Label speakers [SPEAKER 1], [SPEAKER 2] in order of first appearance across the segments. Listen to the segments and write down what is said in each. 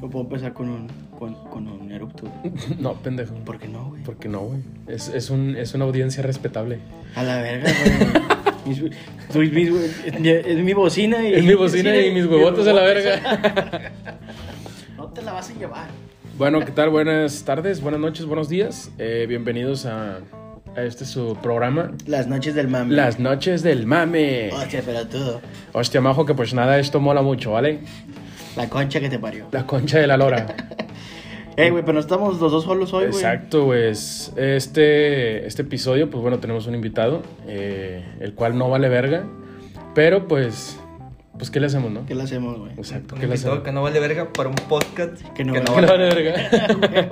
[SPEAKER 1] puedo empezar con un, con, con un erupto.
[SPEAKER 2] No, pendejo.
[SPEAKER 1] ¿Por qué no, güey?
[SPEAKER 2] Porque no, güey. Es, es, un, es una audiencia respetable.
[SPEAKER 1] A la verga, güey. Mis- soy mis- es mi bocina y.
[SPEAKER 2] Es mi bocina y mis huevotes a la verga.
[SPEAKER 1] No te la vas a llevar.
[SPEAKER 2] Bueno, ¿qué tal? Buenas tardes, buenas noches, buenos días. Eh, bienvenidos a, a este su programa.
[SPEAKER 1] Las noches del mami.
[SPEAKER 2] Las noches del mame.
[SPEAKER 1] Hostia, pero todo.
[SPEAKER 2] Hostia, majo, que pues nada, esto mola mucho, ¿vale?
[SPEAKER 1] La concha que te parió.
[SPEAKER 2] La concha de la lora.
[SPEAKER 1] Eh, güey, pero no estamos los dos solos hoy, güey.
[SPEAKER 2] Exacto, pues. Este, este episodio, pues bueno, tenemos un invitado, eh, el cual no vale verga. Pero pues, pues, ¿qué le hacemos, no?
[SPEAKER 1] ¿Qué le hacemos, güey?
[SPEAKER 2] Exacto,
[SPEAKER 3] Un
[SPEAKER 2] ¿qué le
[SPEAKER 3] invitado
[SPEAKER 2] hacemos?
[SPEAKER 3] que no vale verga para un podcast
[SPEAKER 1] Que no
[SPEAKER 2] No vale verga.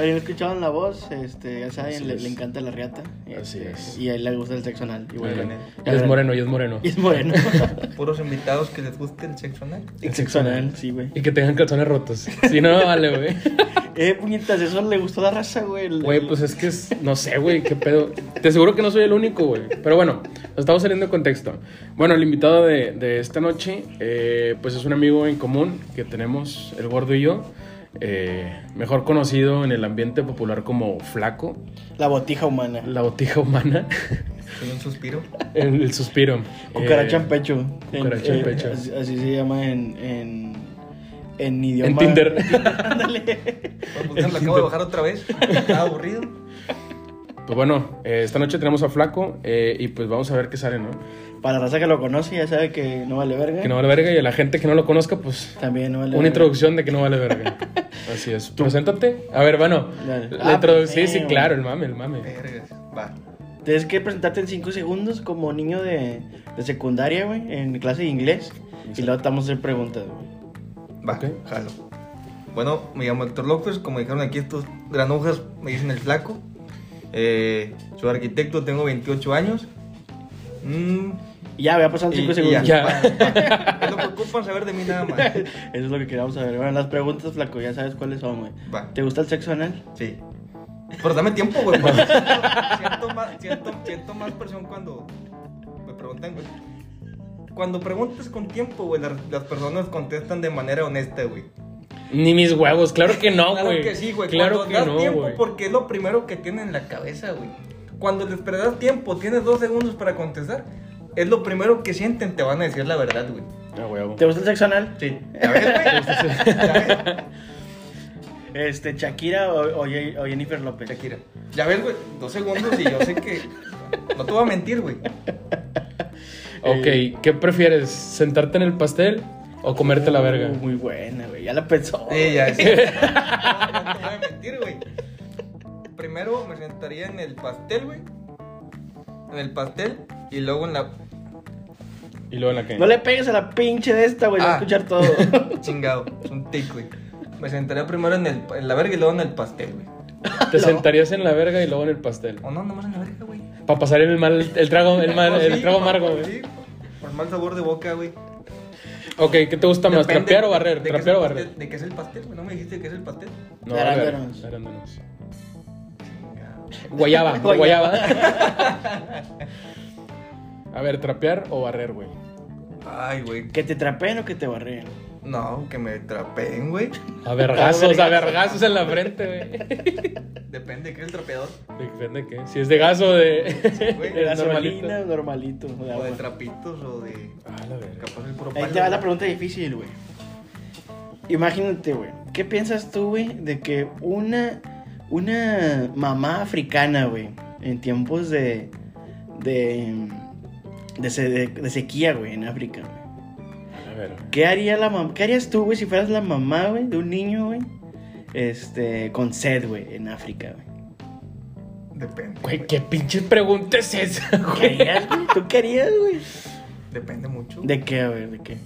[SPEAKER 1] Oye, no escuchaban la voz, este, ya saben,
[SPEAKER 2] Así
[SPEAKER 1] le,
[SPEAKER 2] es.
[SPEAKER 1] le encanta la riata.
[SPEAKER 2] Así
[SPEAKER 1] Este,
[SPEAKER 2] es.
[SPEAKER 1] Y a él le gusta el sexo anal. igual que a mí.
[SPEAKER 2] Y es moreno, y es moreno.
[SPEAKER 1] Y es moreno.
[SPEAKER 3] puros invitados que les guste el sexo anal.
[SPEAKER 2] El
[SPEAKER 1] sexo anal, sí, güey.
[SPEAKER 2] Y que tengan calzones rotos. Si no, no vale, güey.
[SPEAKER 1] Eh, puñetas, eso le gustó la raza, güey. El-
[SPEAKER 2] Güey, pues es que es, no sé, güey, qué pedo. Te aseguro que no soy el único, güey. Pero bueno, nos estamos saliendo de contexto. Bueno, el invitado de, de esta noche, eh, pues es un amigo en común que tenemos, el gordo y yo. eh, mejor conocido en el ambiente popular como Flaco,
[SPEAKER 1] La botija humana.
[SPEAKER 2] la botija humana,
[SPEAKER 3] Soy un suspiro.
[SPEAKER 2] el, el suspiro.
[SPEAKER 1] Cucaracha
[SPEAKER 2] Eh,
[SPEAKER 1] en pecho.
[SPEAKER 2] cucaracha en pecho.
[SPEAKER 1] Así, así se llama en, en, en idioma.
[SPEAKER 2] En Tinder.
[SPEAKER 1] Ándale.
[SPEAKER 3] Porque lo acabo de bajar otra vez. Estaba aburrido.
[SPEAKER 2] Pues bueno, eh, esta noche tenemos a Flaco eh, y pues vamos a ver qué sale, ¿no?
[SPEAKER 1] Para la raza que lo conoce, ya sabe que no vale verga.
[SPEAKER 2] Que no vale verga y a la gente que no lo conozca, pues
[SPEAKER 1] También no vale
[SPEAKER 2] Una
[SPEAKER 1] verga.
[SPEAKER 2] introducción de que no vale verga. Así es. Preséntate. A ver, bueno.
[SPEAKER 1] Dale.
[SPEAKER 2] La
[SPEAKER 1] Ah,
[SPEAKER 2] introdu-
[SPEAKER 1] eh,
[SPEAKER 2] Sí,
[SPEAKER 3] pues,
[SPEAKER 2] sí, claro, el mame, el mame.
[SPEAKER 3] Vergas. Va.
[SPEAKER 1] Tienes que presentarte en 5 segundos como niño de, de secundaria, güey, en clase de inglés. Y luego estamos en preguntas, güey.
[SPEAKER 3] Va.
[SPEAKER 2] Ok.
[SPEAKER 3] Jalo. Bueno, me llamo Héctor López. Como dijeron aquí estos granujas, me dicen el flaco. Eh, soy arquitecto, tengo 28 años. Mm,
[SPEAKER 1] Y Ya, voy a pasar 5
[SPEAKER 3] y- y
[SPEAKER 1] segundos.
[SPEAKER 2] Ya.
[SPEAKER 3] Va. Es lo que ocupan saber de mí nada más.
[SPEAKER 1] Eso es lo que queríamos saber. Bueno, las preguntas, flaco, ya sabes cuáles son, güey.
[SPEAKER 3] Va.
[SPEAKER 1] ¿Te gusta el sexo anal?
[SPEAKER 3] Sí. Pero dame tiempo, güey. porque siento, más, siento, siento más presión cuando me preguntan, güey. Cuando preguntas con tiempo, güey, las, las personas contestan de manera honesta, güey.
[SPEAKER 2] Ni mis huevos, claro que no,
[SPEAKER 3] claro
[SPEAKER 2] güey.
[SPEAKER 3] que sí, güey.
[SPEAKER 2] Claro
[SPEAKER 3] cuando
[SPEAKER 2] que
[SPEAKER 3] das
[SPEAKER 2] no,
[SPEAKER 3] tiempo,
[SPEAKER 2] güey.
[SPEAKER 3] porque es lo primero que tienen en la cabeza, güey. Cuando les das tiempo, tienes dos segundos para contestar, es lo primero que sienten, te van a decir la verdad, güey.
[SPEAKER 2] Ah, huevo.
[SPEAKER 1] ¿Te gusta el sexo anal?
[SPEAKER 3] Sí. ¿Ya ves, güey? ¿Ya ves?
[SPEAKER 1] Este, Shakira o, o Ye- o Jennifer López.
[SPEAKER 3] Shakira. Ya ves, güey, dos segundos y yo sé que... No te voy a mentir, güey.
[SPEAKER 2] Ok, ¿qué prefieres? ¿Sentarte en el pastel o comerte la verga?
[SPEAKER 1] Uh, muy buena, güey. Ya la pensó.
[SPEAKER 3] Sí, ya
[SPEAKER 1] güey.
[SPEAKER 3] sí. No, no te voy a mentir, güey. Primero me sentaría en el pastel, güey. En el pastel y luego en la.
[SPEAKER 2] Y luego en la que.
[SPEAKER 1] No le pegues a la pinche de esta, güey. Va a
[SPEAKER 3] Ah.
[SPEAKER 1] escuchar todo.
[SPEAKER 3] Chingado, es un tic, güey. Me sentaría primero en, el, en la verga y luego en el pastel, güey.
[SPEAKER 2] Te sentarías en la verga y luego en el pastel.
[SPEAKER 3] O no, nomás en la verga, güey.
[SPEAKER 2] Para pasar el mal, el trago, el mal,
[SPEAKER 3] No,
[SPEAKER 2] el
[SPEAKER 3] sí,
[SPEAKER 2] trago
[SPEAKER 3] por-
[SPEAKER 2] amargo, güey.
[SPEAKER 3] sí, por mal sabor de boca, güey.
[SPEAKER 2] Ok, ¿qué te gusta más?
[SPEAKER 3] Depende
[SPEAKER 2] ¿Trapear o
[SPEAKER 3] de-
[SPEAKER 2] barrer?
[SPEAKER 3] de qué
[SPEAKER 2] ¿Trapear o
[SPEAKER 3] es el
[SPEAKER 2] barrer?
[SPEAKER 3] pastel- ¿De qué es el pastel, güey? ¿No me dijiste qué es el pastel?
[SPEAKER 2] No,
[SPEAKER 1] De
[SPEAKER 2] barrer,
[SPEAKER 1] arándanos.
[SPEAKER 2] arándanos. Guayaba,
[SPEAKER 1] Guayaba.
[SPEAKER 2] guayaba. A ver, ¿trapear o barrer, güey?
[SPEAKER 3] Ay, güey.
[SPEAKER 1] que te trapeen o que te barreen.
[SPEAKER 3] No, que me trapeen, güey.
[SPEAKER 2] A vergazos, a vergazos en la frente, güey.
[SPEAKER 3] Depende de qué es el trapeador.
[SPEAKER 2] Depende de qué. Si es de gas o de.
[SPEAKER 3] güey,
[SPEAKER 2] de
[SPEAKER 1] De
[SPEAKER 2] normalito.
[SPEAKER 1] gasolina, normalito. de
[SPEAKER 3] O de
[SPEAKER 1] agua.
[SPEAKER 3] trapitos o de.
[SPEAKER 2] Ah, la verga.
[SPEAKER 3] Capaz el puro
[SPEAKER 1] Ahí
[SPEAKER 3] palo,
[SPEAKER 1] te va
[SPEAKER 3] güey.
[SPEAKER 1] la pregunta difícil, güey. Imagínate, güey. ¿Qué piensas tú, güey, de que una, una mamá africana, güey, en tiempos de. de. de, se- de- de sequía, güey, en África, güey?
[SPEAKER 2] A ver, güey.
[SPEAKER 1] ¿Qué haría la mam- ¿Qué harías tú, güey, si fueras la mamá, güey, de un niño, güey? Este, con sed, güey, en África, güey.
[SPEAKER 3] Depende.
[SPEAKER 2] Güey,
[SPEAKER 3] güey.
[SPEAKER 2] qué pinche pregunta es esa,
[SPEAKER 1] ¿Qué
[SPEAKER 2] güey.
[SPEAKER 1] harías, güey? ¿Tú qué harías, güey?
[SPEAKER 3] Depende mucho.
[SPEAKER 1] ¿De qué, a ver, de qué?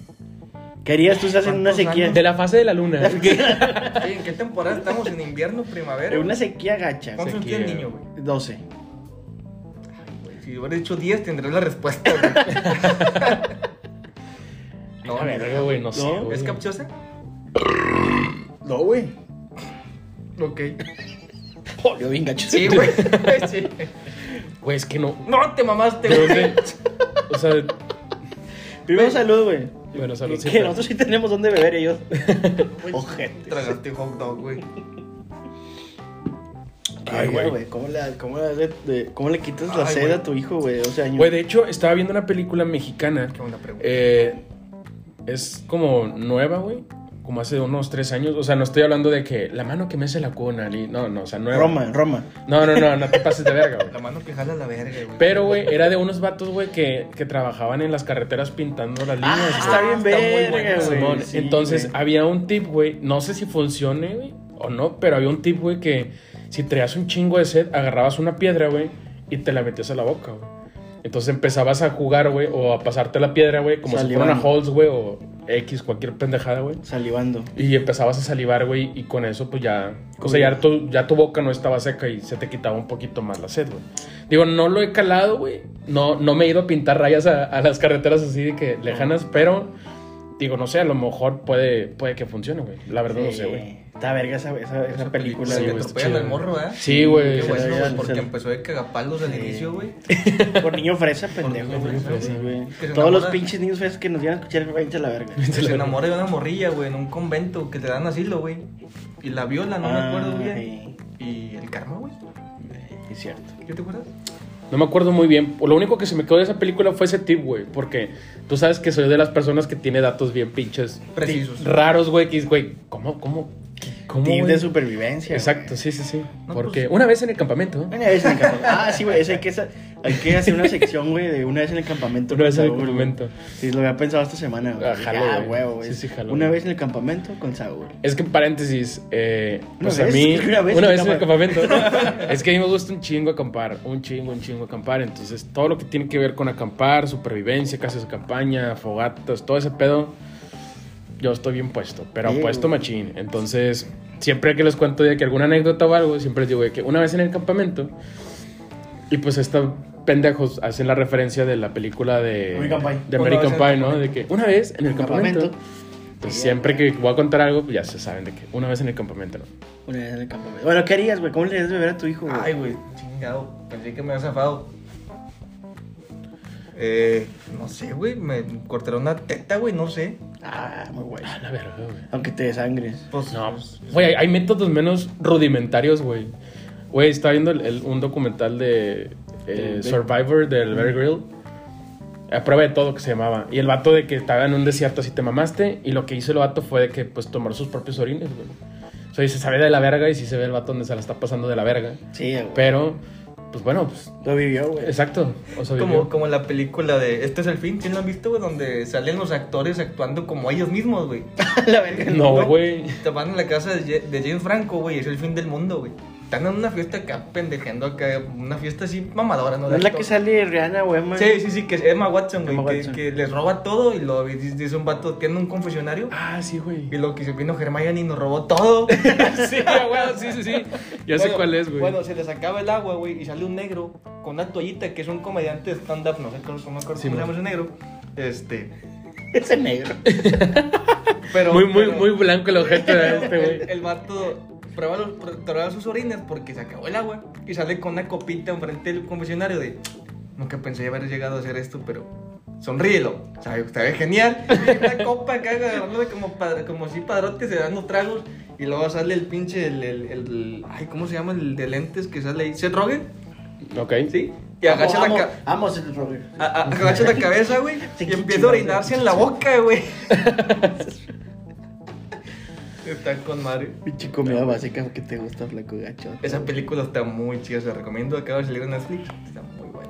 [SPEAKER 1] ¿Qué harías tú si estás en una
[SPEAKER 3] ¿Cuántos
[SPEAKER 1] sequía?
[SPEAKER 2] De la fase de la luna.
[SPEAKER 3] Oye, ¿En qué temporada estamos? ¿En invierno, primavera?
[SPEAKER 1] En una sequía gacha, güey.
[SPEAKER 3] ¿Cuántos
[SPEAKER 2] sequía,
[SPEAKER 3] tiene el niño, güey?
[SPEAKER 1] 12.
[SPEAKER 3] Güey, Si hubiera dicho 10, tendré la respuesta, güey.
[SPEAKER 2] No, verga, güey, no sé.
[SPEAKER 1] No,
[SPEAKER 2] güey.
[SPEAKER 3] ¿Es capciosa?
[SPEAKER 1] No, güey.
[SPEAKER 3] Ok.
[SPEAKER 1] Yo bien gacho.
[SPEAKER 3] Sí, güey. Sí.
[SPEAKER 2] Güey, es que no.
[SPEAKER 3] No, te mamaste,
[SPEAKER 2] ¿De
[SPEAKER 3] güey.
[SPEAKER 2] dónde? O sea,
[SPEAKER 1] Primero salud, güey.
[SPEAKER 2] Bueno,
[SPEAKER 1] Que,
[SPEAKER 2] saludcita.
[SPEAKER 1] que nosotros sí tenemos dónde beber ellos. Ojete.
[SPEAKER 3] Tragaste hot dog, güey.
[SPEAKER 2] Ay, güey.
[SPEAKER 1] ¿Cómo, la- cómo la- de- cómo le quitas la
[SPEAKER 3] Ay,
[SPEAKER 1] sed
[SPEAKER 3] güey.
[SPEAKER 1] a tu hijo, güey? O sea,
[SPEAKER 2] Güey, de hecho, estaba viendo una película mexicana.
[SPEAKER 3] Qué buena pregunta.
[SPEAKER 2] Eh, es como nueva, güey. Como hace unos tres años. O sea, no estoy hablando de que la mano que me hace la cuna. ni- No, no, o sea, nueva.
[SPEAKER 1] Roma, Roma.
[SPEAKER 2] No, no, no, no te pases de verga,
[SPEAKER 3] La
[SPEAKER 2] güey.
[SPEAKER 3] mano que jala la verga, güey.
[SPEAKER 2] Pero, güey, era de unos vatos, güey, que, que trabajaban en las carreteras pintando las líneas.
[SPEAKER 1] Ah,
[SPEAKER 2] güey.
[SPEAKER 1] está bien
[SPEAKER 3] está muy
[SPEAKER 1] verga,
[SPEAKER 3] buena,
[SPEAKER 1] güey.
[SPEAKER 2] Simón,
[SPEAKER 1] Sí,
[SPEAKER 2] entonces ah,
[SPEAKER 1] güey.
[SPEAKER 2] había un tip, güey. No sé si funcione, güey, o no, pero había un tip, güey, que si traías un chingo de sed, agarrabas una piedra, güey, y te la metías a la boca, güey. Entonces empezabas a jugar, güey, o a pasarte la piedra, güey, como si fuera una
[SPEAKER 1] Salivando.
[SPEAKER 2] Halls, güey, o X, cualquier pendejada, güey.
[SPEAKER 1] Salivando.
[SPEAKER 2] Y empezabas a salivar, güey, y con eso, pues ya. O sea,
[SPEAKER 1] Uy.
[SPEAKER 2] ya tu, ya tu boca no estaba seca y se te quitaba un poquito más la sed, güey. Digo, no lo he calado, güey. No, no me he ido a pintar rayas a, a las carreteras así de que lejanas, pero. Digo, no sé, a lo mejor puede, puede que funcione, güey. La verdad, no
[SPEAKER 1] Sí,
[SPEAKER 2] sé, güey.
[SPEAKER 1] Está verga esa, esa, esa película,
[SPEAKER 3] Se
[SPEAKER 2] sí,
[SPEAKER 1] güey.
[SPEAKER 3] le
[SPEAKER 2] güey, está
[SPEAKER 3] atropellan
[SPEAKER 2] chida,
[SPEAKER 3] al morro, ¿verdad?
[SPEAKER 2] Sí, güey.
[SPEAKER 3] Qué
[SPEAKER 1] Sí,
[SPEAKER 3] bueno,
[SPEAKER 1] sí,
[SPEAKER 3] güey,
[SPEAKER 1] sí.
[SPEAKER 3] porque empezó de cagapalos al
[SPEAKER 1] Sí.
[SPEAKER 3] inicio, güey.
[SPEAKER 1] Por niño fresa, pendejo.
[SPEAKER 3] niño
[SPEAKER 1] güey.
[SPEAKER 2] fresa,
[SPEAKER 1] Sí, güey.
[SPEAKER 3] Que se
[SPEAKER 1] Todos
[SPEAKER 3] enamora.
[SPEAKER 1] los pinches niños fresas que nos iban a escuchar, váyanse a la verga.
[SPEAKER 3] Que se enamora de una morrilla, güey, en un convento que te dan asilo, güey. Y la viola, no me acuerdo
[SPEAKER 1] Ah,
[SPEAKER 3] bien.
[SPEAKER 1] Ay,
[SPEAKER 3] Y el karma, güey.
[SPEAKER 1] Es cierto.
[SPEAKER 3] ¿Qué te acuerdas?
[SPEAKER 2] No me acuerdo muy bien. Lo único que se me quedó de esa película fue ese tip, güey. Porque tú sabes que soy de las personas que tiene datos bien pinches
[SPEAKER 3] Precisos.
[SPEAKER 2] raros, güey. Que es, güey, ¿cómo, cómo, cómo?
[SPEAKER 1] Tip de
[SPEAKER 2] güey?
[SPEAKER 1] supervivencia.
[SPEAKER 2] Exacto, sí, sí, sí.
[SPEAKER 3] No,
[SPEAKER 2] Porque
[SPEAKER 3] pues-
[SPEAKER 2] una vez en el campamento.
[SPEAKER 1] güey. Una vez en el campamento. Ah, sí, güey. eso Hay que, sa- hay que hacer una sección, güey, de una vez en el campamento.
[SPEAKER 2] Una vez en el
[SPEAKER 1] con Saúl,
[SPEAKER 2] campamento.
[SPEAKER 1] güey. Sí, lo había pensado esta semana, güey.
[SPEAKER 2] Ah, jalo,
[SPEAKER 1] Ya,
[SPEAKER 2] güey.
[SPEAKER 1] huevo, güey.
[SPEAKER 2] Sí, sí, jalo,
[SPEAKER 1] Una
[SPEAKER 2] güey.
[SPEAKER 1] vez en el campamento con Saúl.
[SPEAKER 2] Es que en paréntesis, eh, pues
[SPEAKER 1] Una
[SPEAKER 2] a
[SPEAKER 1] vez,
[SPEAKER 2] mí.
[SPEAKER 1] una vez en el
[SPEAKER 2] en el campamento. es que a mí me gusta un chingo acampar. Un chingo, un chingo acampar. Entonces, todo lo que tiene que ver con acampar, supervivencia, casas de campaña, fogatas, todo ese pedo. Yo estoy bien puesto, pero
[SPEAKER 1] Sí,
[SPEAKER 2] puesto
[SPEAKER 1] güey.
[SPEAKER 2] machín. Entonces, siempre que les cuento de que alguna anécdota o algo, siempre les digo de que una vez en el campamento. Y pues estos pendejos hacen la referencia de la película de
[SPEAKER 1] American Pie.
[SPEAKER 2] de
[SPEAKER 3] Una
[SPEAKER 2] American
[SPEAKER 3] vez en el
[SPEAKER 2] Pie, ¿no? De que una vez en el campamento. Entonces, Pues siempre que voy a contar algo, pues, ya se saben de que una vez en el campamento, ¿no?
[SPEAKER 1] Una vez en el campamento. Bueno, ¿qué harías, güey? ¿Cómo le harías beber a tu hijo, güey?
[SPEAKER 3] Ay, güey, chingado. Pensé que me había zafado. Eh, no sé, güey. Me cortaron una teta, güey, no sé.
[SPEAKER 1] Ah, muy guay.
[SPEAKER 2] A la verga, güey.
[SPEAKER 1] Aunque te desangres.
[SPEAKER 3] Pues,
[SPEAKER 2] No,
[SPEAKER 3] pues,
[SPEAKER 2] güey, hay, hay métodos menos rudimentarios, güey. Güey, estaba viendo el- el- un documental de eh,
[SPEAKER 1] Del-
[SPEAKER 2] Survivor del Bear Grill. A prueba de todo que se llamaba. Y el vato de que estaba en un desierto así te mamaste. Y lo que hizo el vato fue de que, pues, tomar sus propios orines, güey. O sea, y se sabe de la verga y sí se ve el vato donde se la está pasando de la verga.
[SPEAKER 1] Sí, güey.
[SPEAKER 2] Pero, pues bueno, pues,
[SPEAKER 1] Lo vivió, güey.
[SPEAKER 2] exacto. O sea,
[SPEAKER 3] como,
[SPEAKER 2] vivió.
[SPEAKER 3] como la película de Este es el fin, ¿sí la han visto, güey? Donde salen los actores actuando como ellos mismos, güey.
[SPEAKER 1] la verga.
[SPEAKER 2] No, güey.
[SPEAKER 3] Te van a la casa de, Je- de James Franco, güey, es el fin del mundo, güey. Están en una fiesta acá, pendejeando acá, una fiesta así mamadora, ¿no?
[SPEAKER 1] No es la
[SPEAKER 3] Actor.
[SPEAKER 1] que sale Rihanna, güey, man.
[SPEAKER 3] Sí, sí, sí, que es Emma Watson, güey,
[SPEAKER 1] Emma
[SPEAKER 3] que-
[SPEAKER 1] Watson.
[SPEAKER 3] Que, les roba todo y lo y dice dice un vato, tiene un confesionario.
[SPEAKER 2] Ah, sí, güey.
[SPEAKER 3] Y lo que se vino Hermione y nos robó todo.
[SPEAKER 2] Sí, ah, güey, sí, sí, sí. Ya sé
[SPEAKER 3] Bueno,
[SPEAKER 2] cuál es, güey.
[SPEAKER 3] Bueno, se les acaba el agua, güey, y sale un negro con una toallita que es un comediante de stand-up, no sé cómo, no me acuerdo
[SPEAKER 2] Sí,
[SPEAKER 3] cómo se
[SPEAKER 2] man.
[SPEAKER 3] llama ese negro. Este,
[SPEAKER 1] Ese negro.
[SPEAKER 3] pero...
[SPEAKER 2] muy, muy,
[SPEAKER 3] pero-
[SPEAKER 2] muy blanco el objeto de este,
[SPEAKER 3] el,
[SPEAKER 2] güey.
[SPEAKER 3] el vato prueba, los- prueba sus orines porque se acabó el agua y sale con una copita enfrente del confesionario de nunca pensé haber llegado a hacer esto, pero sonríelo, sabe, sabe genial. Y una copa acá agarrándole como, padr- como si padrote se dan los tragos y luego sale el pinche, el, el, el- ay, ¿cómo se llama? El de lentes que sale ahí, Seth Rogen,
[SPEAKER 2] Ok.
[SPEAKER 3] ¿sí? Y agacha la,
[SPEAKER 1] amo,
[SPEAKER 3] ca-
[SPEAKER 1] amo ese Robert.
[SPEAKER 3] a- a- agacha la cabeza, güey, y empieza a orinarse en la boca, güey. Está con Mario.
[SPEAKER 1] Pinche comida básica que te gusta, flaco gacho.
[SPEAKER 3] Esa película está muy chida, se la recomiendo. Acaba de salir en Netflix. Está muy buena.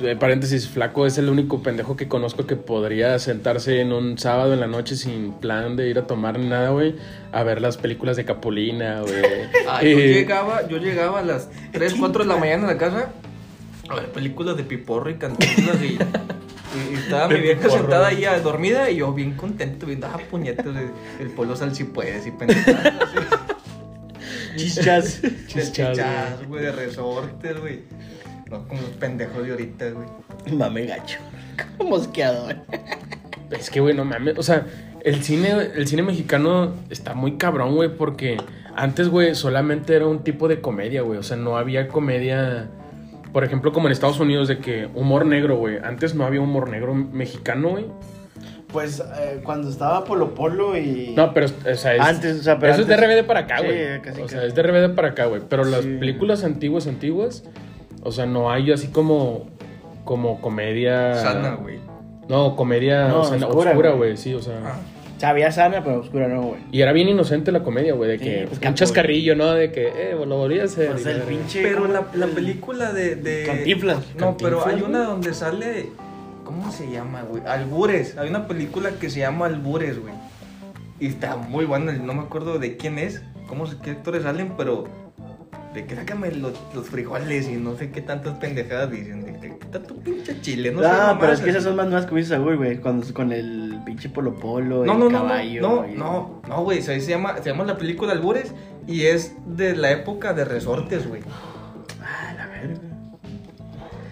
[SPEAKER 2] Eh, paréntesis, Flaco es el único pendejo que conozco que podría sentarse en un sábado en la noche sin plan de ir a tomar ni nada, güey, a ver las películas de Capulina, güey.
[SPEAKER 3] Ay, Ah, yo,
[SPEAKER 2] Eh,
[SPEAKER 3] llegaba, yo llegaba a las 3, 4 de la mañana a la casa a ver películas de piporro y cantinas y, y- y estaba
[SPEAKER 2] De
[SPEAKER 3] mi vieja
[SPEAKER 2] Piporro.
[SPEAKER 3] sentada ahí ah, dormida y yo bien contento viendo, ah, puñetas, el, el polo sal si puedes y pendejadas
[SPEAKER 1] Chichas.
[SPEAKER 3] así, de
[SPEAKER 2] Chichas,
[SPEAKER 3] chichas, güey, de resortes, güey. No, como los pendejos de ahorita, güey.
[SPEAKER 1] Mame gacho. Como mosqueador.
[SPEAKER 2] Es que, güey, no mames. O sea, el cine, el cine mexicano está muy cabrón, güey, porque antes, güey, solamente era un tipo de comedia, güey. O sea, no había comedia. Por ejemplo, como en Estados Unidos, de que humor negro, güey. Antes no había humor negro mexicano, güey.
[SPEAKER 1] Pues eh, cuando estaba Polo Polo y.
[SPEAKER 2] No, pero, o sea, es-
[SPEAKER 1] Antes, o sea, pero
[SPEAKER 2] eso es de
[SPEAKER 1] antes-
[SPEAKER 2] RBD para acá,
[SPEAKER 1] Sí, eh,
[SPEAKER 2] güey.
[SPEAKER 1] casi,
[SPEAKER 2] o sea,
[SPEAKER 1] casi.
[SPEAKER 2] es de RBD para acá, güey. Pero las
[SPEAKER 1] Sí.
[SPEAKER 2] películas antiguas, antiguas, o sea, no hay así como, como comedia.
[SPEAKER 3] Sana, güey.
[SPEAKER 2] No, comedia
[SPEAKER 1] No,
[SPEAKER 2] o sea,
[SPEAKER 1] oscura,
[SPEAKER 2] oscura,
[SPEAKER 1] güey.
[SPEAKER 2] güey, sí, o sea.
[SPEAKER 3] Ah,
[SPEAKER 1] Sabía sana, pero oscura no, güey.
[SPEAKER 2] Y era bien inocente la comedia, güey, de
[SPEAKER 1] Sí,
[SPEAKER 2] que
[SPEAKER 1] pues,
[SPEAKER 2] un
[SPEAKER 1] campo,
[SPEAKER 2] chascarrillo, ¿no? De que, eh, lo volví a hacer.
[SPEAKER 1] O sea, el
[SPEAKER 2] y-
[SPEAKER 1] pinche.
[SPEAKER 3] Pero
[SPEAKER 1] ¿cómo?
[SPEAKER 3] la, la película de. de-
[SPEAKER 1] Cantinflas.
[SPEAKER 3] No, pero hay
[SPEAKER 2] Cantinflas,
[SPEAKER 3] una donde sale. ¿Cómo se llama, güey? Albures. Hay una película que se llama Albures, güey. Y está muy buena. No me acuerdo de quién es, cómo se- qué actores salen, pero. De que sácame los, los frijoles y no sé qué tantas pendejadas dicen. De que quita tu pinche chile, no sé.
[SPEAKER 1] ah, pero es
[SPEAKER 3] mamadas
[SPEAKER 1] que esas
[SPEAKER 3] así.
[SPEAKER 1] son más nuevas que hubiese Saúl, güey. Cuando, con el pinche Polo Polo,
[SPEAKER 3] No,
[SPEAKER 1] el
[SPEAKER 3] no, no,
[SPEAKER 1] caballo.
[SPEAKER 3] no,
[SPEAKER 1] y-
[SPEAKER 3] no, no, güey, se se llama, se llama la película Albures y es de la época de resortes, güey.
[SPEAKER 1] Ah, la verga.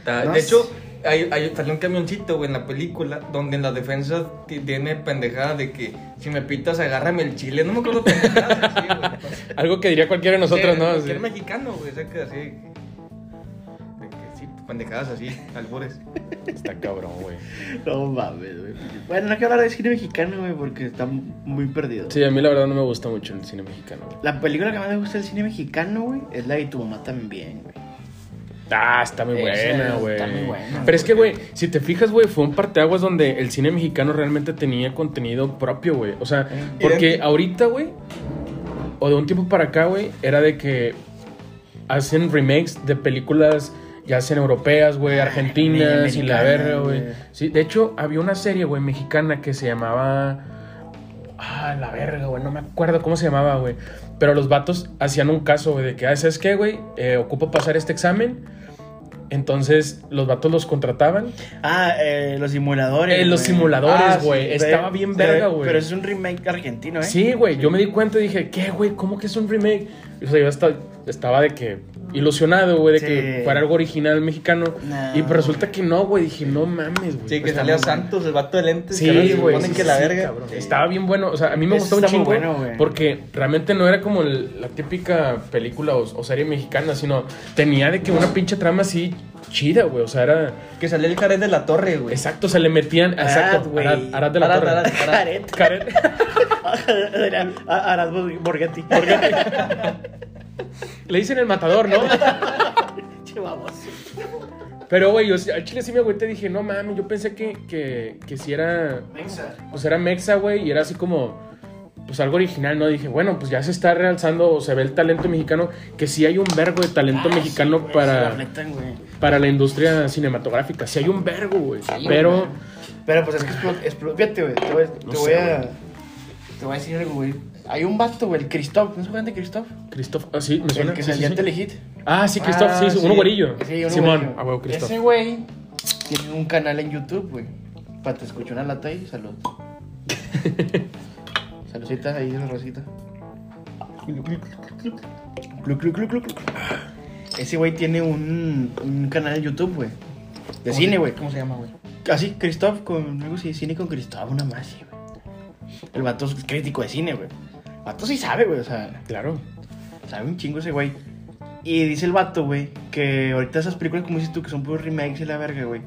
[SPEAKER 3] Ta-
[SPEAKER 1] No
[SPEAKER 3] de
[SPEAKER 1] sé.
[SPEAKER 3] hecho, hay, hay, salió un camioncito, güey, en la película, donde en la defensa ti- tiene pendejada de que si me pitas, agárrame el chile. No me acuerdo pendejadas así, güey.
[SPEAKER 2] Algo que diría cualquiera de nosotros,
[SPEAKER 3] Sí,
[SPEAKER 2] ¿no?
[SPEAKER 3] cualquier
[SPEAKER 2] Así.
[SPEAKER 3] mexicano, güey, o sea, que así. De que sí, pendejadas así, albures.
[SPEAKER 2] Está cabrón, güey.
[SPEAKER 1] No mames, güey. Bueno, no hay que hablar de cine mexicano, güey, porque está muy perdido.
[SPEAKER 2] Sí, a mí la verdad no me gusta mucho el cine mexicano, güey.
[SPEAKER 1] La película que más me gusta del cine mexicano, güey, es la de tu mamá también, güey.
[SPEAKER 2] Ah, está muy
[SPEAKER 1] Esa
[SPEAKER 2] buena,
[SPEAKER 1] está
[SPEAKER 2] güey.
[SPEAKER 1] muy buena,
[SPEAKER 2] Pero es que,
[SPEAKER 3] porque-
[SPEAKER 2] güey, si te fijas, güey, fue un parteaguas donde el cine mexicano realmente tenía contenido propio, güey. O sea, porque
[SPEAKER 3] Identi-
[SPEAKER 2] ahorita, güey, o de un tiempo para acá, güey, era de que hacen remakes de películas ya sean europeas, güey, argentinas y la
[SPEAKER 1] americanas,
[SPEAKER 2] verga, güey.
[SPEAKER 1] güey.
[SPEAKER 2] Sí, de hecho, había una serie, güey, mexicana que se llamaba... Ah, la verga, güey. No me acuerdo cómo se llamaba, güey. Pero los vatos hacían un caso, güey, de que, ah, ¿sabes qué, güey? Eh, ocupo pasar este examen. Entonces, los vatos los contrataban.
[SPEAKER 1] Ah, eh, los simuladores.
[SPEAKER 2] Eh, los
[SPEAKER 1] güey.
[SPEAKER 2] simuladores,
[SPEAKER 1] Ah, sí,
[SPEAKER 2] güey. Estaba bien verga, güey.
[SPEAKER 1] Pero es un remake argentino, ¿eh?
[SPEAKER 2] Sí, güey. Yo me di cuenta y dije, ¿qué, güey? ¿Cómo que es un remake? O sea, yo hasta estaba de que ilusionado, güey, de
[SPEAKER 1] Sí.
[SPEAKER 2] que fuera algo original mexicano.
[SPEAKER 1] No.
[SPEAKER 2] Y pues, resulta que no, güey. Dije, no mames, pues güey.
[SPEAKER 3] Sí, que
[SPEAKER 2] Está
[SPEAKER 3] salía
[SPEAKER 2] muy bueno.
[SPEAKER 3] Santos, el vato de lentes. que ahora
[SPEAKER 2] Sí,
[SPEAKER 3] se
[SPEAKER 2] güey.
[SPEAKER 3] Ponen
[SPEAKER 2] sí,
[SPEAKER 3] que
[SPEAKER 2] sí,
[SPEAKER 3] la
[SPEAKER 2] sí,
[SPEAKER 3] verga.
[SPEAKER 2] cabrón. Estaba bien bueno. O sea, a mí me
[SPEAKER 1] Eso
[SPEAKER 2] gustó un
[SPEAKER 1] está muy
[SPEAKER 2] chingo.
[SPEAKER 1] bueno, güey.
[SPEAKER 2] porque realmente no era como el- la típica película o, o serie mexicana, sino tenía de que una pinche trama así chida, güey. O sea, era.
[SPEAKER 3] Que salía el Jared de la Torre, güey.
[SPEAKER 2] Exacto, se le metían. exacto,
[SPEAKER 1] güey.
[SPEAKER 2] Arad, Arad de la
[SPEAKER 3] Arad,
[SPEAKER 2] Torre.
[SPEAKER 3] Arad.
[SPEAKER 1] Caret.
[SPEAKER 2] Caret.
[SPEAKER 1] Arad Borghetti.
[SPEAKER 2] Le dicen el matador, ¿no?
[SPEAKER 1] Che, vamos.
[SPEAKER 2] Pero, güey, yo sí- al chile sí me agüité. Dije, no mames, yo pensé que, que, que si era. pues era mexa, güey, y era así como, pues algo original, ¿no? Dije, bueno, pues ya se está realzando o se ve el talento mexicano, que sí hay un vergo de
[SPEAKER 1] Ah,
[SPEAKER 2] talento mexicano para, para la industria cinematográfica, sí hay un vergo, güey. pero,
[SPEAKER 1] Pero pues es que explot- explot- Fíjate, güey. Te voy, te
[SPEAKER 2] sé,
[SPEAKER 1] voy a. Te voy a decir algo, güey. Hay un vato, güey, el Christoph. ¿No se acuerdan de Christoph?
[SPEAKER 2] Christoph, ah, sí, me
[SPEAKER 1] El
[SPEAKER 2] suena.
[SPEAKER 1] que
[SPEAKER 2] sí, sí,
[SPEAKER 1] salía en
[SPEAKER 2] sí.
[SPEAKER 1] Telehit.
[SPEAKER 2] Ah, sí, Christoph,
[SPEAKER 1] Ah,
[SPEAKER 2] sí, sí, uno güerillo.
[SPEAKER 1] Sí, uno
[SPEAKER 2] Simón,
[SPEAKER 1] güerillo.
[SPEAKER 2] ah, güey, Christoph.
[SPEAKER 1] Ese güey tiene un canal en YouTube, güey. Pa, te escucho una lata ahí, salud. Saludcita, ahí la rosita. Clu, clu, clu, clu, clu. Ese güey tiene un, un canal en YouTube, güey. De
[SPEAKER 3] ¿Cómo
[SPEAKER 1] cine,
[SPEAKER 3] se-
[SPEAKER 1] güey.
[SPEAKER 3] ¿Cómo se llama, güey?
[SPEAKER 1] Así, Christoph con algo así, cine con Christoph, una más, sí, güey. El vato es crítico de cine, güey. El vato sí sabe, güey, o sea.
[SPEAKER 2] Claro.
[SPEAKER 1] Sabe un chingo ese güey. Y dice el vato, güey, que ahorita esas películas, como dices tú, que son puros remakes y la verga, güey.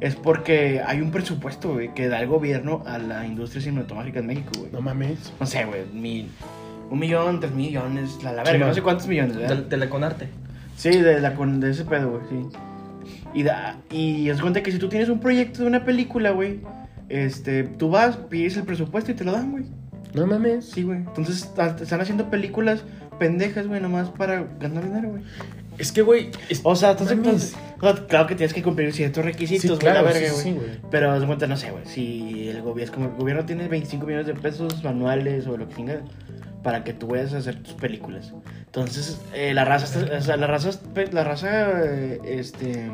[SPEAKER 1] Es porque hay un presupuesto, güey, que da el gobierno a la industria cinematográfica en México, güey.
[SPEAKER 2] No mames.
[SPEAKER 1] No sé, güey, mil. Un millón, tres millones, la, la
[SPEAKER 2] Sí,
[SPEAKER 1] verga,
[SPEAKER 2] man.
[SPEAKER 1] no sé cuántos millones,
[SPEAKER 3] Del-
[SPEAKER 1] ¿verdad?
[SPEAKER 3] Teleconarte.
[SPEAKER 1] Sí, de, la, con- de ese pedo, güey, sí. Y, da, y es cuenta que si tú tienes un proyecto de una película, güey, este, tú vas, pides el presupuesto y te lo dan, güey.
[SPEAKER 2] No mames.
[SPEAKER 1] Sí, güey. Entonces está- están haciendo películas pendejas, güey, nomás para ganar dinero, güey.
[SPEAKER 2] Es que, güey, es-
[SPEAKER 1] O sea, entonces,
[SPEAKER 2] Mames.
[SPEAKER 1] pues, no, claro que tienes que cumplir ciertos requisitos,
[SPEAKER 2] Sí,
[SPEAKER 1] güey, la
[SPEAKER 2] claro,
[SPEAKER 1] verga,
[SPEAKER 2] sí,
[SPEAKER 1] güey.
[SPEAKER 2] sí, güey.
[SPEAKER 1] Pero haz de cuenta, no sé, güey, si el gobierno, como el gobierno tiene 25 millones de pesos anuales o lo que tenga para que tú vayas a hacer tus películas. Entonces, eh, la raza, está- o sea, la raza, la raza, eh, este,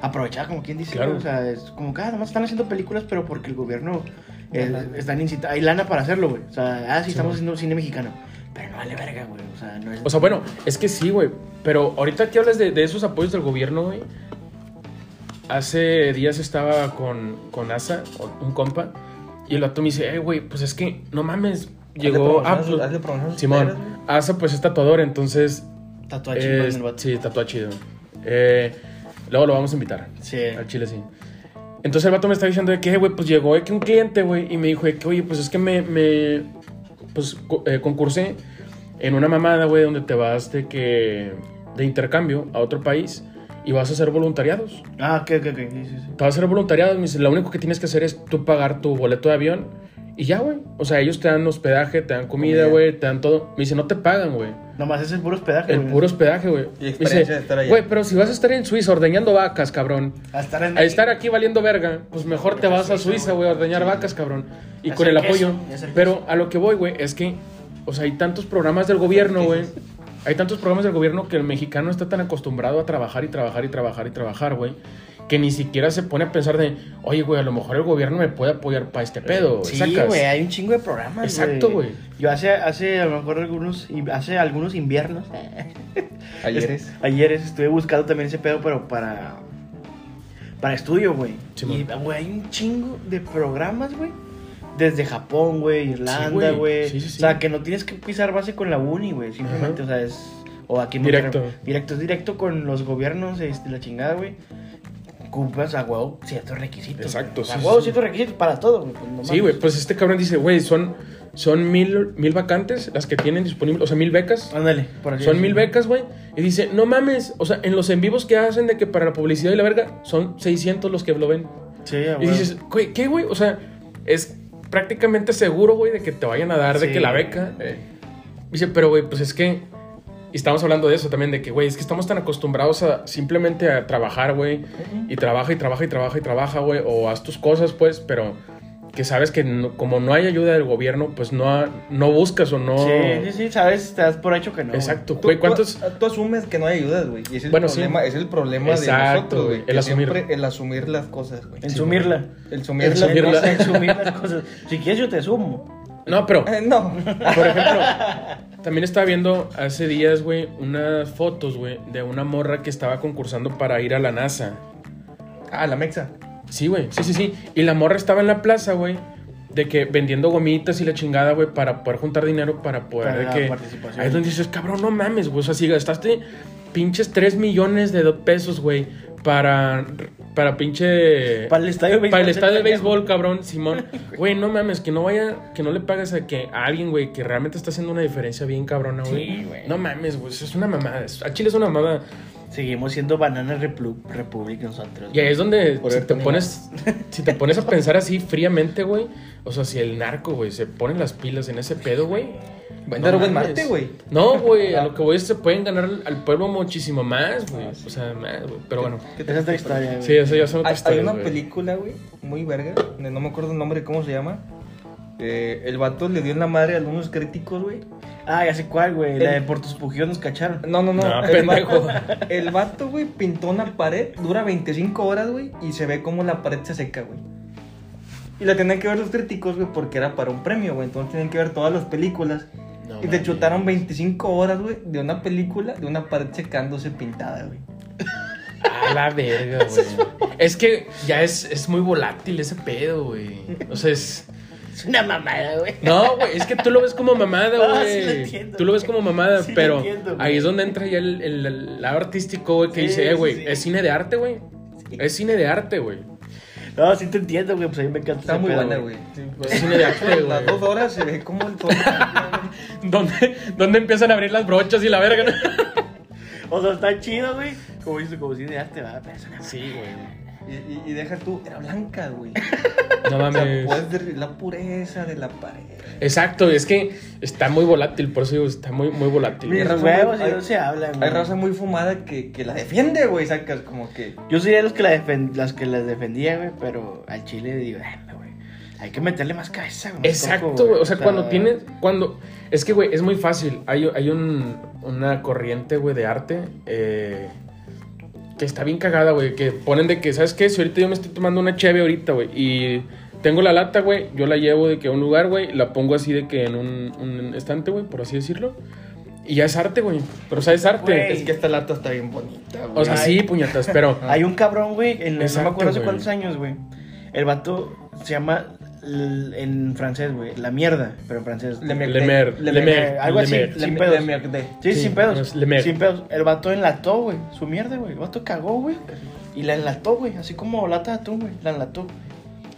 [SPEAKER 1] aprovechada, como quien dice,
[SPEAKER 2] Claro.
[SPEAKER 1] güey, o sea, es como que, ah, nomás están haciendo películas, pero porque el gobierno, eh,
[SPEAKER 3] Ajá.
[SPEAKER 1] están incitando, hay lana para hacerlo, güey. O sea, ah, sí,
[SPEAKER 2] Sí,
[SPEAKER 1] estamos
[SPEAKER 2] güey.
[SPEAKER 1] haciendo cine mexicano, pero no vale verga, güey, o sea, no es...
[SPEAKER 2] O sea, bueno, es que sí, güey. Pero ahorita que hablas de, de esos apoyos del gobierno, güey. Hace días estaba con, con Asa, o- un compa, y el vato me dice, eh, güey, pues es que no mames. Llegó. Ah, pues,
[SPEAKER 3] hazle promoción a sus
[SPEAKER 2] Simón,
[SPEAKER 3] talleres, güey.
[SPEAKER 2] Asa pues es tatuador, entonces.
[SPEAKER 1] tatuaje
[SPEAKER 2] eh,
[SPEAKER 1] chingón en el vato.
[SPEAKER 2] sí, tatuaje chido. Eh, luego lo vamos a invitar.
[SPEAKER 1] Sí.
[SPEAKER 2] Al chile sí. Entonces el vato me está diciendo de que, güey, pues llegó de que un cliente, güey, y me dijo de que, oye, pues es que me, me pues, co- eh, concursé en una mamada, güey, donde te vas de que, de intercambio a otro país y vas a hacer voluntariados.
[SPEAKER 1] Ah, ok, ok, ok. Sí, sí, sí.
[SPEAKER 2] Te vas a hacer voluntariados, me dice, lo único que tienes que hacer es tú pagar tu boleto de avión y ya, güey. O sea, ellos te dan hospedaje, te dan comida,
[SPEAKER 1] Comida.
[SPEAKER 2] güey, te dan todo. Me dice, no te pagan, güey.
[SPEAKER 1] Nomás ese es el puro hospedaje.
[SPEAKER 2] El
[SPEAKER 1] güey.
[SPEAKER 2] puro hospedaje, güey.
[SPEAKER 3] Ah, Y experiencia
[SPEAKER 2] Dice,
[SPEAKER 3] de estar allá.
[SPEAKER 2] Güey, pero si vas a estar en Suiza ordeñando vacas, cabrón.
[SPEAKER 1] A estar en
[SPEAKER 2] A estar aquí valiendo verga, pues mejor te vas a Suiza, güey, a ordeñar vacas, cabrón. Y
[SPEAKER 1] Hacer
[SPEAKER 2] con el
[SPEAKER 1] queso,
[SPEAKER 2] apoyo.
[SPEAKER 1] y hacer queso.
[SPEAKER 2] Pero a lo que voy, güey, es que, o sea, hay tantos programas del gobierno, güey. Hay tantos programas del gobierno que el mexicano está tan acostumbrado a trabajar y trabajar y trabajar y trabajar, güey. Que ni siquiera se pone a pensar de, oye, güey, a lo mejor el gobierno me puede apoyar para este pedo. güey,
[SPEAKER 1] Sí,
[SPEAKER 2] sacas.
[SPEAKER 1] güey, hay un chingo de programas.
[SPEAKER 2] Exacto, güey.
[SPEAKER 1] Yo hace, hace a lo mejor algunos, hace algunos inviernos,
[SPEAKER 3] Ayer es.
[SPEAKER 1] ayer estuve buscando también ese pedo, pero para, para estudio, güey.
[SPEAKER 2] Simón.
[SPEAKER 1] y, güey, hay un chingo de programas, güey. Desde Japón, güey, Irlanda,
[SPEAKER 2] güey.
[SPEAKER 1] güey.
[SPEAKER 2] Sí, sí, sí.
[SPEAKER 1] O sea, que no tienes que pisar base con la uni, güey. Simplemente, o sea, es. O aquí en
[SPEAKER 2] Directo.
[SPEAKER 1] Monterrey. Directo, es directo con los gobiernos, este, la chingada, güey. Cumplas a huevo ciertos requisitos.
[SPEAKER 2] Exacto,
[SPEAKER 1] güey. A
[SPEAKER 2] sí, sí,
[SPEAKER 1] huevo
[SPEAKER 2] sí.
[SPEAKER 1] ciertos requisitos para todo, güey. pues, no
[SPEAKER 2] Sí,
[SPEAKER 1] mames.
[SPEAKER 2] güey, pues este cabrón dice, güey, son, son mil, mil vacantes las que tienen disponibles, o sea, mil becas.
[SPEAKER 1] Ándale, por así
[SPEAKER 2] Son mil
[SPEAKER 1] decirlo.
[SPEAKER 2] becas, güey. Y dice, no mames. O sea, en los en vivos que hacen de que para la publicidad y la verga son 600 los que lo ven.
[SPEAKER 1] Sí, a
[SPEAKER 2] Y
[SPEAKER 1] huevo.
[SPEAKER 2] dices, güey, ¿qué, güey? O sea, es prácticamente seguro, güey, de que te vayan a dar de
[SPEAKER 1] Sí.
[SPEAKER 2] que la beca. Dice, pero, güey, pues es que... Y estamos hablando de eso también, de que, güey, es que estamos tan acostumbrados a simplemente a trabajar, güey. Y trabaja y trabaja y trabaja y trabaja, güey. O haz tus cosas, pues, pero que sabes que no- como no hay ayuda del gobierno, pues no, ha- no buscas o no...
[SPEAKER 1] Sí, sí, sí, sabes, estás por hecho que no. güey.
[SPEAKER 2] Exacto, güey. ¿Cuántos...?
[SPEAKER 3] Tú, tú asumes que no hay ayudas, güey. Y es el
[SPEAKER 2] Bueno, sí.
[SPEAKER 3] problema, es el problema de
[SPEAKER 2] Exacto,
[SPEAKER 3] nosotros,
[SPEAKER 2] güey,
[SPEAKER 3] güey.
[SPEAKER 2] el
[SPEAKER 3] que
[SPEAKER 2] asumir.
[SPEAKER 3] siempre el asumir las cosas, güey.
[SPEAKER 1] En sumirla.
[SPEAKER 3] El
[SPEAKER 1] En
[SPEAKER 3] sumir las
[SPEAKER 2] sumir
[SPEAKER 1] sumirla.
[SPEAKER 2] sumirla.
[SPEAKER 1] En sumir las cosas. Si quieres, yo te sumo.
[SPEAKER 2] No, pero...
[SPEAKER 3] Eh, no.
[SPEAKER 2] Por ejemplo, también estaba viendo hace días, güey, unas fotos, güey, de una morra que estaba concursando para ir a la NASA.
[SPEAKER 3] Ah, la mexa.
[SPEAKER 2] Sí, güey, sí, sí, sí. Y la morra estaba en la plaza, güey, de que vendiendo gomitas y la chingada, güey, para poder juntar dinero para poder.
[SPEAKER 1] Para
[SPEAKER 2] de
[SPEAKER 1] la
[SPEAKER 2] que,
[SPEAKER 1] participación.
[SPEAKER 2] Ahí es donde dices, cabrón, no mames, güey. O sea, si gastaste pinches 3 millones de pesos, güey, para. Para pinche.
[SPEAKER 1] Para el estadio de béisbol.
[SPEAKER 2] Para el estadio de béisbol, cabrón, Simón. Güey, no mames, que no vaya, que no le pagues a que a alguien, güey, que realmente está haciendo una diferencia bien cabrona, güey.
[SPEAKER 1] Sí, güey.
[SPEAKER 2] No mames, güey, eso es una mamada. es- A Chile es una mamada.
[SPEAKER 1] Seguimos siendo bananas replu- república nosotros.
[SPEAKER 2] Y ahí es donde
[SPEAKER 3] Por
[SPEAKER 2] si
[SPEAKER 3] cierto,
[SPEAKER 2] te
[SPEAKER 3] mi
[SPEAKER 2] pones si te pones a pensar así fríamente, güey, o sea, si el narco, güey, se pone las pilas en ese pedo, güey.
[SPEAKER 3] Vender
[SPEAKER 2] no
[SPEAKER 3] buen
[SPEAKER 2] mames.
[SPEAKER 3] mate, güey.
[SPEAKER 2] No, güey, a lo que voy es se pueden ganar al pueblo muchísimo más, güey.
[SPEAKER 3] Ah,
[SPEAKER 2] O sea, más, güey. Pero bueno.
[SPEAKER 3] ¿Qué
[SPEAKER 1] Esa es otra historia, güey.
[SPEAKER 2] Sí, eso ya son
[SPEAKER 3] Hay,
[SPEAKER 2] otras
[SPEAKER 3] hay
[SPEAKER 2] historias,
[SPEAKER 3] una
[SPEAKER 2] güey.
[SPEAKER 3] película, güey, muy verga. de- No me acuerdo el nombre, ¿cómo se llama? Eh, el vato le dio en la madre a algunos críticos, güey.
[SPEAKER 1] Ah, ya sé cuál, güey. La
[SPEAKER 3] El-
[SPEAKER 1] de por tus pujidos nos cacharon.
[SPEAKER 3] No, no, no.
[SPEAKER 2] No,
[SPEAKER 3] el, vato,
[SPEAKER 2] pendejo.
[SPEAKER 3] el vato, güey, pintó una pared, dura 25 horas, güey, y se ve como la pared se seca, güey. Y la tenían que ver los críticos, güey, porque era para un premio, güey. Entonces tenían que ver todas las películas.
[SPEAKER 2] No
[SPEAKER 3] y te
[SPEAKER 2] mames.
[SPEAKER 3] chutaron 25 horas, güey, de una película, de una pared secándose pintada, güey.
[SPEAKER 2] A la verga, güey. Es que ya es, es muy volátil ese pedo, güey. O sea, es.
[SPEAKER 1] Es una mamada, güey.
[SPEAKER 2] No, güey, es que tú lo ves como mamada,
[SPEAKER 1] No,
[SPEAKER 2] güey.
[SPEAKER 1] Ah, sí lo entiendo,
[SPEAKER 2] tú lo ves
[SPEAKER 1] güey.
[SPEAKER 2] como mamada,
[SPEAKER 1] Sí lo
[SPEAKER 2] pero
[SPEAKER 1] entiendo, güey.
[SPEAKER 2] ahí es donde entra ya el, el- el lado artístico, güey, que
[SPEAKER 1] Sí,
[SPEAKER 2] dice, eh,
[SPEAKER 1] sí,
[SPEAKER 2] güey,
[SPEAKER 1] sí.
[SPEAKER 2] es cine de arte, güey. Es cine de arte, güey.
[SPEAKER 1] No, sí te entiendo, güey. Pues a mí me encanta.
[SPEAKER 3] Está
[SPEAKER 1] ese
[SPEAKER 3] muy
[SPEAKER 1] pedo,
[SPEAKER 3] buena, güey. Sí,
[SPEAKER 2] Es cine de arte, güey.
[SPEAKER 3] Las dos horas se ve como el todo.
[SPEAKER 2] ¿Dónde, dónde empiezan a abrir las brochas y la verga? ¿no?
[SPEAKER 1] O sea, está chido, güey. Como dices, como si de arte, va. Pero es una mamada.
[SPEAKER 2] Sí, güey.
[SPEAKER 3] y, y- y deja tú, era blanca, güey.
[SPEAKER 2] No
[SPEAKER 3] O sea, pues.
[SPEAKER 2] mames.
[SPEAKER 3] puedes ver la pureza de la pared.
[SPEAKER 2] Exacto, es que está muy volátil, por eso digo, está muy, muy volátil.
[SPEAKER 1] Mis
[SPEAKER 2] güey.
[SPEAKER 3] raza,
[SPEAKER 1] huevos,
[SPEAKER 3] güey,
[SPEAKER 1] y no
[SPEAKER 3] hay-
[SPEAKER 1] se hablan,
[SPEAKER 3] Hay
[SPEAKER 1] güey.
[SPEAKER 3] raza muy fumada que, que la defiende, güey, sacas como que...
[SPEAKER 1] Yo sería de los que la defen- las que las defendía, güey. Pero al chile digo, "Ah, güey. Hay que meterle más cabeza, güey. eh.
[SPEAKER 2] Exacto, güey. O sea, cuando tienes. Cuando. Es que, güey, es muy fácil. Hay, hay un- una corriente, güey, de arte. eh, que está bien cagada, güey. Que ponen de que, ¿sabes qué? Si ahorita yo me estoy tomando una cheve ahorita, güey. Y tengo la lata, güey. Yo la llevo de que a un lugar, güey. La pongo así de que en un, un estante, güey, por así decirlo. Y ya es arte, güey. Pero, o sea, es arte.
[SPEAKER 1] Güey.
[SPEAKER 3] Es que esta lata está bien bonita, güey.
[SPEAKER 2] O sea, sí, puñetas, pero.
[SPEAKER 1] Hay un cabrón, güey, en no me
[SPEAKER 2] Exacto,
[SPEAKER 1] acuerdo hace
[SPEAKER 2] güey.
[SPEAKER 1] cuántos años, güey. El vato se llama l- en francés, güey, la mierda, pero en francés.
[SPEAKER 3] Le
[SPEAKER 2] Lemer,
[SPEAKER 3] Merc-
[SPEAKER 2] Lemer,
[SPEAKER 1] Eh, algo así,
[SPEAKER 2] Lemer.
[SPEAKER 1] sin
[SPEAKER 3] Le-
[SPEAKER 1] pedos.
[SPEAKER 3] le merdé.
[SPEAKER 1] Sí,
[SPEAKER 2] sí,
[SPEAKER 1] sin
[SPEAKER 2] no
[SPEAKER 1] pedos.
[SPEAKER 2] es le mer.
[SPEAKER 1] Sin pedos. El vato enlató, güey, su mierda, güey. El vato cagó, güey. Y la enlató, güey. Así como lata de atún, güey. La enlató.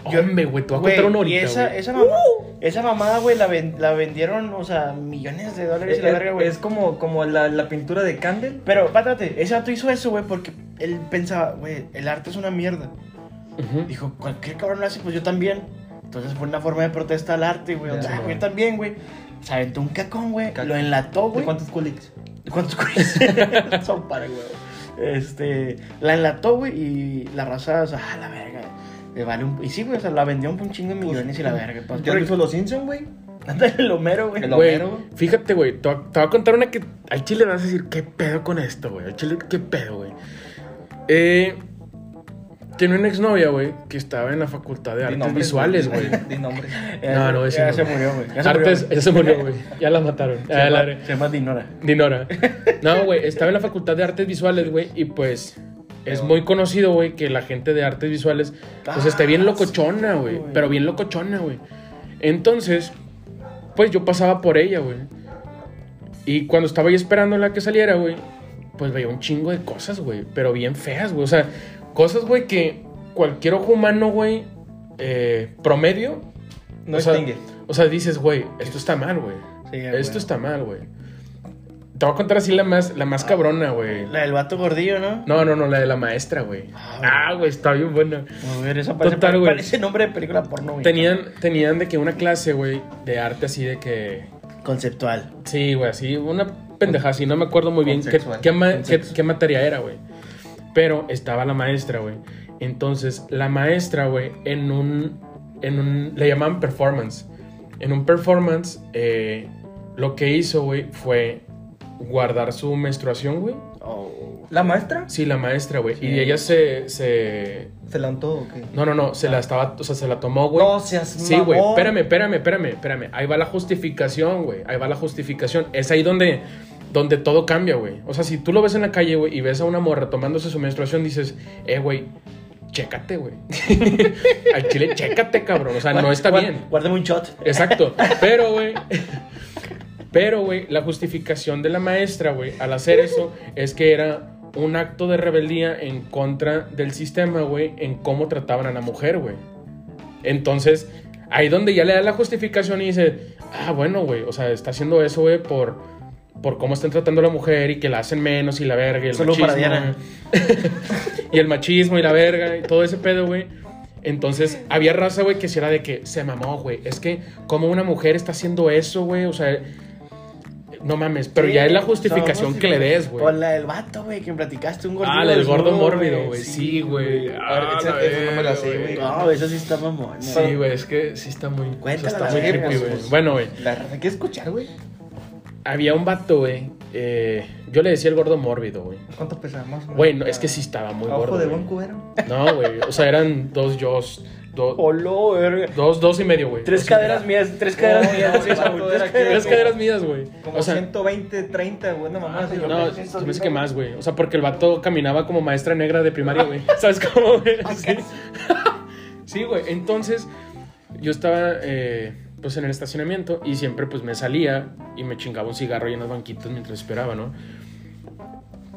[SPEAKER 2] Hombre, güey, te voy a
[SPEAKER 1] Güey,
[SPEAKER 2] contar una
[SPEAKER 1] y
[SPEAKER 2] ahorita,
[SPEAKER 1] esa,
[SPEAKER 2] güey. Uh.
[SPEAKER 1] esa, mamá- esa mamada, güey, la, ven- la vendieron, o sea, millones de dólares y
[SPEAKER 2] Eh,
[SPEAKER 1] la verga, güey.
[SPEAKER 3] Eh, Es como, como la, la pintura de Candle.
[SPEAKER 1] Pero, párate, ese vato hizo eso, güey, porque él pensaba, güey, el arte es una mierda.
[SPEAKER 2] Ujú.
[SPEAKER 1] Dijo, cualquier cabrón lo hace, pues yo también. Entonces fue una forma de protesta al arte, güey.
[SPEAKER 3] Ya,
[SPEAKER 1] O sea,
[SPEAKER 3] güey.
[SPEAKER 1] yo también, güey. Se aventó un cacón, güey.
[SPEAKER 3] Cacón.
[SPEAKER 1] Lo enlató,
[SPEAKER 3] ¿De
[SPEAKER 1] güey.
[SPEAKER 3] cuántos colics?
[SPEAKER 1] ¿Cuántos güeyes? Son para, güey. Este, la enlató, güey, y la raza, o sea, ah, la verga. Le vale un... Y sí, güey, o sea, la vendió un chingo de millones y la verga. Pues,
[SPEAKER 3] ¿Ya lo hizo los Simpson, güey?
[SPEAKER 1] Ándale, el Homero, güey.
[SPEAKER 3] El
[SPEAKER 2] Güey,
[SPEAKER 3] Homero, güey.
[SPEAKER 2] fíjate, güey, te, voy a- te voy a contar una que al chile vas a decir, ¿qué pedo con esto, güey? Al chile, ¿qué pedo, güey? Eh, tiene una exnovia, güey, que estaba en la facultad de
[SPEAKER 3] Di
[SPEAKER 2] artes
[SPEAKER 3] nombres,
[SPEAKER 2] visuales, güey.
[SPEAKER 3] Di nombres.
[SPEAKER 1] Ya
[SPEAKER 2] No,
[SPEAKER 1] se-
[SPEAKER 2] no, ese
[SPEAKER 1] ya
[SPEAKER 2] no.
[SPEAKER 1] se murió, güey. Ya se murió,
[SPEAKER 2] Artes,
[SPEAKER 1] güey.
[SPEAKER 2] ya se murió, güey. Ya la mataron.
[SPEAKER 1] Se
[SPEAKER 2] Ah, la
[SPEAKER 1] llama-
[SPEAKER 2] verga.
[SPEAKER 1] Se llama Dinora.
[SPEAKER 2] Dinora. No, güey, estaba en la Facultad de Artes Visuales, güey, y pues es muy conocido, güey, que la gente de artes visuales, pues esté bien locochona, güey,
[SPEAKER 1] güey.
[SPEAKER 2] pero bien locochona, güey. Entonces, pues yo pasaba por ella, güey. Y cuando estaba ahí esperando la que saliera, güey, pues veía un chingo de cosas, güey, pero bien feas, güey. O sea, cosas, güey, que cualquier ojo humano, güey, eh, promedio,
[SPEAKER 3] No
[SPEAKER 2] o sea,
[SPEAKER 3] extingue.
[SPEAKER 2] o sea, dices, güey, esto está mal, güey.
[SPEAKER 1] Sí, ya,
[SPEAKER 2] Esto
[SPEAKER 1] güey.
[SPEAKER 2] está mal, güey. Te voy a contar así la más, la más cabrona, güey.
[SPEAKER 1] La del vato gordillo, ¿no?
[SPEAKER 2] No, no, no, la de la maestra, güey.
[SPEAKER 1] Ah,
[SPEAKER 2] Ah, güey, está bien buena.
[SPEAKER 1] A ver, esa parece,
[SPEAKER 2] Total, güey.
[SPEAKER 1] parece nombre de película porno, güey.
[SPEAKER 2] Tenían, tenían de que una clase, güey, de arte así de que.
[SPEAKER 1] Conceptual.
[SPEAKER 2] Sí, güey, así, una pendeja así, no me acuerdo muy bien qué,
[SPEAKER 3] Consexual.
[SPEAKER 2] qué ma- qué-
[SPEAKER 3] Consex.
[SPEAKER 2] qué materia era, güey. Pero estaba la maestra, güey. Entonces, la maestra, güey, en un, en un. Le llamaban performance. En un performance, eh, lo que hizo, güey, fue guardar su menstruación, güey.
[SPEAKER 1] Oh.
[SPEAKER 3] ¿La maestra?
[SPEAKER 2] Sí, la maestra, güey.
[SPEAKER 1] Sí.
[SPEAKER 2] Y ella se, se.
[SPEAKER 3] ¿Se la untó o qué?
[SPEAKER 2] No, no, no. Se la estaba. O sea, se la tomó, güey.
[SPEAKER 3] No seas
[SPEAKER 2] Sí, güey.
[SPEAKER 3] mamón.
[SPEAKER 2] Espérame, espérame, espérame, espérame. Ahí va la justificación, güey. Ahí va la justificación. Es ahí donde. Donde todo cambia, güey. O sea, si tú lo ves en la calle, güey, y ves a una morra tomándose su menstruación, dices, eh, güey, chécate, güey. Al chile, chécate, cabrón. O sea, no está
[SPEAKER 1] Guar-
[SPEAKER 2] bien.
[SPEAKER 1] Guárdame un shot.
[SPEAKER 2] Exacto. Pero, güey. Pero, güey, la justificación de la maestra, güey, al hacer eso, es que era un acto de rebeldía en contra del sistema, güey, en cómo trataban a la mujer, güey. Entonces, ahí donde ya le da la justificación y dice, ah, bueno, güey, o sea, está haciendo eso, güey, por. Por cómo están tratando a la mujer y que la hacen menos y la verga y el
[SPEAKER 1] Solo
[SPEAKER 2] machismo.
[SPEAKER 1] para Diana.
[SPEAKER 2] güey. y el machismo y la verga y todo ese pedo, güey. Entonces, había raza, güey, que si era de que se mamó, güey. Es que, como una mujer está haciendo eso, güey, o sea, no mames, pero ya es la justificación que le des,
[SPEAKER 1] O
[SPEAKER 2] güey.
[SPEAKER 1] la del vato, güey, que platicaste un gordo.
[SPEAKER 2] Ah, la del gordo
[SPEAKER 1] desnudo,
[SPEAKER 2] mórbido, güey. Sí, güey. Ah,
[SPEAKER 3] esa-
[SPEAKER 2] la
[SPEAKER 3] esa no me la
[SPEAKER 2] verga,
[SPEAKER 3] sé, güey.
[SPEAKER 1] No, esa sí está mamona.
[SPEAKER 2] Sí, güey, es que sí está muy. o sea,
[SPEAKER 1] Cuéntala,
[SPEAKER 2] está
[SPEAKER 1] la
[SPEAKER 2] muy
[SPEAKER 1] verga,
[SPEAKER 2] creepy,
[SPEAKER 1] pues,
[SPEAKER 2] güey.
[SPEAKER 1] pues.
[SPEAKER 2] Bueno, güey,
[SPEAKER 3] La raza que escuchar, güey.
[SPEAKER 2] había un vato, güey. eh, yo le decía el gordo mórbido, güey.
[SPEAKER 3] ¿Cuánto pesaba más? o menos?
[SPEAKER 2] Güey, no, es que sí estaba muy
[SPEAKER 3] ¿A Ojo
[SPEAKER 2] gordo.
[SPEAKER 3] de
[SPEAKER 2] güey.
[SPEAKER 3] buen cubero.
[SPEAKER 2] No, güey. O sea, eran dos yos. do-
[SPEAKER 1] Olo, verga.
[SPEAKER 2] dos, dos y medio, güey.
[SPEAKER 1] Tres
[SPEAKER 2] Dos y medio.
[SPEAKER 1] caderas mías, tres caderas
[SPEAKER 3] No,
[SPEAKER 2] Oh,
[SPEAKER 1] mías.
[SPEAKER 3] no,
[SPEAKER 1] sí,
[SPEAKER 3] el vato
[SPEAKER 1] Saúl,
[SPEAKER 3] era
[SPEAKER 1] tres
[SPEAKER 3] que-
[SPEAKER 1] caderas
[SPEAKER 2] Tres
[SPEAKER 1] mías.
[SPEAKER 2] caderas mías, güey.
[SPEAKER 3] Como
[SPEAKER 2] O sea, Ah,
[SPEAKER 3] 120, 30, güey. Una mamá así.
[SPEAKER 1] sí,
[SPEAKER 2] No,
[SPEAKER 1] Yo
[SPEAKER 2] se me hace que más, güey. O sea, porque el vato caminaba como maestra negra de primaria, güey. ¿Sabes cómo, güey? Sí. Sí, güey. Entonces, yo estaba, eh, pues, en el estacionamiento y siempre, pues, me salía y me chingaba un cigarro ahí en los banquitos mientras esperaba, ¿no?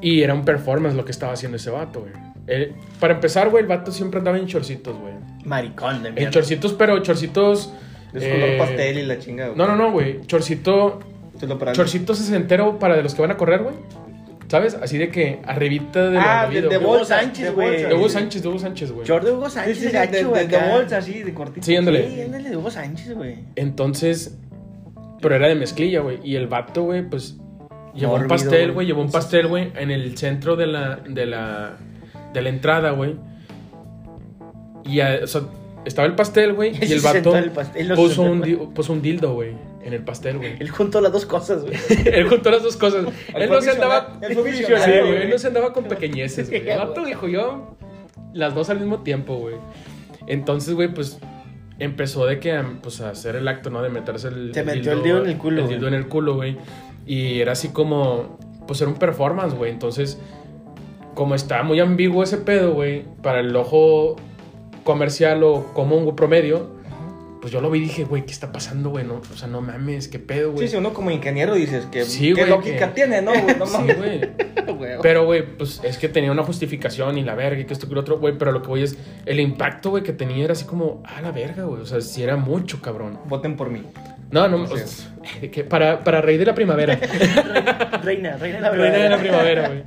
[SPEAKER 2] Y era un performance lo que estaba haciendo ese vato, güey. Eh, para empezar, güey, el vato siempre andaba en chorcitos, güey.
[SPEAKER 1] Maricón de
[SPEAKER 2] En
[SPEAKER 1] mierda.
[SPEAKER 2] chorcitos, pero chorcitos...
[SPEAKER 3] Es
[SPEAKER 2] eh,
[SPEAKER 3] color pastel y la chingada.
[SPEAKER 2] No, no, no, güey. Chorcito
[SPEAKER 3] no.
[SPEAKER 2] Chorcito sesentero para de los que van a correr, güey. ¿Sabes? Así de que arribita de
[SPEAKER 3] Ah,
[SPEAKER 2] la
[SPEAKER 3] de,
[SPEAKER 2] vida,
[SPEAKER 3] de
[SPEAKER 2] güey.
[SPEAKER 1] bolsa.
[SPEAKER 3] Hugo Sánchez,
[SPEAKER 1] De
[SPEAKER 3] güey.
[SPEAKER 1] bolsa.
[SPEAKER 2] De Hugo Sánchez, de Hugo Sánchez, güey.
[SPEAKER 1] George de Hugo
[SPEAKER 3] Sí,
[SPEAKER 1] Sánchez,
[SPEAKER 3] sí, sí, de,
[SPEAKER 1] gacho,
[SPEAKER 3] de,
[SPEAKER 1] güey,
[SPEAKER 3] de
[SPEAKER 1] acá.
[SPEAKER 3] bolsa, así, de cortito.
[SPEAKER 2] Sí, ándale.
[SPEAKER 1] Sí, ándale, de Hugo Sánchez, güey.
[SPEAKER 2] Entonces, pero era de mezclilla, güey. Y el vato, güey, pues llevó un
[SPEAKER 1] Mórbido,
[SPEAKER 2] pastel,
[SPEAKER 1] güey.
[SPEAKER 2] güey. Llevó un pastel, güey, en el centro de la, de la, de la entrada, güey. Y, ah, o sea, estaba el pastel, güey. Y
[SPEAKER 1] Sí,
[SPEAKER 2] el
[SPEAKER 1] se sentó
[SPEAKER 2] vato
[SPEAKER 1] en el pastel, lo
[SPEAKER 2] puso,
[SPEAKER 1] sentó,
[SPEAKER 2] un,
[SPEAKER 1] güey.
[SPEAKER 2] di- puso un dildo, güey, en el pastel, güey.
[SPEAKER 1] Él juntó las dos cosas, güey.
[SPEAKER 2] Él juntó las dos cosas.
[SPEAKER 3] Él
[SPEAKER 2] Él
[SPEAKER 3] fue
[SPEAKER 2] no se andaba.
[SPEAKER 3] visionario, él fue
[SPEAKER 2] Sí,
[SPEAKER 3] visionario,
[SPEAKER 2] güey,
[SPEAKER 3] güey.
[SPEAKER 2] Él no se andaba con pequeñeces, güey.
[SPEAKER 1] Sí,
[SPEAKER 2] El vato
[SPEAKER 1] güey.
[SPEAKER 2] dijo yo las dos al mismo tiempo, güey. Entonces, güey, pues empezó de que pues, a hacer el acto, ¿no? De meterse el.
[SPEAKER 1] Se metió el dedo en el culo,
[SPEAKER 2] El
[SPEAKER 1] güey.
[SPEAKER 2] dildo en el culo, güey. Y era así como. Pues era un performance, güey. Entonces, como está muy ambiguo ese pedo, güey, para el ojo comercial o común o promedio. Pues yo lo vi y dije, güey, ¿qué está pasando, güey? No, o sea, no mames, qué pedo, güey.
[SPEAKER 3] Sí, si uno como ingeniero dices que
[SPEAKER 2] Sí,
[SPEAKER 3] qué
[SPEAKER 2] güey,
[SPEAKER 3] lógica
[SPEAKER 2] que-
[SPEAKER 3] tiene, ¿no? güey? No
[SPEAKER 2] Sí,
[SPEAKER 3] mames.
[SPEAKER 2] güey.
[SPEAKER 1] creo.
[SPEAKER 2] Pero, güey, pues es que tenía una justificación y la verga y que esto que lo otro, güey. Pero lo que voy es, el impacto, güey, que tenía era así como, ah, la verga, güey. O sea, si era mucho, cabrón.
[SPEAKER 3] Voten por mí.
[SPEAKER 2] No, no,
[SPEAKER 3] Sí.
[SPEAKER 2] pues, de que para, para rey de la primavera.
[SPEAKER 1] Reina, reina de la
[SPEAKER 2] Reina de la
[SPEAKER 1] verdadera.
[SPEAKER 2] primavera, güey.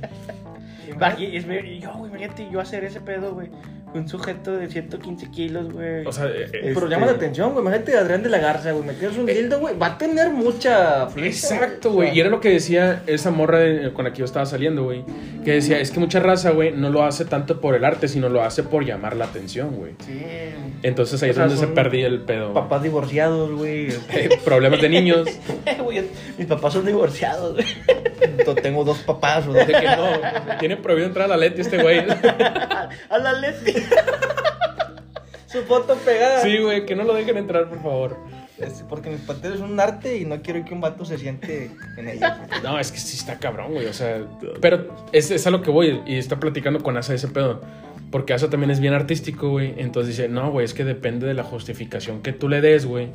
[SPEAKER 1] Va, y- y es ver- y yo, güey, imagínate, yo hacer ese pedo, güey. Un sujeto de 115 kilos, güey.
[SPEAKER 2] O sea, eh, eh,
[SPEAKER 3] Pero
[SPEAKER 1] Este-
[SPEAKER 3] llama la atención, güey. Imagínate a Adrián de la Garza, güey. Meterse un dildo, güey. Va a tener mucha flecha.
[SPEAKER 2] Exacto, güey. Y era lo que decía esa morra de- eh, con la que yo estaba saliendo, güey. Que decía, es que mucha raza, güey, no lo hace tanto por el arte, sino lo hace por llamar la atención, güey.
[SPEAKER 3] Sí.
[SPEAKER 2] Entonces ahí
[SPEAKER 3] O
[SPEAKER 2] es
[SPEAKER 3] sea,
[SPEAKER 2] donde se
[SPEAKER 3] son
[SPEAKER 2] perdía el pedo. güey.
[SPEAKER 3] Papás divorciados, güey.
[SPEAKER 2] Eh, problemas de niños.
[SPEAKER 1] Güey, mis papás son divorciados, güey.
[SPEAKER 3] Yo Tengo dos papás, güey.
[SPEAKER 2] De que no, tiene prohibido entrar a la Leti este güey.
[SPEAKER 1] A la Leti.
[SPEAKER 3] Su foto pegada.
[SPEAKER 2] Sí, güey, que no lo dejen entrar, por favor.
[SPEAKER 3] Es Este, porque mis pateos son un arte y no quiero que un vato se siente en ellos.
[SPEAKER 2] No, es que sí está cabrón, güey. O sea, pero es, es a lo que voy y está platicando con Asa ese pedo. Porque Asa también es bien artístico, güey. Entonces dice, no, güey, es que depende de la justificación que tú le des, güey.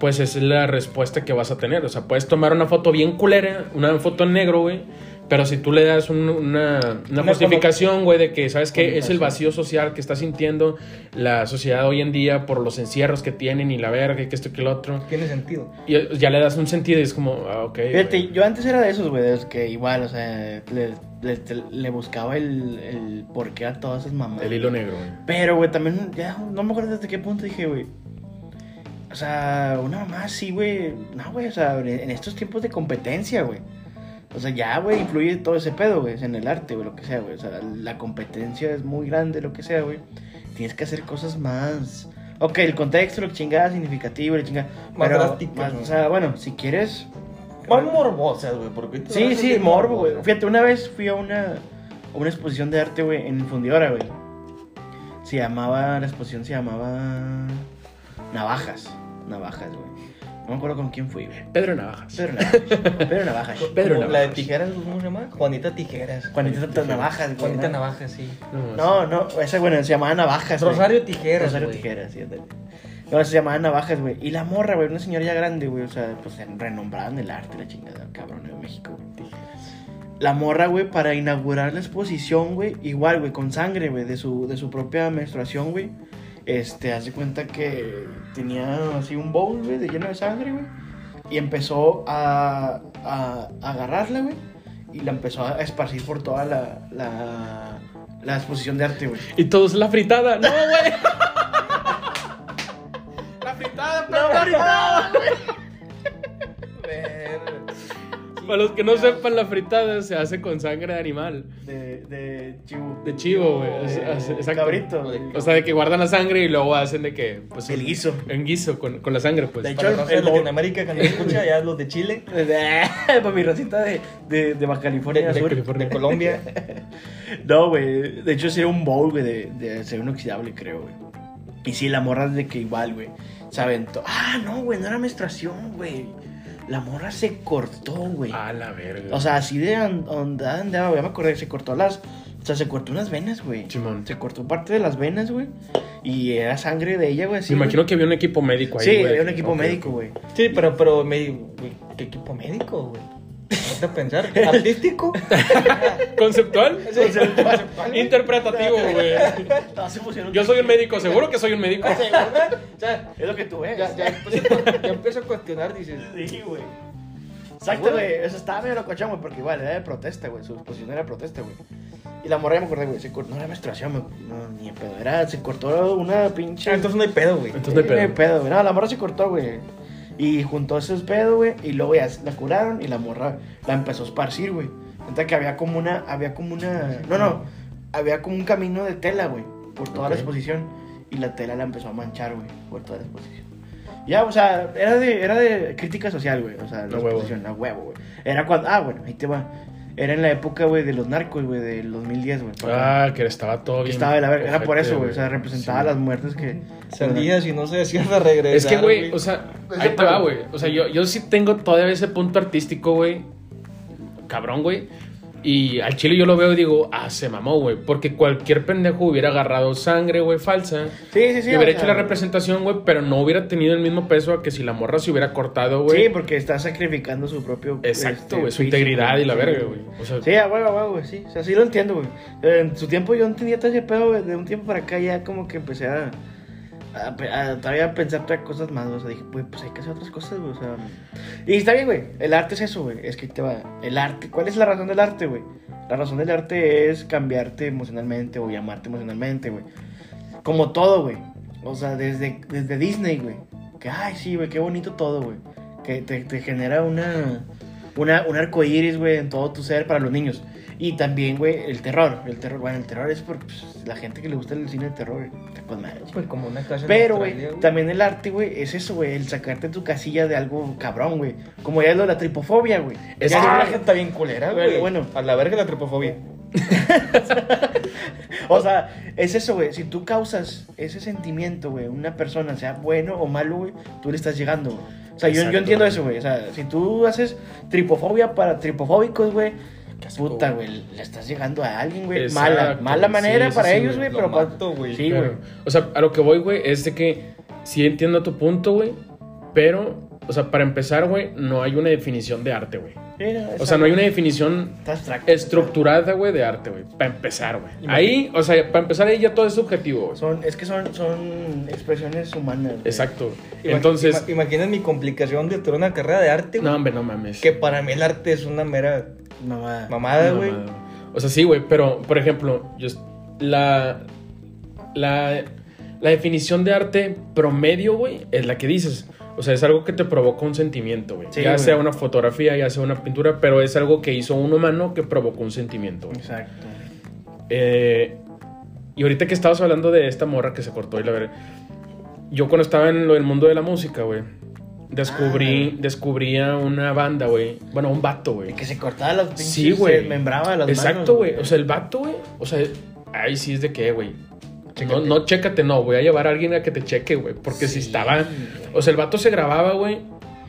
[SPEAKER 2] Pues esa es la respuesta que vas a tener. O sea, puedes tomar una foto bien culera, una foto en negro, güey. Pero si tú le das un- una, una
[SPEAKER 3] Una
[SPEAKER 2] justificación, güey, de que, ¿sabes qué? Es el
[SPEAKER 3] Connotación.
[SPEAKER 2] vacío social que está sintiendo la sociedad hoy en día por los encierros que tienen y la verga y que esto y que lo otro.
[SPEAKER 3] Tiene sentido.
[SPEAKER 2] Y ya le das un sentido y es como, ah, ok.
[SPEAKER 1] Fíjate,
[SPEAKER 2] güey.
[SPEAKER 1] yo antes era de esos, güey, de los que igual, o sea, le, le- le buscaba el, el porqué a todas esas mamadas.
[SPEAKER 2] El hilo negro, güey.
[SPEAKER 1] Pero, güey, también, ya, no me acuerdo desde qué punto dije, güey. O sea, una mamá sí, güey. No, güey, o sea, en en estos tiempos de competencia, güey. O sea, ya, güey, influye todo ese pedo, güey, en el arte, güey, lo que sea, güey. O sea, la competencia es muy grande, lo que sea, güey. Tienes que hacer cosas más. Ok, el contexto, lo que chingada, significativo, lo chingada.
[SPEAKER 3] Más
[SPEAKER 1] pero,
[SPEAKER 3] drásticas,
[SPEAKER 1] más-
[SPEAKER 3] ¿no?
[SPEAKER 1] O sea, bueno, si quieres.
[SPEAKER 3] Van morbosas, güey. Porque ahorita
[SPEAKER 1] Sí,
[SPEAKER 3] las
[SPEAKER 1] sí,
[SPEAKER 3] hacen
[SPEAKER 1] morbo, güey.
[SPEAKER 3] morbosas.
[SPEAKER 1] Fíjate, una vez fui a una, a una exposición de arte, güey, en Fundidora, güey. Se llamaba, la exposición se llamaba Navajas. Navajas, güey. No me acuerdo con quién fui, güey.
[SPEAKER 2] Pedro Navajas.
[SPEAKER 1] Pedro Navajas. Pedro Navajas.
[SPEAKER 2] Pedro
[SPEAKER 3] Como La de
[SPEAKER 2] Navajas.
[SPEAKER 3] tijeras, ¿cómo se llama? Juanita Tijeras.
[SPEAKER 1] Juanita Navajas, güey.
[SPEAKER 3] Juanita
[SPEAKER 1] ¿no?
[SPEAKER 3] Navajas, sí.
[SPEAKER 1] No,
[SPEAKER 2] No,
[SPEAKER 1] no, esa, bueno, se llamaba Navajas. güey.
[SPEAKER 3] Rosario Tijeras.
[SPEAKER 1] Rosario
[SPEAKER 3] güey.
[SPEAKER 1] Tijeras, sí, ándale. No, se llamaba Navajas, güey. Y la morra, güey, una señora ya grande, güey. O sea, pues renombrada en el arte, la chingada, cabrón, de México, güey. La morra, güey, para inaugurar la exposición, güey, igual, güey, con sangre, güey, de su, de su propia menstruación, güey. Este, hace cuenta que tenía así un bowl, güey, de lleno de sangre, güey. Y empezó a, a, a agarrarla, güey. Y la empezó a esparcir por toda la, la, la exposición de arte, güey.
[SPEAKER 2] Y todos la fritada. No, güey. la fritada, pero la fritada.
[SPEAKER 3] Verga.
[SPEAKER 2] Para los que no sepan, la fritada se hace con sangre de animal.
[SPEAKER 1] De, de chivo.
[SPEAKER 2] De chivo, güey. Es-
[SPEAKER 1] De
[SPEAKER 2] es- exacto.
[SPEAKER 1] cabrito.
[SPEAKER 2] O sea, de que guardan la sangre y luego hacen de que. Pues,
[SPEAKER 1] El guiso.
[SPEAKER 2] En guiso, con, con la sangre, pues.
[SPEAKER 1] De hecho,
[SPEAKER 3] Para los de
[SPEAKER 1] el- el-
[SPEAKER 3] Latinoamérica que nos escucha, ya los de Chile,
[SPEAKER 1] Para mi racita de, de, de Baja California
[SPEAKER 2] De
[SPEAKER 1] Sur.
[SPEAKER 2] California.
[SPEAKER 3] de Colombia.
[SPEAKER 1] No, güey. De hecho, sería un bowl, güey, de, de acero inoxidable, creo, güey. Y sí, la morra de que igual, güey. Se aventó. Ah, no, güey, no era menstruación, güey. La morra se cortó, güey.
[SPEAKER 2] A la verga.
[SPEAKER 1] O sea, así de an- onda andaba, güey. Ya me acordé, se cortó las. O sea, se cortó unas venas, güey.
[SPEAKER 2] Simón.
[SPEAKER 1] Se cortó parte de las venas, güey. Y era sangre de ella, güey. así,
[SPEAKER 2] Me
[SPEAKER 1] güey.
[SPEAKER 2] imagino que había un equipo médico ahí.
[SPEAKER 1] Sí,
[SPEAKER 2] güey.
[SPEAKER 1] había un equipo
[SPEAKER 2] Ok.
[SPEAKER 1] médico, güey.
[SPEAKER 3] Sí, pero, pero, me, güey, ¿qué equipo médico, güey? Ponte a pensar, ¿artístico?
[SPEAKER 2] ¿Conceptual?
[SPEAKER 1] Conceptual.
[SPEAKER 2] Interpretativo, güey.
[SPEAKER 1] No, se pusieron-
[SPEAKER 2] Yo soy un médico, seguro que soy un médico.
[SPEAKER 3] O sea, o sea,
[SPEAKER 1] Es lo que tú ves.
[SPEAKER 3] ya, ya, empiezo, a- ya empiezo a cuestionar, dices.
[SPEAKER 1] Sí, güey. Exacto,
[SPEAKER 3] ¿Seguro?
[SPEAKER 1] güey. Eso estaba medio locochón, güey, porque igual era de protesta, güey. Su posición era de protesta, güey. Y la morra, ya me acordé, güey, se cortó, no era menstruación, güey, no, ni en pedo, era, se cortó una pinche...
[SPEAKER 3] Ah, Entonces no hay pedo, güey.
[SPEAKER 2] Entonces no hay
[SPEAKER 1] Eh,
[SPEAKER 2] pedo.
[SPEAKER 1] güey. No, la morra se cortó, güey. Y juntó esos pedos, güey. Y luego ya la curaron y la morra la empezó a esparcir, güey. Entonces que había como una. Había como una. No, no. Había como un camino de tela, güey. Por toda la
[SPEAKER 2] Ok.
[SPEAKER 1] exposición. Y la tela la empezó a manchar, güey. Por toda la exposición. Ya, o sea, era de, era de crítica social, güey. O sea, la
[SPEAKER 2] A huevo.
[SPEAKER 1] exposición, a huevo, güey. Era cuando. Ah, bueno, ahí te va. Era en la época, güey, de los narcos, güey, del 2010, güey. para acá.
[SPEAKER 2] Ah, que estaba todo
[SPEAKER 1] Que
[SPEAKER 2] bien.
[SPEAKER 1] estaba de la verga. Era por
[SPEAKER 2] ojete,
[SPEAKER 1] eso, güey. O sea, representaba
[SPEAKER 2] Sí.
[SPEAKER 1] las muertes que.
[SPEAKER 3] Se olvida si no se decían a regresar.
[SPEAKER 2] Es que, güey, o sea,
[SPEAKER 3] Es
[SPEAKER 2] ahí
[SPEAKER 3] que
[SPEAKER 2] te va,
[SPEAKER 3] para-
[SPEAKER 2] güey. O sea, yo, yo sí tengo todavía ese punto artístico, güey. Cabrón, güey. Y al chile yo lo veo y digo, ah, se mamó, güey. Porque cualquier pendejo hubiera agarrado sangre, güey, falsa.
[SPEAKER 1] Sí, sí, sí.
[SPEAKER 2] y hubiera
[SPEAKER 1] o
[SPEAKER 2] hecho
[SPEAKER 1] sea,
[SPEAKER 2] la representación, güey, pero no hubiera tenido el mismo peso a que si la morra se hubiera cortado,
[SPEAKER 1] Sí,
[SPEAKER 2] güey.
[SPEAKER 1] porque está sacrificando su propio. este,
[SPEAKER 2] Exacto, güey. Su
[SPEAKER 1] físico,
[SPEAKER 2] integridad y la
[SPEAKER 1] sí,
[SPEAKER 2] verga, güey. O sea,
[SPEAKER 1] Sí, a huevo, a huevo, güey, sí. O sea, sí lo entiendo, güey. Eh, En su tiempo yo entendía todo ese pedo, güey. De un tiempo para acá ya como que empecé a. a, pe- a todavía pensar otras cosas más, güey. O sea, dije, güey, pues hay que hacer otras cosas, güey. O sea. Y está bien, güey. El arte es eso, güey. Es que te va. El arte. ¿Cuál es la razón del arte, güey? La razón del arte es cambiarte emocionalmente o llamarte emocionalmente, güey. Como todo, güey. O sea, desde, desde Disney, güey. Que, ay, sí, güey, qué bonito todo, güey. Que te, te genera una, una, un arco iris, güey, en todo tu ser para los niños. Y también, güey, el terror. El terror, bueno, el terror es por pues, la gente que le gusta el cine de terror. Está con madre, chico.
[SPEAKER 3] Pues como una casa
[SPEAKER 1] Pero, güey, también el arte, güey, es eso, güey, el sacarte tu casilla de algo cabrón, güey. Como ya es lo de la tripofobia, güey.
[SPEAKER 2] Es
[SPEAKER 1] Ya
[SPEAKER 2] que-
[SPEAKER 1] no-
[SPEAKER 3] la gente está bien culera,
[SPEAKER 1] Bueno,
[SPEAKER 3] güey.
[SPEAKER 1] bueno.
[SPEAKER 3] A la verga la tripofobia.
[SPEAKER 1] O sea, es eso, güey. Si tú causas ese sentimiento, güey, una persona, sea bueno o malo, güey, tú le estás llegando, güey. O sea, yo, yo
[SPEAKER 2] Exacto.
[SPEAKER 1] entiendo eso, güey. O sea, si tú haces tripofobia para tripofóbicos, güey,
[SPEAKER 2] qué asco,
[SPEAKER 1] puta, güey, le estás llegando a alguien, güey.
[SPEAKER 2] Exacto,
[SPEAKER 1] Mala, mala
[SPEAKER 2] sí,
[SPEAKER 1] manera
[SPEAKER 2] sí,
[SPEAKER 1] para
[SPEAKER 2] sí,
[SPEAKER 1] ellos,
[SPEAKER 2] güey,
[SPEAKER 1] güey,
[SPEAKER 3] Lo
[SPEAKER 1] pero pa-
[SPEAKER 3] mato, güey.
[SPEAKER 1] Sí,
[SPEAKER 2] claro.
[SPEAKER 1] güey.
[SPEAKER 2] O sea, a lo que voy, güey, es de que sí entiendo tu punto, güey. Pero, o sea, para empezar, güey, no hay una definición de arte, güey.
[SPEAKER 1] Sí, no,
[SPEAKER 2] O sea, no hay una definición
[SPEAKER 1] Está abstracto.
[SPEAKER 2] estructurada, güey, de arte, güey. Para empezar, güey. Ahí, o sea, para empezar ahí ya todo es subjetivo, güey.
[SPEAKER 1] Son, es que son, son expresiones humanas. güey.
[SPEAKER 2] Exacto.
[SPEAKER 3] Ima-
[SPEAKER 2] Entonces,
[SPEAKER 3] ima- imaginen mi complicación de tener una carrera de arte, güey.
[SPEAKER 2] no, hombre, no mames.
[SPEAKER 3] Que para mí el arte es una mera
[SPEAKER 1] Mamada.
[SPEAKER 3] mamada,
[SPEAKER 2] No,
[SPEAKER 3] güey.
[SPEAKER 2] madre. O sea, sí, güey, pero, por ejemplo, yo, est- la, la, la definición de arte promedio, güey, es la que dices. O sea, es algo que te provoca un sentimiento, güey.
[SPEAKER 1] Sí,
[SPEAKER 2] ya
[SPEAKER 1] güey.
[SPEAKER 2] sea una fotografía, ya sea una pintura, pero es algo que hizo un humano que provocó un sentimiento. güey.
[SPEAKER 1] Exacto.
[SPEAKER 2] Eh, y ahorita que estabas hablando de esta morra que se cortó y la verga. Yo cuando estaba en lo del mundo de la música, güey, descubrí, descubrí a una banda, güey. Bueno, a un vato, güey.
[SPEAKER 1] Y que se cortaba las pinches.
[SPEAKER 2] Sí, güey.
[SPEAKER 1] Se membraba las manos.
[SPEAKER 2] Exacto, güey. O sea, el vato, güey. O sea, ahí sí es de que, güey. No,
[SPEAKER 1] Chécate.
[SPEAKER 2] no, chécate, no. Voy a llevar a alguien a que te cheque, güey. Porque si
[SPEAKER 1] Sí,
[SPEAKER 2] estaba. O sea, el vato se grababa, güey.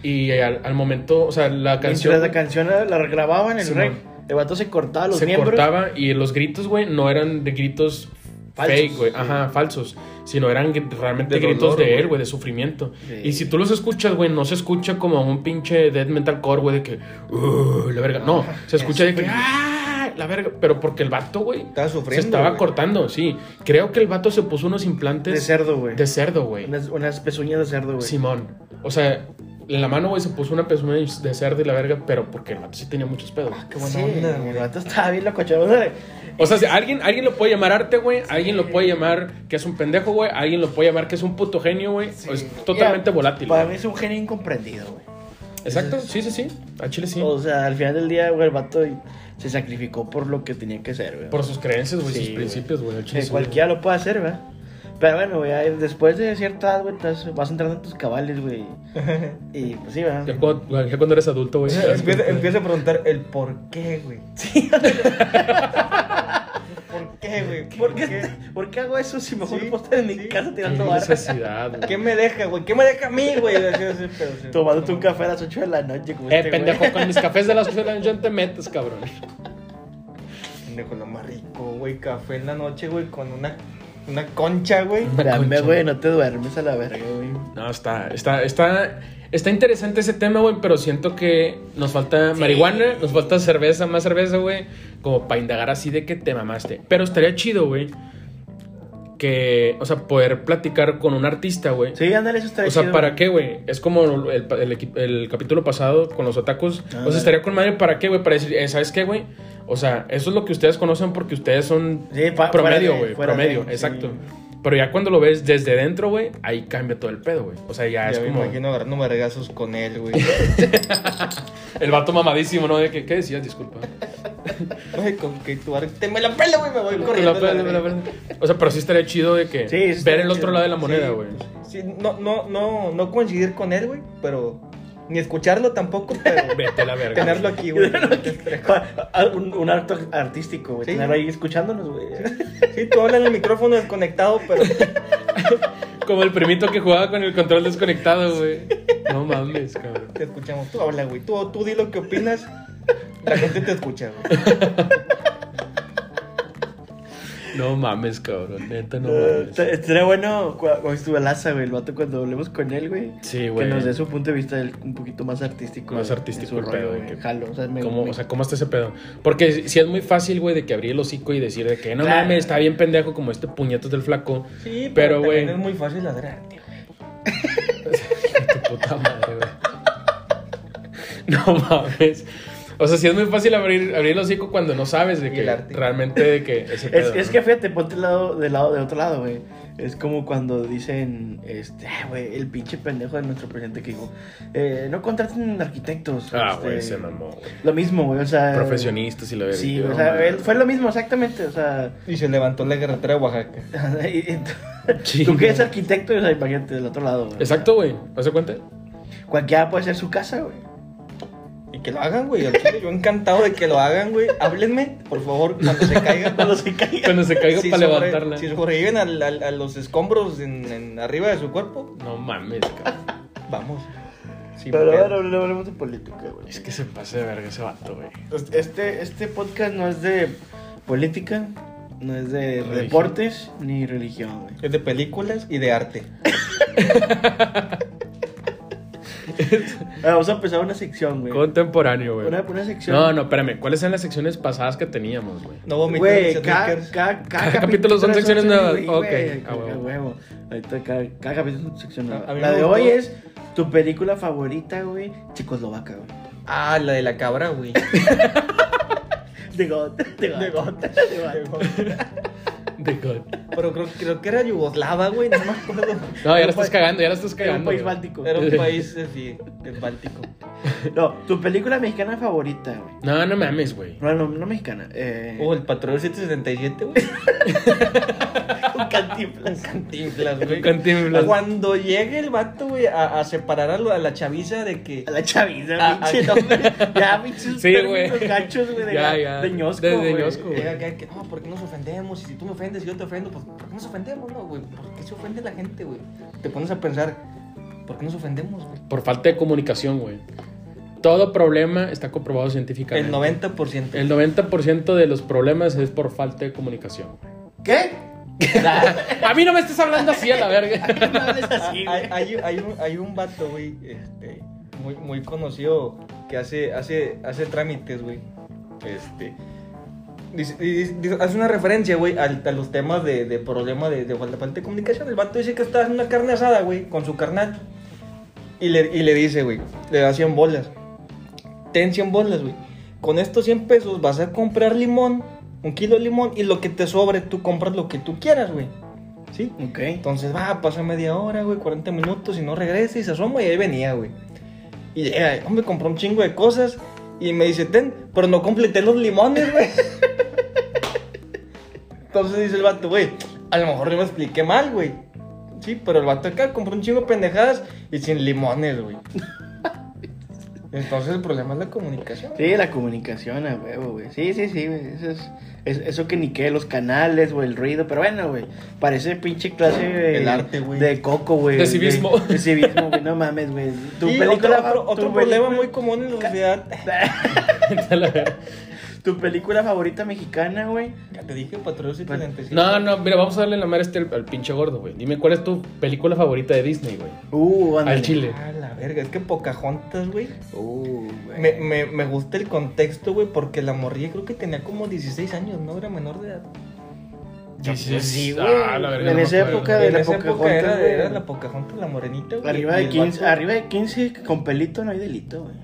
[SPEAKER 2] Y al, al momento, o sea, la
[SPEAKER 1] Mientras
[SPEAKER 2] canción
[SPEAKER 1] la canción la, la grababan en el
[SPEAKER 2] Sí,
[SPEAKER 1] rec.
[SPEAKER 2] man.
[SPEAKER 1] El vato se cortaba los
[SPEAKER 2] se
[SPEAKER 1] miembros.
[SPEAKER 2] cortaba y los gritos, güey, no eran de gritos
[SPEAKER 1] Falsos,
[SPEAKER 2] fake, güey.
[SPEAKER 1] sí.
[SPEAKER 2] Ajá, falsos. Sino eran gr- realmente
[SPEAKER 3] De dolor,
[SPEAKER 2] gritos de él,
[SPEAKER 3] güey.
[SPEAKER 2] güey, de sufrimiento.
[SPEAKER 1] Sí.
[SPEAKER 2] Y si tú los escuchas, güey, no se escucha como un pinche death metal core, güey, de que. "Uh, la verga. No, se escucha de que. ¡Ah! La verga. Pero porque el vato, güey.
[SPEAKER 3] Estaba
[SPEAKER 2] Se
[SPEAKER 3] sufriendo.
[SPEAKER 2] estaba
[SPEAKER 3] güey.
[SPEAKER 2] cortando, sí. Creo que el vato se puso unos implantes
[SPEAKER 1] De cerdo, güey.
[SPEAKER 2] de cerdo, güey.
[SPEAKER 1] Unas, unas pezuñas de cerdo, güey.
[SPEAKER 2] Simón. O sea, en la mano, güey, se puso una persona de cerdo y la verga, pero porque el vato sí tenía muchos pedos.
[SPEAKER 1] Ah, Qué buena
[SPEAKER 3] Sí,
[SPEAKER 1] onda,
[SPEAKER 3] güey.
[SPEAKER 1] El vato estaba bien locochón. O sea,
[SPEAKER 2] O sea, si alguien, alguien lo puede llamar arte, güey. Alguien lo puede llamar que es un pendejo, güey. Alguien lo puede llamar que es un puto genio, güey.
[SPEAKER 1] Sí.
[SPEAKER 2] Es totalmente
[SPEAKER 1] Mira,
[SPEAKER 2] volátil.
[SPEAKER 1] Para
[SPEAKER 2] güey.
[SPEAKER 1] mí es un genio incomprendido, güey.
[SPEAKER 2] Exacto, sí, sí, sí. A Chile sí.
[SPEAKER 1] O sea, al final del día, güey, el vato se sacrificó por lo que tenía que ser, güey.
[SPEAKER 2] Por sus creencias, güey,
[SPEAKER 1] Sí,
[SPEAKER 2] sus
[SPEAKER 1] güey.
[SPEAKER 2] principios, güey. al
[SPEAKER 1] Que
[SPEAKER 2] chile sí,
[SPEAKER 1] cualquiera lo puede hacer, ¿verdad? Pero bueno, güey, ahí después de cierta edad, güey, estás- vas entrando en tus cabales, güey. Y pues sí,
[SPEAKER 2] güey.
[SPEAKER 1] ¿verdad?
[SPEAKER 2] Ya cuando, güey, ya cuando eres adulto, güey. te das
[SPEAKER 3] Empieza,
[SPEAKER 2] cuenta.
[SPEAKER 3] empieza a preguntar el por qué, güey. Sí. ¿Por qué, güey?
[SPEAKER 1] ¿Por qué, ¿Por qué hago eso si mejor
[SPEAKER 3] Sí,
[SPEAKER 1] puedo estar en mi
[SPEAKER 3] sí.
[SPEAKER 1] casa
[SPEAKER 2] Qué
[SPEAKER 1] tirando barras?
[SPEAKER 2] necesidad, güey. Eh,
[SPEAKER 3] ¿Qué me deja, güey? ¿Qué me deja a mí, güey? Así, así, pero, sí.
[SPEAKER 1] Tomándote un café a las 8 de la noche, como
[SPEAKER 2] Eh,
[SPEAKER 1] este güey.
[SPEAKER 2] pendejo, con mis cafés de las 8 de la noche no te metes, cabrón.
[SPEAKER 3] Pendejo, lo más rico, güey. Café en la noche, güey, con una, una concha, güey.
[SPEAKER 2] Una
[SPEAKER 1] Dame,
[SPEAKER 2] concha.
[SPEAKER 1] güey, no te duermes a la verga, güey.
[SPEAKER 2] No, está, está, está, está interesante ese tema, güey, pero siento que nos falta marihuana, nos falta cerveza, más cerveza, güey, como para indagar así de que te mamaste. Pero estaría chido, güey, que, o sea, poder platicar con un artista, güey.
[SPEAKER 1] Sí, ándale, eso está
[SPEAKER 2] O sea, ¿para qué, güey? Es como el, el equi- el capítulo pasado con los atacos.
[SPEAKER 1] Ah,
[SPEAKER 2] o
[SPEAKER 1] dale.
[SPEAKER 2] sea, estaría con madre, ¿para qué, güey? Para decir, eh, ¿sabes qué, güey? O sea, eso es lo que ustedes conocen porque ustedes son
[SPEAKER 1] Sí, pa- fuera
[SPEAKER 2] promedio,
[SPEAKER 1] de-
[SPEAKER 2] güey.
[SPEAKER 1] fuera de,
[SPEAKER 2] Promedio,
[SPEAKER 1] sí.
[SPEAKER 2] exacto. Pero ya cuando lo ves desde dentro, güey, ahí cambia todo el pedo, güey. O sea, ya
[SPEAKER 3] Ya
[SPEAKER 2] es
[SPEAKER 3] me
[SPEAKER 2] como
[SPEAKER 3] imagino agarrando vergazos con él, güey.
[SPEAKER 2] el vato mamadísimo, ¿no? De que, ¿qué decías? Disculpa.
[SPEAKER 3] Ay, con que tu arte me la pela, güey, me voy
[SPEAKER 2] La
[SPEAKER 3] corriendo. a la
[SPEAKER 2] verdad, la
[SPEAKER 3] verga.
[SPEAKER 2] verdad. O sea, pero sí estaría chido de que
[SPEAKER 1] Sí, sí
[SPEAKER 2] ver
[SPEAKER 1] estaría
[SPEAKER 2] el otro
[SPEAKER 1] chido.
[SPEAKER 2] lado de la moneda,
[SPEAKER 3] Sí,
[SPEAKER 2] güey.
[SPEAKER 3] sí, no, no, no, no coincidir con él, güey, pero ni escucharlo tampoco, pero
[SPEAKER 2] Vete a la verga.
[SPEAKER 3] tenerlo aquí, güey.
[SPEAKER 1] Pa- a- Ah, Un, un acto artístico, güey.
[SPEAKER 3] Sí.
[SPEAKER 1] Tenerlo ahí escuchándonos, güey.
[SPEAKER 3] Sí, tú hablas en el micrófono desconectado, pero
[SPEAKER 2] Como el primito que jugaba con el control desconectado, güey. No mames, cabrón.
[SPEAKER 3] te escuchamos. Tú habla, güey. Tú, tú di lo que opinas La gente te escucha, güey.
[SPEAKER 2] No mames, cabrón. Neta, no
[SPEAKER 1] Eh,
[SPEAKER 2] mames.
[SPEAKER 1] est- Estaría bueno cu- cuando estuve Laza, güey, el vato cuando hablemos con él, güey.
[SPEAKER 2] Sí,
[SPEAKER 1] Que
[SPEAKER 2] güey.
[SPEAKER 1] nos dé su punto de vista del- un poquito más artístico.
[SPEAKER 2] Más
[SPEAKER 1] de- de
[SPEAKER 2] artístico
[SPEAKER 1] su
[SPEAKER 2] el pedo,
[SPEAKER 1] rollo,
[SPEAKER 2] de
[SPEAKER 1] güey.
[SPEAKER 2] que-
[SPEAKER 1] Jalo, o sea, me-
[SPEAKER 2] ¿Cómo,
[SPEAKER 1] me-
[SPEAKER 2] o sea, ¿cómo está ese pedo? Porque si si es muy fácil, güey, de que abrir el hocico y decir de que no
[SPEAKER 1] Claro.
[SPEAKER 2] mames, está bien pendejo como este puñetas del flaco.
[SPEAKER 3] Sí,
[SPEAKER 2] Pero, güey.
[SPEAKER 3] también Es muy fácil hacer arte, güey.
[SPEAKER 2] Tu puta madre, güey. No mames. O sea, si es muy fácil abrir, abrir el hocico cuando no sabes de
[SPEAKER 3] Y
[SPEAKER 2] que
[SPEAKER 3] el arte.
[SPEAKER 2] realmente de que ese
[SPEAKER 1] Es,
[SPEAKER 2] pedo,
[SPEAKER 1] es
[SPEAKER 2] ¿no?
[SPEAKER 1] que fíjate, ponte del lado, del lado del otro lado, güey. Es como cuando dicen, este, ah, güey, el pinche pendejo de nuestro presidente que dijo, eh, no contraten arquitectos.
[SPEAKER 2] Ah,
[SPEAKER 1] este,
[SPEAKER 2] güey, se mamó, güey.
[SPEAKER 1] Lo mismo, güey, o sea.
[SPEAKER 2] Profesionistas y la verdad.
[SPEAKER 1] Sí, o sea, él- fue lo mismo, exactamente, o sea.
[SPEAKER 3] Y se levantó la carretera de Oaxaca.
[SPEAKER 1] y- y tú-
[SPEAKER 2] Sí.
[SPEAKER 1] Tú que eres arquitecto, o sea, imagínate del otro lado, güey.
[SPEAKER 2] Exacto, güey. ¿Haz de cuenta?
[SPEAKER 1] Cualquiera puede ser su casa, güey.
[SPEAKER 3] Y que lo hagan, güey. al chile, Yo encantado de que lo hagan, güey. Háblenme, por favor, cuando se caigan.
[SPEAKER 1] Cuando se caiga.
[SPEAKER 2] Cuando se caiga
[SPEAKER 3] Si
[SPEAKER 2] para
[SPEAKER 3] sobre-
[SPEAKER 2] levantarla.
[SPEAKER 3] Si sobreviven al- al- a los escombros en, en arriba de su cuerpo,
[SPEAKER 2] No mames, cabrón.
[SPEAKER 3] vamos. Sin
[SPEAKER 1] Pero
[SPEAKER 3] pedo.
[SPEAKER 1] ahora no hablemos de política, güey.
[SPEAKER 2] Es que se pase de verga ese vato, güey.
[SPEAKER 1] Este, este podcast no es de política, no es de
[SPEAKER 2] Religión.
[SPEAKER 1] deportes ni religión, güey.
[SPEAKER 3] Es de películas y de arte.
[SPEAKER 1] Ah, Vamos a empezar una sección, güey.
[SPEAKER 2] Contemporáneo, güey.
[SPEAKER 1] Una, una sección.
[SPEAKER 2] No, no, espérame. ¿Cuáles eran las secciones pasadas que teníamos, güey?
[SPEAKER 3] No vomitar
[SPEAKER 1] Güey,
[SPEAKER 3] en
[SPEAKER 1] cada,
[SPEAKER 3] sneakers.
[SPEAKER 1] cada- cada
[SPEAKER 2] Cada capítulo son secciones nuevas.
[SPEAKER 1] güey,
[SPEAKER 2] Ok,
[SPEAKER 1] güey,
[SPEAKER 2] a huevo.
[SPEAKER 1] a huevo. Ahorita cada, cada capítulo es una sección
[SPEAKER 3] A- a
[SPEAKER 1] nueva.
[SPEAKER 3] mí
[SPEAKER 1] La
[SPEAKER 3] me
[SPEAKER 1] de
[SPEAKER 3] gustó.
[SPEAKER 1] hoy es tu película favorita, güey. Checoslovaca, güey.
[SPEAKER 3] Ah, la de la cabra, güey.
[SPEAKER 1] De gota, de gota.
[SPEAKER 3] De gota.
[SPEAKER 1] de gota.
[SPEAKER 2] De God.
[SPEAKER 3] Pero creo, creo que era Yugoslava, güey. No me acuerdo.
[SPEAKER 2] No, ya
[SPEAKER 1] Era
[SPEAKER 2] la
[SPEAKER 1] un
[SPEAKER 2] estás
[SPEAKER 1] pa-
[SPEAKER 2] cagando, ya la estás
[SPEAKER 1] Era un
[SPEAKER 2] cagando.
[SPEAKER 1] país
[SPEAKER 2] güey.
[SPEAKER 1] báltico.
[SPEAKER 3] Era un país así, el Báltico.
[SPEAKER 1] No, tu película mexicana favorita, güey.
[SPEAKER 2] No, no mames, güey.
[SPEAKER 1] No, no, no mexicana. Eh,
[SPEAKER 3] Oh, el Patrullero 777, güey.
[SPEAKER 1] un cantinflas.
[SPEAKER 3] Cantinflas, güey.
[SPEAKER 2] Cantinflas.
[SPEAKER 3] Cuando llegue el vato, güey, a, a separar a, lo- a la chaviza de que.
[SPEAKER 1] A la chaviza,
[SPEAKER 3] Ah,
[SPEAKER 1] pinche
[SPEAKER 3] ah.
[SPEAKER 1] nombre. Ya, pinches
[SPEAKER 2] Sí, güey.
[SPEAKER 1] términos gachos, güey. De,
[SPEAKER 2] Ya, ya.
[SPEAKER 1] de ñosco,
[SPEAKER 2] De- de
[SPEAKER 1] güey.
[SPEAKER 2] ñosco.
[SPEAKER 3] Llega acá que, no, ¿por qué nos ofendemos? Y si tú me ofendes y yo te ofendo, pues, ¿por qué nos ofendemos, no, güey? ¿Por qué se ofende la gente, güey? Te pones a pensar, ¿por qué nos ofendemos, güey?
[SPEAKER 2] Por falta de comunicación, güey. Todo problema está comprobado científicamente.
[SPEAKER 3] El 90%.
[SPEAKER 2] El 90% de los problemas es por falta de comunicación. güey.
[SPEAKER 1] ¿Qué?
[SPEAKER 2] A mí no me estés hablando así a la verga.
[SPEAKER 1] No hables así, güey.
[SPEAKER 3] hay, Ah, hay, hay un, hay un vato, güey, este, muy, muy conocido que hace, hace, hace trámites, güey. Este. dice- dice- dice- hace una referencia, güey, al- a, los temas de, de problema de, de falta falta de comunicación. El vato dice que está en una carne asada, güey, con su carnal. Y le, y le dice, güey, le da 100 bolas. Ten 100 bolas, güey. Con estos 100 pesos vas a comprar limón, un kilo de limón, y lo que te sobre, tú compras lo que tú quieras, güey. ¿Sí?
[SPEAKER 1] Ok.
[SPEAKER 3] Entonces, va, pasa media hora, güey, 40 minutos y no regresa y se asoma y ahí venía, güey. Y llega, me compró un chingo de cosas y me dice, ten, pero no completé los limones, güey. Entonces dice el vato, güey, a lo mejor yo me expliqué mal, güey. Sí, pero el vato acá compró un chingo de pendejadas y sin limones, güey. Entonces el problema es la comunicación.
[SPEAKER 1] Sí, la comunicación, a huevo, güey. Sí, sí, sí, güey. Eso, es, es- eso que ni que los canales, güey, el ruido. Pero bueno, güey. Parece pinche clase de,
[SPEAKER 3] El arte, güey.
[SPEAKER 1] de coco, güey.
[SPEAKER 2] De civismo.
[SPEAKER 1] De, de civismo, güey. No mames, güey. Tu
[SPEAKER 3] Y
[SPEAKER 1] película.
[SPEAKER 3] otro, otro-
[SPEAKER 1] tu
[SPEAKER 3] otro problema
[SPEAKER 1] película-
[SPEAKER 3] muy común en la sociedad.
[SPEAKER 2] A la verga.
[SPEAKER 1] Tu película favorita mexicana, güey.
[SPEAKER 3] Ya te dije, patrullo 777.
[SPEAKER 2] No, no, mira, vamos a darle la madre este al, al pinche gordo, güey. Dime cuál es tu película favorita de Disney, güey.
[SPEAKER 1] Uh, ándale.
[SPEAKER 2] Al chile.
[SPEAKER 3] Ah, la verga, es que Pocahontas, güey.
[SPEAKER 1] Uh, güey.
[SPEAKER 3] Me, me, me gusta el contexto, güey, porque la morrilla creo que tenía como 16 años, ¿no? Era menor de edad.
[SPEAKER 1] pues, Sí, güey.
[SPEAKER 2] Ah, la verga,
[SPEAKER 1] En
[SPEAKER 2] no me
[SPEAKER 1] esa
[SPEAKER 2] acuerdo.
[SPEAKER 1] época de
[SPEAKER 3] en
[SPEAKER 1] la
[SPEAKER 3] esa época
[SPEAKER 1] Pocahontas,
[SPEAKER 3] era,
[SPEAKER 1] güey.
[SPEAKER 3] era la Pocahontas, la morenita, güey.
[SPEAKER 1] Arriba
[SPEAKER 3] y
[SPEAKER 1] de
[SPEAKER 3] el
[SPEAKER 1] 15,
[SPEAKER 3] vato-
[SPEAKER 1] arriba de 15 con pelito no hay delito, güey.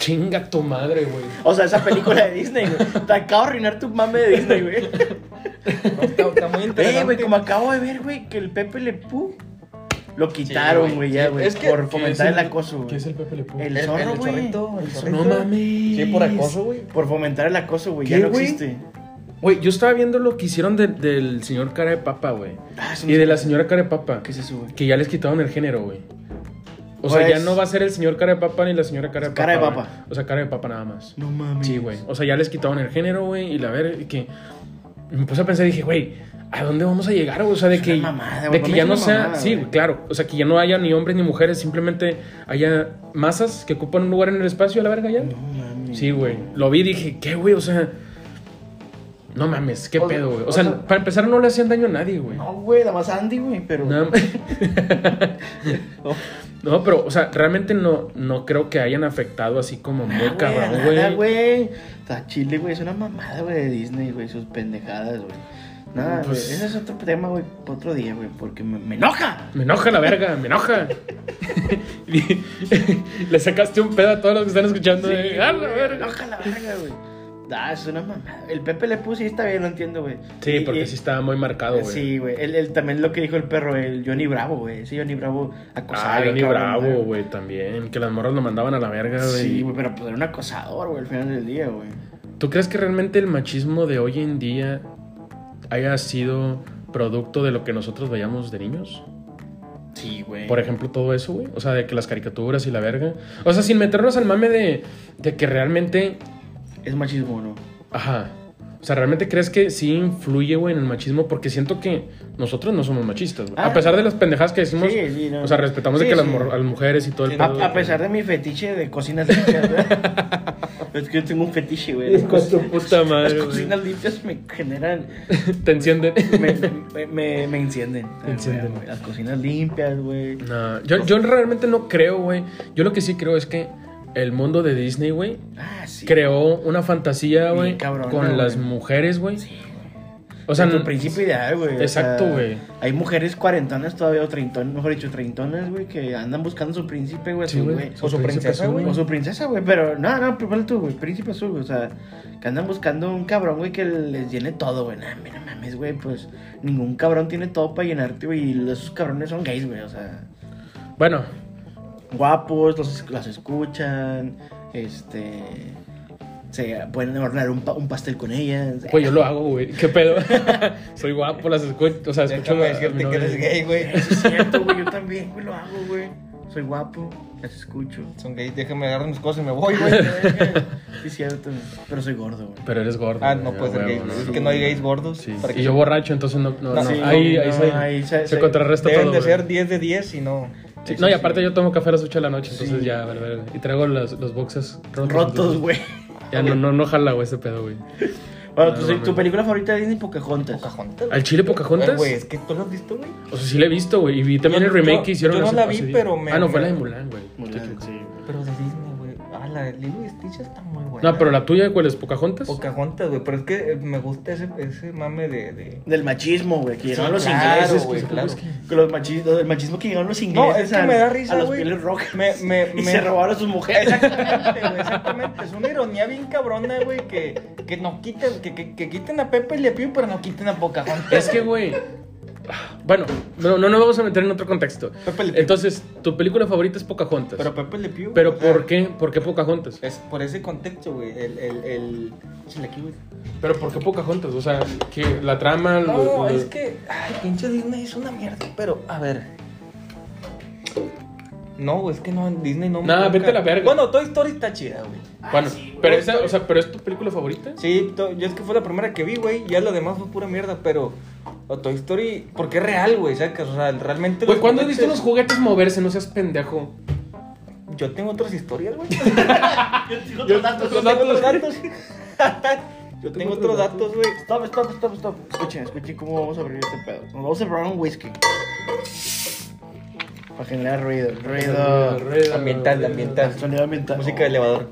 [SPEAKER 2] Chinga tu madre, güey.
[SPEAKER 1] O sea, esa película de Disney, güey. Te acabo de arruinar tu mame de Disney, güey.
[SPEAKER 3] No, está, está muy interesante.
[SPEAKER 1] Eh, güey, como acabo de ver, güey, que el Pepe Le Pú lo
[SPEAKER 3] Sí,
[SPEAKER 1] quitaron,
[SPEAKER 3] güey.
[SPEAKER 1] güey, ya,
[SPEAKER 3] Sí,
[SPEAKER 1] güey.
[SPEAKER 3] es que-
[SPEAKER 1] por
[SPEAKER 3] que
[SPEAKER 1] fomentar
[SPEAKER 2] ¿Qué es
[SPEAKER 1] el acoso, güey.
[SPEAKER 2] ¿Qué es el Pepe Le Pew?
[SPEAKER 1] El
[SPEAKER 3] El-
[SPEAKER 1] zorro,
[SPEAKER 3] el
[SPEAKER 1] güey.
[SPEAKER 3] zorrito, el
[SPEAKER 1] El
[SPEAKER 3] zorrito.
[SPEAKER 2] No
[SPEAKER 1] zorrito.
[SPEAKER 2] mames.
[SPEAKER 3] Sí, por acoso, güey.
[SPEAKER 1] Por fomentar el acoso, güey, ya
[SPEAKER 2] ¿Qué,
[SPEAKER 1] no
[SPEAKER 2] güey?
[SPEAKER 1] existe.
[SPEAKER 2] Güey, yo estaba viendo lo que hicieron de- del señor cara de papa, güey.
[SPEAKER 1] Ah, eso no
[SPEAKER 2] Y de
[SPEAKER 1] sé.
[SPEAKER 2] la señora cara de papa.
[SPEAKER 1] ¿Qué es eso, güey?
[SPEAKER 2] Que ya les quitaron el género, güey. O sea,
[SPEAKER 1] Pues-
[SPEAKER 2] ya no va a ser el señor cara de papa ni la señora cara de papa.
[SPEAKER 1] Cara de
[SPEAKER 2] güey.
[SPEAKER 1] papa.
[SPEAKER 2] O sea, cara de papa nada más.
[SPEAKER 1] No mames.
[SPEAKER 2] Sí, güey. O sea, ya les quitaron el género, güey. Y la ver que. Me puse a pensar y dije, güey, ¿a dónde vamos a llegar? güey? O sea, de
[SPEAKER 1] Es
[SPEAKER 2] que.
[SPEAKER 1] una mamada, güey.
[SPEAKER 2] de
[SPEAKER 1] Para
[SPEAKER 2] que
[SPEAKER 1] mí
[SPEAKER 2] ya
[SPEAKER 1] es
[SPEAKER 2] no
[SPEAKER 1] una
[SPEAKER 2] sea.
[SPEAKER 1] mamada,
[SPEAKER 2] sí,
[SPEAKER 1] güey.
[SPEAKER 2] claro. O sea, que ya no haya ni hombres ni mujeres. Simplemente haya masas que ocupan un lugar en el espacio a la verga ya.
[SPEAKER 1] No mames. mames.
[SPEAKER 2] Sí, güey. Lo vi y dije, ¿qué, güey? O sea. No mames, qué
[SPEAKER 3] O-
[SPEAKER 2] pedo, güey. O,
[SPEAKER 3] o
[SPEAKER 2] sea,
[SPEAKER 3] sea-
[SPEAKER 2] para empezar, no le hacían daño a nadie, güey.
[SPEAKER 1] No, güey, nada más Andy, güey, pero.
[SPEAKER 2] Nada-
[SPEAKER 1] No.
[SPEAKER 2] no, pero, o sea, realmente no, no creo que hayan afectado así como muy
[SPEAKER 1] Nada,
[SPEAKER 2] cabrón,
[SPEAKER 1] nada,
[SPEAKER 2] güey.
[SPEAKER 1] güey. O sea, Chile, güey, es una mamada, güey, de Disney, güey, sus pendejadas, güey. Nada,
[SPEAKER 2] Pues-
[SPEAKER 1] güey, ese es otro tema, güey, pa' otro día, güey, porque me, me enoja.
[SPEAKER 2] Me enoja la verga, me enoja. Le sacaste un pedo a todos los que están escuchando.
[SPEAKER 1] Sí,
[SPEAKER 2] eh. ¡Ah, la
[SPEAKER 1] güey,
[SPEAKER 2] verga!
[SPEAKER 1] Me enoja la verga, güey. Ah, es una mamada. El Pepe Le Pus sí está bien, lo entiendo, güey.
[SPEAKER 2] Sí,
[SPEAKER 1] Y-
[SPEAKER 2] porque
[SPEAKER 1] y-
[SPEAKER 2] sí estaba muy marcado, güey.
[SPEAKER 1] Sí, güey. El, el- también lo que dijo el perro, el Johnny Bravo, güey. Ese Johnny Bravo acosado.
[SPEAKER 2] Ah, Johnny
[SPEAKER 1] cabrón,
[SPEAKER 2] Bravo,
[SPEAKER 1] güey.
[SPEAKER 2] güey, también. Que las morras lo mandaban a la verga, güey.
[SPEAKER 1] Sí, güey, pero pues era un acosador, güey, al final del día, güey.
[SPEAKER 2] ¿Tú crees que realmente el machismo de hoy en día haya sido producto de lo que nosotros veíamos de niños?
[SPEAKER 1] Sí, güey.
[SPEAKER 2] Por ejemplo, todo eso, güey. O sea, de que las caricaturas y la verga. O sea, sin meternos al mame de, de que realmente.
[SPEAKER 1] Es machismo, ¿no?
[SPEAKER 2] Ajá. O sea, ¿realmente crees que sí influye, güey, en el machismo? Porque siento que nosotros no somos machistas, güey.
[SPEAKER 1] Ah.
[SPEAKER 2] A pesar de las pendejadas que decimos.
[SPEAKER 1] Sí, sí, no.
[SPEAKER 2] O sea, respetamos de
[SPEAKER 1] Sí,
[SPEAKER 2] que las,
[SPEAKER 1] sí.
[SPEAKER 2] mor- a las mujeres y todo el
[SPEAKER 3] Sí,
[SPEAKER 1] A,
[SPEAKER 2] pedo de
[SPEAKER 1] a
[SPEAKER 2] que-
[SPEAKER 1] pesar de mi fetiche de cocinas limpias, güey. es que yo tengo un fetiche, güey.
[SPEAKER 2] Hijo de tu puta madre,
[SPEAKER 1] Las
[SPEAKER 2] güey.
[SPEAKER 1] cocinas limpias me generan.
[SPEAKER 2] Te encienden.
[SPEAKER 1] Me, me, me, me encienden.
[SPEAKER 2] Te encienden.
[SPEAKER 1] Güey, Las cocinas limpias, güey.
[SPEAKER 2] No, yo, yo realmente no creo, güey. Yo lo que sí creo es que el mundo de Disney, güey,
[SPEAKER 1] Ah, sí.
[SPEAKER 2] creó una fantasía,
[SPEAKER 1] Bien
[SPEAKER 2] güey,
[SPEAKER 1] cabrona,
[SPEAKER 2] con
[SPEAKER 1] güey.
[SPEAKER 2] las mujeres, güey. O
[SPEAKER 1] O
[SPEAKER 2] sea,
[SPEAKER 1] sea, tu
[SPEAKER 2] no-
[SPEAKER 1] principio ideal, güey. o
[SPEAKER 2] Exacto,
[SPEAKER 1] sea,
[SPEAKER 2] güey.
[SPEAKER 1] hay mujeres cuarentonas todavía, o treintonas, mejor dicho, treintonas, güey, que andan buscando su príncipe, güey,
[SPEAKER 2] Sí,
[SPEAKER 1] azul,
[SPEAKER 2] güey.
[SPEAKER 1] güey.
[SPEAKER 2] Su príncipe azul, güey.
[SPEAKER 1] O su princesa, güey. Pero no, no, primero tú, güey. Príncipe azul, güey. O sea, que andan buscando un cabrón, güey, que les llene todo, güey. Nah, mira, mames, güey. Pues ningún cabrón tiene todo para llenarte, güey. Y esos cabrones son gays, güey. O sea,
[SPEAKER 2] bueno,
[SPEAKER 1] guapos, los, las escuchan, este. Se pueden ordenar un, pa- un pastel con ellas.
[SPEAKER 2] pues yo lo hago, güey. ¿Qué pedo? Soy guapo, las escucho. O sea, escucho. a- a
[SPEAKER 3] Déjame
[SPEAKER 2] mi
[SPEAKER 3] decirte que
[SPEAKER 2] novia.
[SPEAKER 3] eres gay, güey.
[SPEAKER 1] Eso es cierto, güey. Yo también, güey, lo hago, güey. Soy guapo, las escucho.
[SPEAKER 3] Son gays, déjame agarrar mis cosas y me voy, güey.
[SPEAKER 1] Sí, es cierto, güey. pero soy gordo, güey.
[SPEAKER 2] Pero eres gordo.
[SPEAKER 3] Ah,
[SPEAKER 2] güey,
[SPEAKER 3] no
[SPEAKER 2] a
[SPEAKER 3] puede ser
[SPEAKER 2] huevo,
[SPEAKER 3] gay.
[SPEAKER 2] ¿no?
[SPEAKER 3] Es que no hay gays gordos.
[SPEAKER 2] Sí.
[SPEAKER 3] para que
[SPEAKER 2] Y yo borracho, entonces no. no,
[SPEAKER 3] No,
[SPEAKER 2] no.
[SPEAKER 3] sí,
[SPEAKER 2] ahí,
[SPEAKER 1] no,
[SPEAKER 2] ahí
[SPEAKER 1] no,
[SPEAKER 2] se,
[SPEAKER 1] ahí se-
[SPEAKER 2] se
[SPEAKER 1] se-
[SPEAKER 2] contrarresta
[SPEAKER 3] Deben
[SPEAKER 2] todo.
[SPEAKER 3] de
[SPEAKER 2] güey.
[SPEAKER 3] ser 10 de 10 y no.
[SPEAKER 2] Sí,
[SPEAKER 1] Eso
[SPEAKER 2] no, y
[SPEAKER 1] sí.
[SPEAKER 2] aparte yo tomo café a las 8 de la noche, entonces
[SPEAKER 1] Sí.
[SPEAKER 2] ya, vale, vale. Y traigo los, los boxes rotos.
[SPEAKER 1] Rotos,
[SPEAKER 2] entonces
[SPEAKER 1] güey.
[SPEAKER 2] Ya no, no, no jala, güey, ese pedo, güey.
[SPEAKER 1] Bueno,
[SPEAKER 2] No,
[SPEAKER 1] tu,
[SPEAKER 2] no,
[SPEAKER 1] tu
[SPEAKER 2] güey.
[SPEAKER 1] película favorita de Disney, Pocahontas.
[SPEAKER 3] Pocahontas.
[SPEAKER 2] ¿Al Chile Pocahontas?
[SPEAKER 3] Eh, Güey, es que tú lo has visto, güey.
[SPEAKER 2] O sea, sí la he visto, güey. Y vi también
[SPEAKER 3] Yo-
[SPEAKER 2] el remake
[SPEAKER 3] yo-
[SPEAKER 2] que hicieron.
[SPEAKER 3] yo no
[SPEAKER 2] hace-
[SPEAKER 3] la vi,
[SPEAKER 2] hace-
[SPEAKER 3] pero me-
[SPEAKER 2] Ah, no, fue
[SPEAKER 3] me-
[SPEAKER 2] la de Mulan, güey.
[SPEAKER 1] Mulan,
[SPEAKER 2] Estoy-
[SPEAKER 1] sí, güey.
[SPEAKER 3] Pero de Disney, güey. Ah, la de Lilo y Stitch está muy buena.
[SPEAKER 2] No, pero la tuya, ¿cuál es? ¿Pocahontas?
[SPEAKER 3] Pocahontas, güey. Pero es que eh, me gusta ese, ese mame de. de...
[SPEAKER 1] Del machismo, güey, que llegaron los
[SPEAKER 3] claro,
[SPEAKER 1] ingleses.
[SPEAKER 3] güey,
[SPEAKER 1] pues,
[SPEAKER 3] claro.
[SPEAKER 1] es que- que los machismo, el machismo que llegaron los ingleses.
[SPEAKER 3] No, es que
[SPEAKER 1] a-
[SPEAKER 3] me da risa,
[SPEAKER 1] A los
[SPEAKER 3] güey.
[SPEAKER 1] pieles rojas.
[SPEAKER 3] Me- me-
[SPEAKER 1] y
[SPEAKER 3] me-
[SPEAKER 1] se robaron a sus mujeres.
[SPEAKER 3] Exactamente, güey, exactamente. Es una ironía bien cabrona, güey, que, que no quiten, que, que, que quiten a Pepe Le Pew, pero no quiten a Pocahontas.
[SPEAKER 2] Es que, güey. ah, Bueno, no, no nos vamos a meter en otro contexto.
[SPEAKER 3] Pepe Le Pew.
[SPEAKER 2] Entonces, tu película favorita es Pocahontas.
[SPEAKER 3] Pero Pepe Le Pew.
[SPEAKER 2] Pero
[SPEAKER 3] o sea,
[SPEAKER 2] ¿por qué? ¿Por qué Pocahontas?
[SPEAKER 3] Es por ese contexto, güey. El, el, el. Échale aquí, güey.
[SPEAKER 2] Pero ¿por qué Pocahontas? O sea, que la trama.
[SPEAKER 3] No,
[SPEAKER 2] lo- lo-
[SPEAKER 3] es que. Ay, pinche Disney es una mierda. Pero, a ver. No, güey, es que no, Disney no
[SPEAKER 2] Nah,
[SPEAKER 3] toca.
[SPEAKER 2] vete a la verga.
[SPEAKER 3] Bueno, Toy Story está chida, güey.
[SPEAKER 2] Bueno, pero esa, o sea, pero es tu película favorita.
[SPEAKER 3] Sí, to- yo es que fue la primera que vi, güey. Ya lo demás fue pura mierda, pero. o Toy Story, porque es real, güey, sacas. O sea, realmente.
[SPEAKER 2] Güey,
[SPEAKER 3] los
[SPEAKER 2] ¿cuándo has visto los
[SPEAKER 3] juguetes-
[SPEAKER 2] juguetes moverse? No seas pendejo.
[SPEAKER 3] Yo tengo otras historias, güey.
[SPEAKER 1] Otros datos.
[SPEAKER 3] Yo tengo otros datos. Yo tengo otros datos, güey.
[SPEAKER 1] Stop, stop, stop, stop. Escuchen, escuchen cómo vamos a abrir este pedo. Nos vamos a probar un whisky. Para generar ruido, ruido.
[SPEAKER 3] Ambiental, ambiental.
[SPEAKER 1] Sonido ambiental. Oh.
[SPEAKER 3] Música de elevador.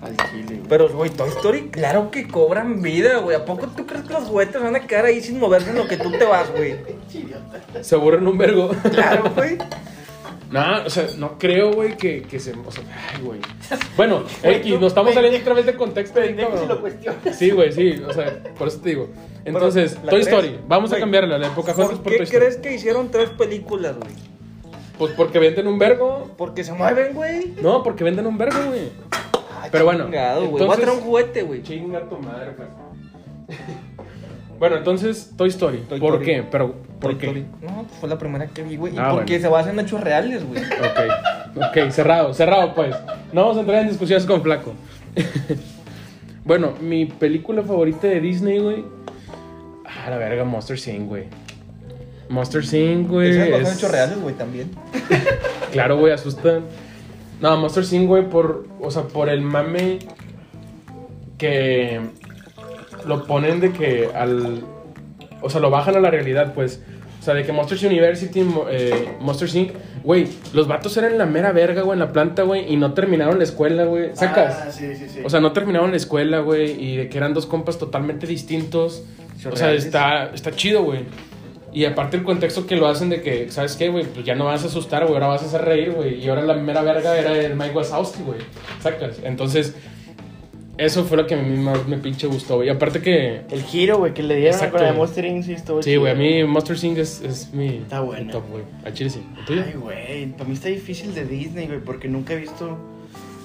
[SPEAKER 1] Al chile, güey.
[SPEAKER 3] Pero, güey, Toy Story, claro que cobran vida, güey. ¿A poco tú crees que los juguetes van a quedar ahí sin moverse en lo que tú te vas, güey?
[SPEAKER 2] Se aburren un vergo.
[SPEAKER 3] Claro, güey.
[SPEAKER 2] No, o sea, no creo, güey, que, que se. O sea, ay, güey. Bueno,
[SPEAKER 1] Güey,
[SPEAKER 2] X,
[SPEAKER 1] tú,
[SPEAKER 2] nos estamos
[SPEAKER 1] pendejo,
[SPEAKER 2] saliendo otra vez de contexto. ahí,
[SPEAKER 1] pendejo,
[SPEAKER 2] cabrón.
[SPEAKER 1] si lo cuestionas.
[SPEAKER 2] Sí, güey, sí, o sea, por eso te digo.
[SPEAKER 3] Pero,
[SPEAKER 2] Entonces,
[SPEAKER 3] ¿la
[SPEAKER 2] Toy
[SPEAKER 3] crees?
[SPEAKER 2] Story, vamos a
[SPEAKER 3] Güey,
[SPEAKER 2] cambiarla, la de Pocahontas
[SPEAKER 3] ¿Por
[SPEAKER 2] por
[SPEAKER 3] qué
[SPEAKER 2] Toy Story.
[SPEAKER 3] crees que hicieron tres películas, güey?
[SPEAKER 2] Pues porque venden un vergo.
[SPEAKER 3] Porque se mueven, güey.
[SPEAKER 2] No, porque venden un vergo, güey. Pero bueno,
[SPEAKER 3] Chingado, güey. Voy a
[SPEAKER 2] entonces-
[SPEAKER 3] traer un juguete, güey.
[SPEAKER 2] Chinga tu madre, pues. bueno, entonces, Toy Story.
[SPEAKER 3] Toy
[SPEAKER 2] ¿Por
[SPEAKER 3] Story.
[SPEAKER 2] qué? Pero, ¿por
[SPEAKER 3] Toy
[SPEAKER 2] qué?
[SPEAKER 3] Story. No, pues fue la primera que vi, güey. Y
[SPEAKER 2] Ah,
[SPEAKER 3] porque
[SPEAKER 2] bueno.
[SPEAKER 3] se basa en hechos reales, güey.
[SPEAKER 2] Ok, ok, cerrado, cerrado pues. No vamos a entrar en discusiones con Flaco. bueno, mi película favorita de Disney, güey. Ah, la verga, Monster Inc, güey. Monster Inc, güey.
[SPEAKER 3] Esas basan en
[SPEAKER 2] es-
[SPEAKER 3] hechos reales, güey, también.
[SPEAKER 2] Claro, güey, asustan. No, Monster Inc, güey, por. O sea, por el mame que lo ponen de que al. O sea, lo bajan a la realidad, pues. O sea, de que Monsters University, mo- eh, Monsters Inc., güey, los vatos eran la mera verga, güey, en la planta, güey, y no terminaron la escuela, güey. ¿Sacas?
[SPEAKER 1] Ah, sí, sí, sí.
[SPEAKER 2] O sea, no terminaron la escuela, güey, y de que eran dos compas totalmente distintos. O sea,
[SPEAKER 1] Surreales.
[SPEAKER 2] está, está chido, güey. Y aparte el contexto que lo hacen de que, ¿sabes qué, güey? Pues ya no vas a asustar, güey, ahora vas a hacer reír, güey. Y ahora la mera verga era el Mike Wazowski, güey. Sacas. Entonces, eso fue lo que a mí más me pinche gustó, güey. Y aparte que...
[SPEAKER 1] el giro, güey, que le dieron
[SPEAKER 2] Exacto,
[SPEAKER 1] con la de
[SPEAKER 2] güey.
[SPEAKER 1] Monster Inc. Sí, estuvo
[SPEAKER 2] Sí,
[SPEAKER 1] chido.
[SPEAKER 2] güey, a mí Monster Inc. es, es mi,
[SPEAKER 1] Está buena.
[SPEAKER 2] mi top, güey. A Chile sí. ¿El tuyo?
[SPEAKER 1] Ay, güey, para mí está difícil de Disney, güey, porque nunca he visto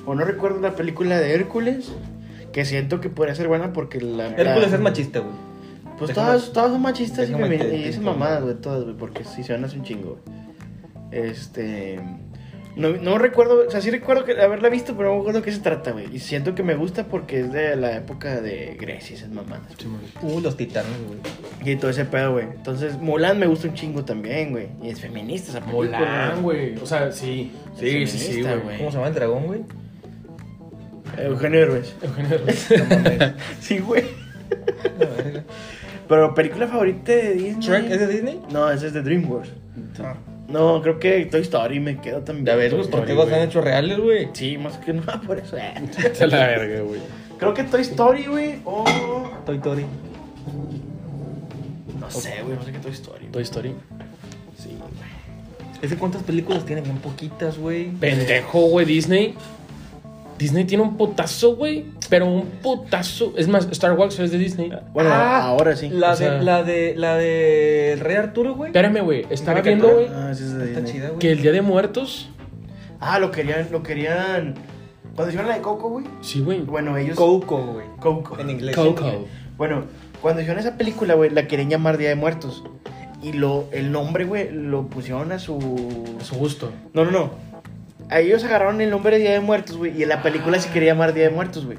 [SPEAKER 1] o no recuerdo la película de Hércules, que siento que podría ser buena porque la...
[SPEAKER 3] Hércules
[SPEAKER 1] la-
[SPEAKER 3] es machista, güey.
[SPEAKER 1] Pues
[SPEAKER 3] déjame-
[SPEAKER 1] todas, todas son machistas y,
[SPEAKER 3] déjame
[SPEAKER 1] femi-
[SPEAKER 3] te-
[SPEAKER 1] y
[SPEAKER 3] te
[SPEAKER 1] esas
[SPEAKER 3] informo.
[SPEAKER 1] mamadas, güey, todas, güey, porque si se van hace un chingo, güey. Este... No, no recuerdo, o sea, sí recuerdo que haberla visto, pero no me acuerdo de qué se trata, güey. Y siento que me gusta porque es de la época de Grecia, y esas mamadas.
[SPEAKER 2] Sí, güey.
[SPEAKER 3] Uh, los titanes, güey.
[SPEAKER 1] Y todo ese pedo, güey. Entonces, Mulan me gusta un chingo también, güey. Y es feminista esa película.
[SPEAKER 2] Mulan, güey. O sea, sí. Sí, sí, sí,
[SPEAKER 1] feminista,
[SPEAKER 2] güey.
[SPEAKER 1] güey.
[SPEAKER 3] ¿Cómo se llama el dragón, güey?
[SPEAKER 1] Eugenio Herbes.
[SPEAKER 2] Eugenio Derbez.
[SPEAKER 3] No mames.
[SPEAKER 1] Sí, güey.
[SPEAKER 3] La verga.
[SPEAKER 1] Pero película favorita de Disney.
[SPEAKER 3] ¿Shrek es de Ah. Disney?
[SPEAKER 1] No, ese es de DreamWorks. No, creo que Toy Story me quedo también.
[SPEAKER 3] Ya ves, güey,
[SPEAKER 2] Story,
[SPEAKER 3] porque los
[SPEAKER 2] güey.
[SPEAKER 3] han hecho reales, güey.
[SPEAKER 1] Sí, más que nada por eso. eh.
[SPEAKER 2] Está la verga, güey.
[SPEAKER 1] creo que Toy Story, güey. O.
[SPEAKER 3] Toy Story.
[SPEAKER 1] No sé, güey. No sé qué Toy Story. güey.
[SPEAKER 2] Toy Story.
[SPEAKER 1] Sí, güey.
[SPEAKER 3] ¿Ese cuántas películas tiene? Bien poquitas, güey.
[SPEAKER 2] Pendejo, güey, Disney. Disney tiene un putazo, güey. Pero un putazo. Es más, Star Wars es de Disney.
[SPEAKER 1] Bueno,
[SPEAKER 3] Ah,
[SPEAKER 1] ahora sí.
[SPEAKER 3] La
[SPEAKER 2] O sea-
[SPEAKER 3] de, la de, la de el Rey Arturo, güey.
[SPEAKER 2] Espérame, güey. Estaba
[SPEAKER 3] Caricatura.
[SPEAKER 2] viendo, güey,
[SPEAKER 1] Ah, sí, es de
[SPEAKER 3] Está
[SPEAKER 1] Disney.
[SPEAKER 3] chida, güey.
[SPEAKER 2] que el Día de Muertos.
[SPEAKER 1] Ah, lo querían. Lo querían. Cuando hicieron la de Coco, güey.
[SPEAKER 2] Sí, güey.
[SPEAKER 1] Bueno, ellos.
[SPEAKER 3] Coco, güey.
[SPEAKER 1] Coco.
[SPEAKER 3] En inglés.
[SPEAKER 2] Coco.
[SPEAKER 1] Bueno, cuando hicieron esa película, güey, la querían llamar Día de Muertos. Y lo, el nombre, güey, lo pusieron a su.
[SPEAKER 2] pues, A su gusto.
[SPEAKER 1] No, no, no. A ellos agarraron el nombre de Día de Muertos, güey. Y en la película se quería llamar Día de Muertos, güey.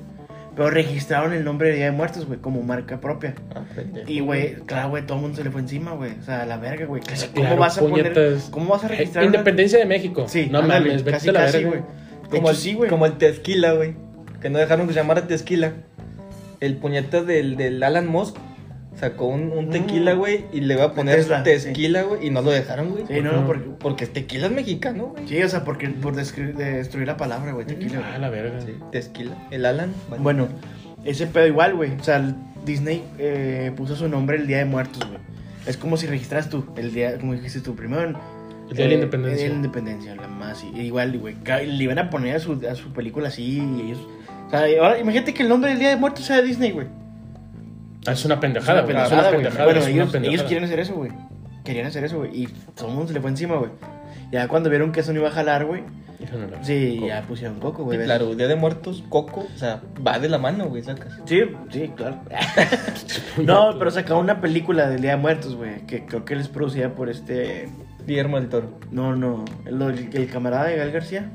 [SPEAKER 1] Pero registraron el nombre de Día de Muertos, güey, como marca propia.
[SPEAKER 3] Ah, pendejo.
[SPEAKER 1] Y, güey, claro, güey, todo el mundo se le fue encima, güey. O sea, a la verga, güey. Casi, ¿Cómo
[SPEAKER 2] Claro,
[SPEAKER 1] vas a poner.
[SPEAKER 2] puñetas.
[SPEAKER 1] ¿Cómo vas a registrar?
[SPEAKER 2] Eh,
[SPEAKER 1] una-
[SPEAKER 2] Independencia de México.
[SPEAKER 1] Pues, Sí,
[SPEAKER 2] no
[SPEAKER 1] ándale,
[SPEAKER 2] mames, vete
[SPEAKER 1] casi,
[SPEAKER 2] a la
[SPEAKER 1] casi,
[SPEAKER 2] verga,
[SPEAKER 1] güey.
[SPEAKER 2] güey.
[SPEAKER 1] De
[SPEAKER 3] Como
[SPEAKER 1] hecho,
[SPEAKER 3] el,
[SPEAKER 1] sí, güey.
[SPEAKER 3] Como el Tequila, güey. Que no dejaron que se llamara Tequila. El puñetas del, del Alan Musk sacó un, un tequila,
[SPEAKER 1] Mm.
[SPEAKER 3] güey, y le iba a poner
[SPEAKER 1] Tesla,
[SPEAKER 3] Tequila, güey, y no lo dejaron, güey.
[SPEAKER 1] Sí, no, no, porque.
[SPEAKER 3] Porque tequila es mexicano, güey.
[SPEAKER 1] Sí, o sea, porque por descri- de- destruir la palabra, güey, tequila, güey.
[SPEAKER 2] Ah, la verga.
[SPEAKER 3] Sí, tequila. El Alan. vale.
[SPEAKER 1] Bueno, ese pedo igual, güey. O sea, el- Disney eh, puso su nombre el Día de Muertos, güey. Es como si registras tú, el día, como dijiste tú primero. en-
[SPEAKER 2] El Día de la
[SPEAKER 1] eh,
[SPEAKER 2] Independencia.
[SPEAKER 1] El Día de la Independencia, la más. y- Igual, güey. ca- Le iban a poner a su, a su película así. Y ellos, o sea, y ahora imagínate que el nombre del Día de Muertos sea de Disney, güey.
[SPEAKER 2] Ah, Es una pendejada, güey. Es una
[SPEAKER 1] güey.
[SPEAKER 2] pendejada.
[SPEAKER 1] Bueno,
[SPEAKER 2] es una
[SPEAKER 1] ellos,
[SPEAKER 2] pendejada.
[SPEAKER 1] ellos quieren hacer eso, güey. Querían hacer eso, güey. Y todo el mundo se le fue encima, güey. Ya cuando vieron que eso no iba a jalar, güey.
[SPEAKER 2] Híjole, la-
[SPEAKER 1] Sí,
[SPEAKER 3] Coco.
[SPEAKER 1] ya pusieron coco,
[SPEAKER 3] Y
[SPEAKER 1] güey.
[SPEAKER 3] claro, Día de Muertos, Coco, o sea, va de la mano, güey, sacas.
[SPEAKER 1] Sí, sí, claro. no, pero sacaron una película del Día de Muertos, güey, que creo que les producía por este...
[SPEAKER 3] Guillermo del Toro.
[SPEAKER 1] No, no, el, el camarada de Gal García,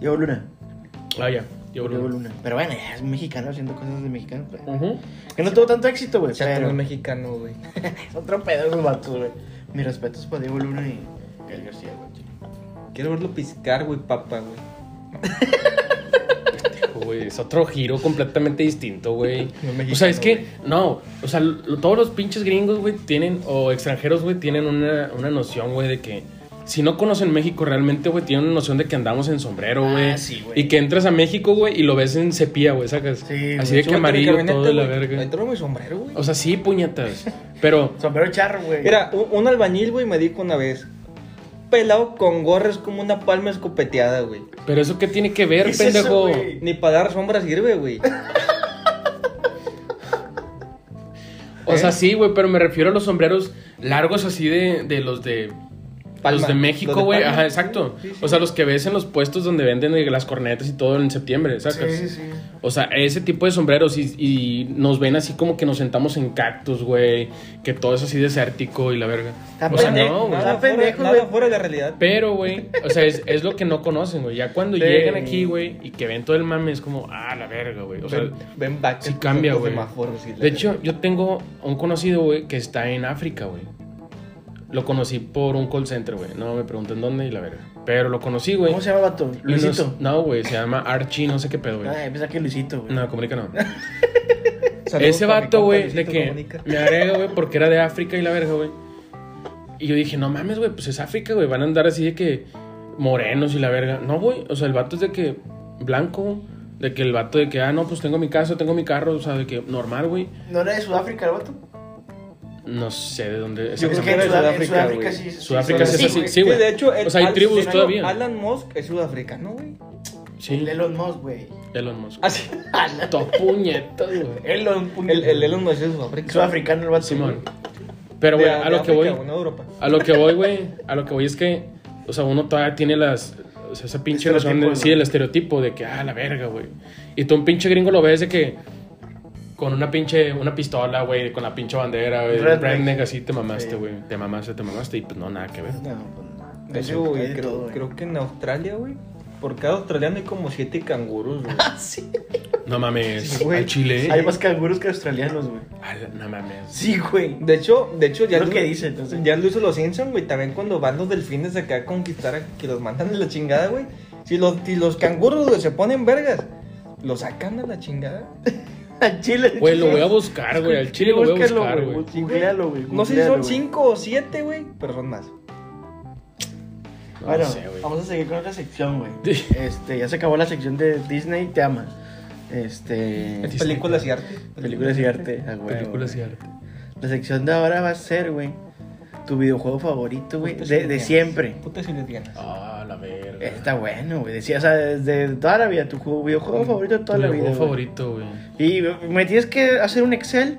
[SPEAKER 1] Diego Luna.
[SPEAKER 2] Ah, ya. Yo, bro.
[SPEAKER 1] Diego Luna. Pero bueno, ya es mexicano haciendo cosas de mexicano. pues.
[SPEAKER 2] Ujú.
[SPEAKER 1] Que no tuvo tanto éxito, güey.
[SPEAKER 3] Chato
[SPEAKER 1] Pues Pero
[SPEAKER 3] es mexicano, güey.
[SPEAKER 1] es otro pedo esos vatos, güey. Mis respetos para Diego Luna y Gal García, güey.
[SPEAKER 3] Quiero verlo piscar, güey, papa, güey.
[SPEAKER 2] Hijo, güey, es otro giro completamente distinto, güey.
[SPEAKER 3] No es mexicano,
[SPEAKER 2] O sea, es
[SPEAKER 3] güey.
[SPEAKER 2] que, no, o sea, lo- todos los pinches gringos, güey, tienen, o extranjeros, güey, tienen una, una noción, güey, de que si no conocen México realmente, güey, tienen una noción de que andamos en sombrero,
[SPEAKER 1] Ah,
[SPEAKER 2] güey.
[SPEAKER 1] sí, güey.
[SPEAKER 2] y que entras a México, güey, y lo ves en cepilla, güey, sacas.
[SPEAKER 1] Sí,
[SPEAKER 2] Así
[SPEAKER 1] güey.
[SPEAKER 2] de que amarillo
[SPEAKER 3] Súbete a mi
[SPEAKER 2] todo de la
[SPEAKER 3] camioneta, güey. Ahí
[SPEAKER 2] verga.
[SPEAKER 3] traigo mi sombrero, güey.
[SPEAKER 2] O sea, sí, puñetas. Pero,
[SPEAKER 1] Sombrero charro, güey.
[SPEAKER 3] Mira, un, un albañil, güey, me dijo una vez. Pelado con gorra es como una palma escopeteada, güey.
[SPEAKER 2] pero eso qué tiene que ver,
[SPEAKER 1] ¿Qué es eso,
[SPEAKER 2] pendejo.
[SPEAKER 1] güey?
[SPEAKER 3] Ni para dar sombra sirve, güey.
[SPEAKER 2] o sea, sí, güey, pero me refiero a los sombreros largos así de, de los de Los de
[SPEAKER 3] Palma. Los de
[SPEAKER 2] México, güey.
[SPEAKER 3] Palma.
[SPEAKER 2] Ajá, exacto.
[SPEAKER 3] Sí, sí.
[SPEAKER 2] O sea, los que ves en los puestos donde venden eh, las cornetas y todo en septiembre, ¿sacas?
[SPEAKER 1] Sí, sí, sí.
[SPEAKER 2] O sea, ese tipo de sombreros y, y nos ven así como que nos sentamos en cactus, güey. Que todo es así desértico y la verga.
[SPEAKER 1] Está
[SPEAKER 2] O sea,
[SPEAKER 1] pendejo,
[SPEAKER 2] no, güey.
[SPEAKER 1] está
[SPEAKER 3] Nada fuera-
[SPEAKER 1] pendejo,
[SPEAKER 3] nada
[SPEAKER 1] güey.
[SPEAKER 3] fuera de la realidad.
[SPEAKER 2] Pero, güey, o sea, es, es lo que no conocen, güey. Ya cuando
[SPEAKER 1] Sí.
[SPEAKER 2] llegan aquí, güey, y que ven todo el mame, es como, ah, la verga, güey. O sea,
[SPEAKER 3] ven, ven back.
[SPEAKER 2] sí cambia,
[SPEAKER 3] los
[SPEAKER 2] güey.
[SPEAKER 3] semáforos y la-
[SPEAKER 2] De hecho, yo tengo a un conocido, güey, que está en África, güey. Lo conocí por un call center, güey. No me pregunten dónde y la verga. Pero lo conocí, güey.
[SPEAKER 1] ¿Cómo se llama el vato?
[SPEAKER 2] Y nos-
[SPEAKER 1] Luisito.
[SPEAKER 2] no, güey, se llama Archie, no sé qué pedo, güey.
[SPEAKER 1] Ah, pensaba que Luisito, güey.
[SPEAKER 2] No, comunica no.
[SPEAKER 3] Saludos
[SPEAKER 2] Ese
[SPEAKER 3] para mi
[SPEAKER 2] vato,
[SPEAKER 3] compa
[SPEAKER 2] güey, de
[SPEAKER 3] Luisito
[SPEAKER 2] que
[SPEAKER 3] Comunica.
[SPEAKER 2] me agrega, güey, porque era de África y la verga, güey. Y yo dije, no mames, güey, pues es África, güey, van a andar así de que morenos y la verga. No, güey, o sea, el vato es de que blanco, de que el vato de que, ah, no, pues tengo mi casa, tengo mi carro, o sea, de que normal, güey.
[SPEAKER 1] ¿No era de Sudáfrica el vato?
[SPEAKER 2] No sé de dónde.
[SPEAKER 3] Yo
[SPEAKER 1] Es
[SPEAKER 3] creo
[SPEAKER 1] que en
[SPEAKER 3] era de
[SPEAKER 1] Sudáfrica, en
[SPEAKER 3] Sudáfrica,
[SPEAKER 1] Sudáfrica
[SPEAKER 3] güey.
[SPEAKER 1] sí.
[SPEAKER 2] Sudáfrica
[SPEAKER 1] son
[SPEAKER 2] sí es
[SPEAKER 1] así,
[SPEAKER 2] así, sí, güey.
[SPEAKER 3] de hecho,
[SPEAKER 2] O sea, hay
[SPEAKER 3] Al-
[SPEAKER 2] tribus
[SPEAKER 3] Alan-
[SPEAKER 2] todavía.
[SPEAKER 3] Alan Musk es sudafricano, güey.
[SPEAKER 2] Sí,
[SPEAKER 1] El Elon Musk, güey.
[SPEAKER 2] Elon Musk.
[SPEAKER 3] Así.
[SPEAKER 2] Todo puñetas, güey.
[SPEAKER 1] Elon, puño.
[SPEAKER 3] El, el Elon Musk es sudafricano.
[SPEAKER 1] Sudafricano el vato.
[SPEAKER 2] Simón. Pero, güey,
[SPEAKER 3] De-
[SPEAKER 2] a
[SPEAKER 3] de
[SPEAKER 2] lo que
[SPEAKER 3] África,
[SPEAKER 2] voy.
[SPEAKER 3] bueno, de Europa.
[SPEAKER 2] A lo que voy, güey. A lo que voy es que, o sea, uno todavía tiene las. O sea, esa pinche razón.
[SPEAKER 1] Estereotipo,
[SPEAKER 2] de-
[SPEAKER 1] ¿no?
[SPEAKER 2] sí, el estereotipo de que, ah, la verga, güey. Y tú un pinche gringo lo ves de que. Con una pinche. Una pistola, güey. Con la pinche bandera, güey.
[SPEAKER 1] Redneck.
[SPEAKER 2] Redneck, así te mamaste,
[SPEAKER 1] Sí.
[SPEAKER 2] güey. Te mamaste, te mamaste. Y pues no, nada que ver.
[SPEAKER 1] No, pues no.
[SPEAKER 3] De hecho,
[SPEAKER 1] Eso,
[SPEAKER 3] güey,
[SPEAKER 1] hay de
[SPEAKER 3] creo,
[SPEAKER 1] todo, güey.
[SPEAKER 3] creo que en Australia, güey, por cada australiano hay como siete canguros, güey.
[SPEAKER 1] Sí,
[SPEAKER 2] No mames.
[SPEAKER 1] güey.
[SPEAKER 2] al Chile. ¿eh?
[SPEAKER 1] Hay más canguros que australianos, güey.
[SPEAKER 2] Al- no mames.
[SPEAKER 1] Sí, güey.
[SPEAKER 3] De hecho, de hecho ya
[SPEAKER 1] Es lo que dice, entonces.
[SPEAKER 3] Ya lo hizo los Simpson, güey, también cuando van los delfines acá a conquistar a que los mandan de la chingada, güey. Si los, si los canguros güey, se ponen vergas, los sacan de la chingada.
[SPEAKER 1] A Chile.
[SPEAKER 2] Güey, lo voy a buscar, güey. Al Chile lo voy a
[SPEAKER 1] Búscalo,
[SPEAKER 2] buscar, güey.
[SPEAKER 1] Googlealo, güey.
[SPEAKER 3] No sé si son
[SPEAKER 1] googlealo, güey.
[SPEAKER 3] cinco o siete, güey, pero son más.
[SPEAKER 2] No
[SPEAKER 1] Bueno,
[SPEAKER 2] sé, güey.
[SPEAKER 1] vamos a seguir con otra sección, güey.
[SPEAKER 2] Sí.
[SPEAKER 1] Este, ya se acabó la sección de Disney te ama. Este.
[SPEAKER 2] Disney.
[SPEAKER 3] Películas y arte.
[SPEAKER 1] Películas y arte. a huevo,
[SPEAKER 2] Películas y
[SPEAKER 1] güey.
[SPEAKER 2] arte.
[SPEAKER 1] La sección de ahora va a ser, güey. Tu videojuego favorito, güey.
[SPEAKER 2] Pues,
[SPEAKER 3] Putas
[SPEAKER 1] De,
[SPEAKER 3] y
[SPEAKER 1] de
[SPEAKER 3] lesbianas.
[SPEAKER 1] siempre.
[SPEAKER 3] Putas y lesbianas.
[SPEAKER 2] Ah, la verga.
[SPEAKER 1] Está bueno, güey. Decía, o sea, desde toda la vida, tu juego- videojuego favorito de toda
[SPEAKER 2] Tu
[SPEAKER 1] la vida.
[SPEAKER 2] videojuego
[SPEAKER 1] güey.
[SPEAKER 2] favorito, güey.
[SPEAKER 1] Y me tienes que hacer un Excel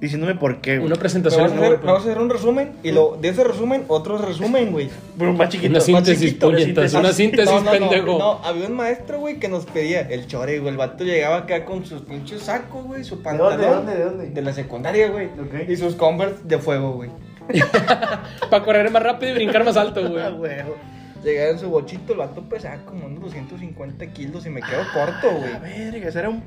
[SPEAKER 1] diciéndome por qué, güey.
[SPEAKER 2] Una
[SPEAKER 3] Me
[SPEAKER 2] presentación.
[SPEAKER 3] vas, a
[SPEAKER 2] ¿no, güey? pues.
[SPEAKER 3] hacer,
[SPEAKER 1] pues.
[SPEAKER 3] me vas a hacer un resumen y lo, de ese resumen, otro resumen, güey.
[SPEAKER 1] Pero más chiquito.
[SPEAKER 2] Una
[SPEAKER 1] más
[SPEAKER 2] síntesis,
[SPEAKER 1] chiquito,
[SPEAKER 2] puñetas. Una síntesis,
[SPEAKER 3] No, no, no,
[SPEAKER 2] pendejo.
[SPEAKER 3] No, había un maestro, güey, que nos pedía el chore, güey. El vato llegaba acá con sus pinches sacos, güey, su pantalón.
[SPEAKER 1] dónde, de dónde?
[SPEAKER 3] De la secundaria, güey.
[SPEAKER 1] Ok.
[SPEAKER 3] Y sus Converse de fuego, güey.
[SPEAKER 2] Para correr más rápido y brincar más alto, güey.
[SPEAKER 1] Ah, güey.
[SPEAKER 3] Llegaba en su bochito, el vato pesaba como unos 250 kilos y me quedo corto,
[SPEAKER 1] Ah, La
[SPEAKER 3] güey.
[SPEAKER 1] verga, ese era un.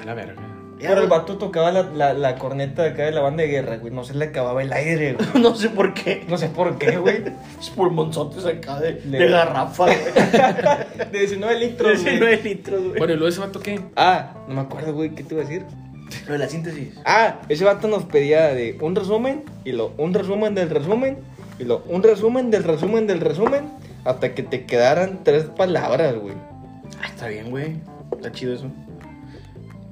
[SPEAKER 2] A la verga.
[SPEAKER 3] Pero el vato tocaba la, la, la corneta de acá de la banda de guerra, güey. No se le acababa el aire, güey.
[SPEAKER 1] No sé por qué.
[SPEAKER 3] No sé por qué, güey.
[SPEAKER 1] Es pulmonzotes acá de,
[SPEAKER 3] De-
[SPEAKER 1] de garrafa, güey.
[SPEAKER 3] De 19 litros, güey.
[SPEAKER 1] 19 litros, güey.
[SPEAKER 2] Bueno, ¿y luego ese vato qué?
[SPEAKER 3] Ah, no me acuerdo, güey, ¿qué te iba a decir?
[SPEAKER 1] Lo de la síntesis.
[SPEAKER 3] Ah, ese vato nos pedía de un resumen y lo un resumen del resumen y lo un resumen del resumen del resumen hasta que te quedaran tres palabras, güey.
[SPEAKER 1] Ah, está bien, güey. Está chido eso.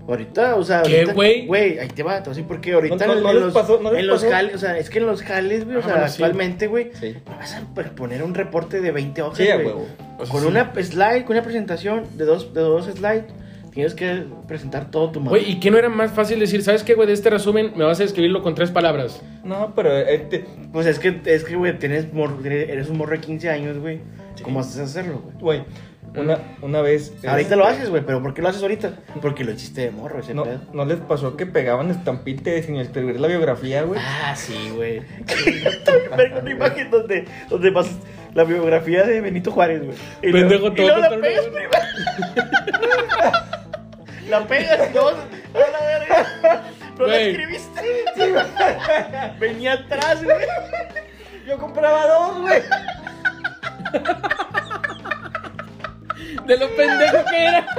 [SPEAKER 1] Ahorita, o sea,
[SPEAKER 2] ¿Qué,
[SPEAKER 1] ahorita-
[SPEAKER 2] güey?
[SPEAKER 1] Güey, ahí te va, así porque ahorita
[SPEAKER 3] No, no,
[SPEAKER 1] en,
[SPEAKER 3] no
[SPEAKER 1] en
[SPEAKER 3] les
[SPEAKER 1] los,
[SPEAKER 3] pasó, no les
[SPEAKER 1] en los
[SPEAKER 3] pasó.
[SPEAKER 1] jales, o sea, es que en los jales, güey, o
[SPEAKER 2] Ah,
[SPEAKER 1] sea,
[SPEAKER 2] bueno, sí.
[SPEAKER 1] actualmente, güey,
[SPEAKER 3] Sí.
[SPEAKER 1] me vas a per- poner un reporte de 20 hojas,
[SPEAKER 3] Sí, a
[SPEAKER 1] güey.
[SPEAKER 3] huevo.
[SPEAKER 2] O sea,
[SPEAKER 1] con
[SPEAKER 2] sí.
[SPEAKER 1] una slide, con una presentación de dos, de dos slides, tienes que presentar todo tu mapa.
[SPEAKER 2] Güey, ¿y qué no era más fácil decir? ¿Sabes qué, güey? De este resumen me vas a escribirlo con tres palabras.
[SPEAKER 3] No, pero este,
[SPEAKER 1] Pues es que, es que, güey, tienes mor- eres un morro de 15 años, güey. ¿Cómo haces hacerlo, güey?
[SPEAKER 3] güey, una, una vez.
[SPEAKER 1] Ah, Ahorita
[SPEAKER 3] este,
[SPEAKER 1] lo haces, güey, pero ¿por qué lo haces ahorita? Porque lo hiciste de morro, ese
[SPEAKER 3] No,
[SPEAKER 1] pedo.
[SPEAKER 3] no les pasó que pegaban estampites sin escribir la biografía, güey.
[SPEAKER 1] Ah, sí, güey. Verga, una imagen donde, donde vas la biografía de Benito Juárez, güey. Y luego-
[SPEAKER 2] Pendejo,
[SPEAKER 1] y
[SPEAKER 2] todo
[SPEAKER 1] luego la
[SPEAKER 2] contra-
[SPEAKER 1] pegas primero. la pegas y luego- a la verga. No la
[SPEAKER 2] Güey.
[SPEAKER 1] escribiste. Venía atrás, güey.
[SPEAKER 3] Yo compraba dos, güey.
[SPEAKER 2] De lo pendejo que era.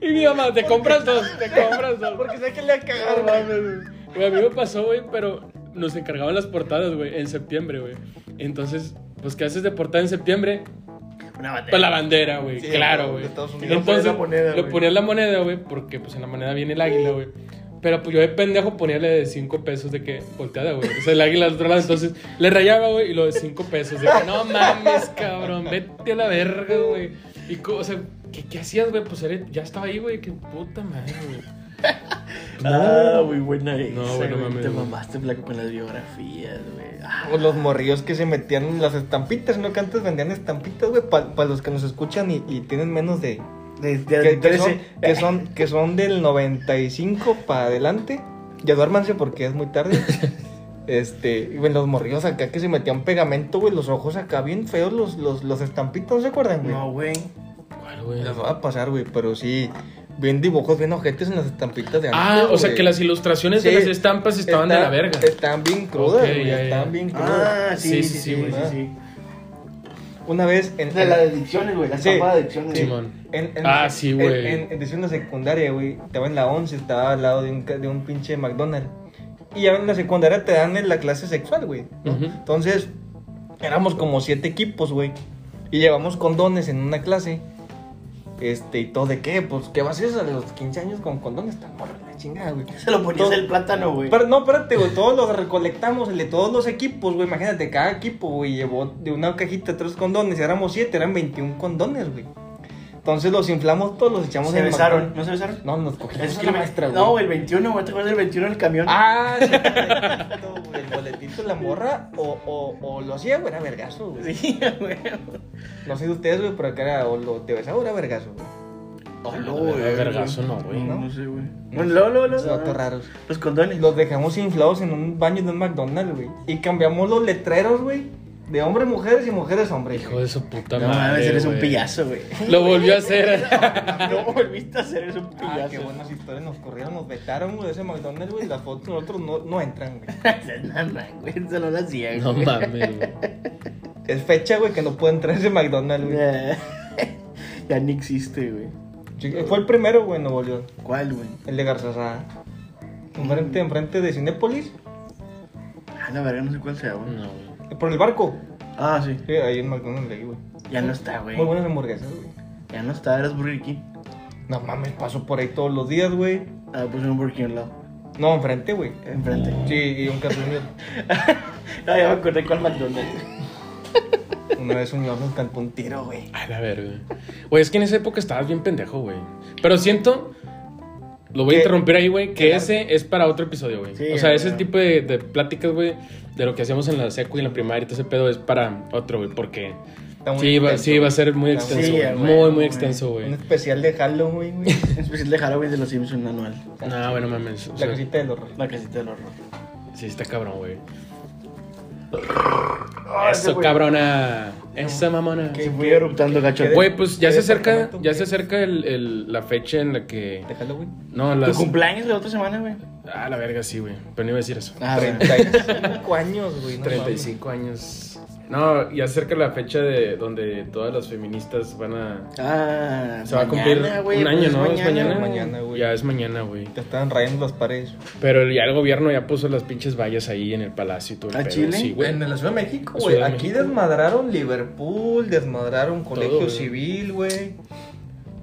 [SPEAKER 2] Y mi mamá, te compras dos, te compras dos.
[SPEAKER 3] Porque sé que le
[SPEAKER 2] No
[SPEAKER 3] cagaron.
[SPEAKER 2] mames, güey. Güey, a mí me pasó, güey, pero nos encargaban las portadas, güey, en septiembre, güey. Entonces, pues, ¿qué haces de portada en septiembre?
[SPEAKER 1] Una
[SPEAKER 2] Pues la
[SPEAKER 1] batalla.
[SPEAKER 2] bandera, güey.
[SPEAKER 3] Sí,
[SPEAKER 2] claro,
[SPEAKER 3] de
[SPEAKER 2] güey.
[SPEAKER 3] Estados Unidos.
[SPEAKER 1] Y no ponías
[SPEAKER 2] Entonces,
[SPEAKER 1] la moneda,
[SPEAKER 2] le
[SPEAKER 1] güey.
[SPEAKER 2] ponías la moneda, güey, porque pues en la moneda viene el águila, güey. Pero pues yo de pendejo ponía la de 5 pesos de que volteada, güey. O sea, el águila al otro lado, entonces le rayaba, güey, y lo de 5 pesos. De que no mames, cabrón, vete a la verga, güey. Y, co- o sea, ¿qué, qué hacías, güey? Pues era- ya estaba ahí, güey, qué puta madre, güey.
[SPEAKER 1] Ah, muy buena
[SPEAKER 2] No,
[SPEAKER 1] esa,
[SPEAKER 2] güey, no
[SPEAKER 1] güey.
[SPEAKER 2] mames,
[SPEAKER 1] Te
[SPEAKER 2] güey.
[SPEAKER 1] mamaste, flaco, con las biografías, güey. Ah,
[SPEAKER 3] O los morrillos que se metían en las estampitas, ¿no? Que antes vendían estampitas, güey, para los que nos escuchan y, y tienen menos de...
[SPEAKER 1] desde
[SPEAKER 3] Que, que son,
[SPEAKER 1] 13.
[SPEAKER 3] que, son, que son del 95 para adelante. Ya duérmanse porque es muy tarde. Este, y, güey, los morrillos acá que se metían pegamento, güey, los ojos acá bien feos, los, los, los estampitas, ¿no se acuerdan, güey?
[SPEAKER 1] No, güey.
[SPEAKER 2] ¿Cuál, güey?
[SPEAKER 3] Las va a pasar, güey, pero sí, bien dibujos, bien ojetes en las estampitas de
[SPEAKER 2] Ah,
[SPEAKER 3] antes,
[SPEAKER 2] o sea
[SPEAKER 3] güey.
[SPEAKER 2] que las ilustraciones
[SPEAKER 3] Sí.
[SPEAKER 2] de las estampas estaban de
[SPEAKER 3] Está- este
[SPEAKER 2] la verga.
[SPEAKER 3] Están bien crudas,
[SPEAKER 2] Ok,
[SPEAKER 3] güey,
[SPEAKER 2] ya, ya.
[SPEAKER 3] están bien crudas.
[SPEAKER 1] Ah, sí, sí, sí,
[SPEAKER 2] sí,
[SPEAKER 1] güey, sí,
[SPEAKER 3] ¿verdad?
[SPEAKER 1] sí.
[SPEAKER 3] una vez en,
[SPEAKER 1] De las adicciones, güey, la
[SPEAKER 3] Sí.
[SPEAKER 1] sopa de adicciones. güey.
[SPEAKER 2] Simón.
[SPEAKER 3] en- en-
[SPEAKER 2] Ah, sí, güey.
[SPEAKER 3] En, en, en decía una secundaria, güey. Estaba en la 11, estaba al lado de un, ca- de un pinche McDonald's. Y ya en la secundaria te dan en la clase sexual, güey. ¿no?
[SPEAKER 2] Ujú.
[SPEAKER 3] Entonces, éramos como siete equipos, güey. Y llevamos condones en una clase. Este, y todo de qué, pues, ¿qué vas a hacer a los 15 años con condones tan morra la chingada, güey?
[SPEAKER 1] Se lo ponías
[SPEAKER 3] Todo-
[SPEAKER 1] el plátano, güey.
[SPEAKER 3] Pero, no, espérate, güey, todos los recolectamos, el de todos los equipos, güey, imagínate, cada equipo, güey, llevó de una cajita tres condones, éramos siete, eran 21 condones, güey. Entonces los inflamos todos, los echamos
[SPEAKER 1] Se
[SPEAKER 3] en el
[SPEAKER 1] besaron,
[SPEAKER 3] McDonald's.
[SPEAKER 1] ¿no se besaron?
[SPEAKER 3] No, nos cogimos
[SPEAKER 1] Es
[SPEAKER 3] a
[SPEAKER 1] que
[SPEAKER 3] la
[SPEAKER 1] me-
[SPEAKER 3] maestra, güey.
[SPEAKER 1] No, güey, el 21, güey, ¿te acuerdas del 21 en el camión?
[SPEAKER 3] Ah, sí, el boletito, güey, el boletito, la morra, o, o, o lo hacía, güey, era vergazo, güey.
[SPEAKER 1] Sí, güey.
[SPEAKER 3] No sé de ustedes, güey, pero acá era, o lo te besaba o era vergazo, güey.
[SPEAKER 1] Hola,
[SPEAKER 2] No, güey, vergazo no, güey.
[SPEAKER 1] No,
[SPEAKER 3] ¿no?
[SPEAKER 1] no sé, güey. Bueno, luego, luego,
[SPEAKER 3] Esos
[SPEAKER 1] luego. ah,
[SPEAKER 3] datos raros.
[SPEAKER 1] Los condones.
[SPEAKER 3] Los dejamos inflados en un baño de un McDonald's, güey. Y cambiamos los letreros, güey. De hombre mujeres y mujeres hombres.
[SPEAKER 2] Hijo de su puta
[SPEAKER 1] No
[SPEAKER 2] madre.
[SPEAKER 1] mames, eres un
[SPEAKER 2] güey.
[SPEAKER 1] pillazo, güey.
[SPEAKER 2] Lo volvió a hacer.
[SPEAKER 1] No volviste a ser, eres un
[SPEAKER 3] Ah, qué
[SPEAKER 1] pillazo.
[SPEAKER 3] buenas historias nos corrieron, nos vetaron, güey, de ese McDonald's, güey. Las fotos nosotros no, no entran, güey.
[SPEAKER 1] Nada, güey, eso no lo hacía,
[SPEAKER 2] No
[SPEAKER 1] güey.
[SPEAKER 2] mames, güey.
[SPEAKER 3] Es fecha, güey, que no puede entrar ese McDonald's, güey.
[SPEAKER 1] Ya- Ya ni existe, güey.
[SPEAKER 3] Chica, Fue el primero, güey, en Nuevo León.
[SPEAKER 1] ¿Cuál, güey?
[SPEAKER 3] El de Garzazada. Enfrente, enfrente de Cinépolis,
[SPEAKER 1] Ah, la verga, no sé cuál sea, güey.
[SPEAKER 2] No, güey.
[SPEAKER 3] eh, por el barco.
[SPEAKER 1] Ah, sí.
[SPEAKER 3] Sí, ahí en McDonald's, ahí, güey.
[SPEAKER 1] Ya no está, güey.
[SPEAKER 3] Muy buenas hamburguesas, güey.
[SPEAKER 1] Ya no está, eras Burger King.
[SPEAKER 3] No mames, paso por ahí todos los días, güey.
[SPEAKER 1] Ah, puse un Burger King al lado.
[SPEAKER 3] No, enfrente, güey.
[SPEAKER 1] Enfrente.
[SPEAKER 3] Sí, y un cartón
[SPEAKER 1] No, ya me acordé cuál McDonald's.
[SPEAKER 3] Una vez un ñor nos cantó un tiro, güey.
[SPEAKER 2] A la verga. Güey, es que en esa época estabas bien pendejo, güey. Pero siento. Lo voy a
[SPEAKER 3] Que-
[SPEAKER 2] interrumpir ahí, güey, que
[SPEAKER 3] que la-
[SPEAKER 2] ese es para otro episodio, güey.
[SPEAKER 1] Sí,
[SPEAKER 2] o sea,
[SPEAKER 1] güey.
[SPEAKER 2] ese tipo de, de pláticas, güey, de lo que hacíamos en la secu y en la primaria y todo ese pedo es para otro, güey, porque
[SPEAKER 3] Está muy
[SPEAKER 2] sí, va,
[SPEAKER 3] intenso,
[SPEAKER 2] sí va a
[SPEAKER 3] güey.
[SPEAKER 2] ser muy
[SPEAKER 3] Está
[SPEAKER 2] extenso,
[SPEAKER 1] Sí,
[SPEAKER 2] güey.
[SPEAKER 1] güey,
[SPEAKER 2] muy, muy
[SPEAKER 1] güey.
[SPEAKER 2] extenso,
[SPEAKER 3] Un
[SPEAKER 2] güey.
[SPEAKER 3] especial de Halloween, güey.
[SPEAKER 1] En especial de Halloween de los Simpsons anual.
[SPEAKER 2] No, bueno, mames. o
[SPEAKER 3] La
[SPEAKER 2] sea,
[SPEAKER 3] casita del horror.
[SPEAKER 1] La casita del horror.
[SPEAKER 2] sí, está cabrón, güey.
[SPEAKER 1] Ay,
[SPEAKER 2] Eso,
[SPEAKER 1] güey.
[SPEAKER 2] cabrona. Esa mamona.
[SPEAKER 1] Se fue eruptando, gacho.
[SPEAKER 3] qué-
[SPEAKER 2] Güey, pues ya
[SPEAKER 3] qué
[SPEAKER 2] se acerca,
[SPEAKER 3] departamento,
[SPEAKER 2] ya
[SPEAKER 3] qué?
[SPEAKER 2] se acerca el- el- la fecha en la que.
[SPEAKER 3] De Halloween.
[SPEAKER 2] No,
[SPEAKER 1] Tu
[SPEAKER 2] las.
[SPEAKER 1] cumpleaños de la otra semana, güey.
[SPEAKER 2] Ah, la verga, sí, güey. Pero no iba a decir eso.
[SPEAKER 1] Ah, bueno.
[SPEAKER 3] 35 años, güey. no
[SPEAKER 2] 35 años. No, ya acerca la fecha de donde todas las feministas van a.
[SPEAKER 1] Ah,
[SPEAKER 2] Se va a cumplir
[SPEAKER 1] mañana, güey,
[SPEAKER 2] un
[SPEAKER 1] pues,
[SPEAKER 2] año, ¿no? Es mañana.
[SPEAKER 1] güey.
[SPEAKER 3] Mañana, güey.
[SPEAKER 2] Ya es mañana, güey.
[SPEAKER 3] mames. Te estaban rayando las paredes.
[SPEAKER 2] Pero ya el gobierno ya puso las pinches vallas ahí en el palacio y todo el
[SPEAKER 1] ¿A
[SPEAKER 2] pedo.
[SPEAKER 1] Chile?
[SPEAKER 2] Sí, güey.
[SPEAKER 3] En la Ciudad de México,
[SPEAKER 2] La
[SPEAKER 3] güey.
[SPEAKER 2] Ciudad de
[SPEAKER 3] Aquí
[SPEAKER 2] México.
[SPEAKER 3] desmadraron Liverpool, desmadraron Colegio
[SPEAKER 2] güey.
[SPEAKER 3] Civil, güey.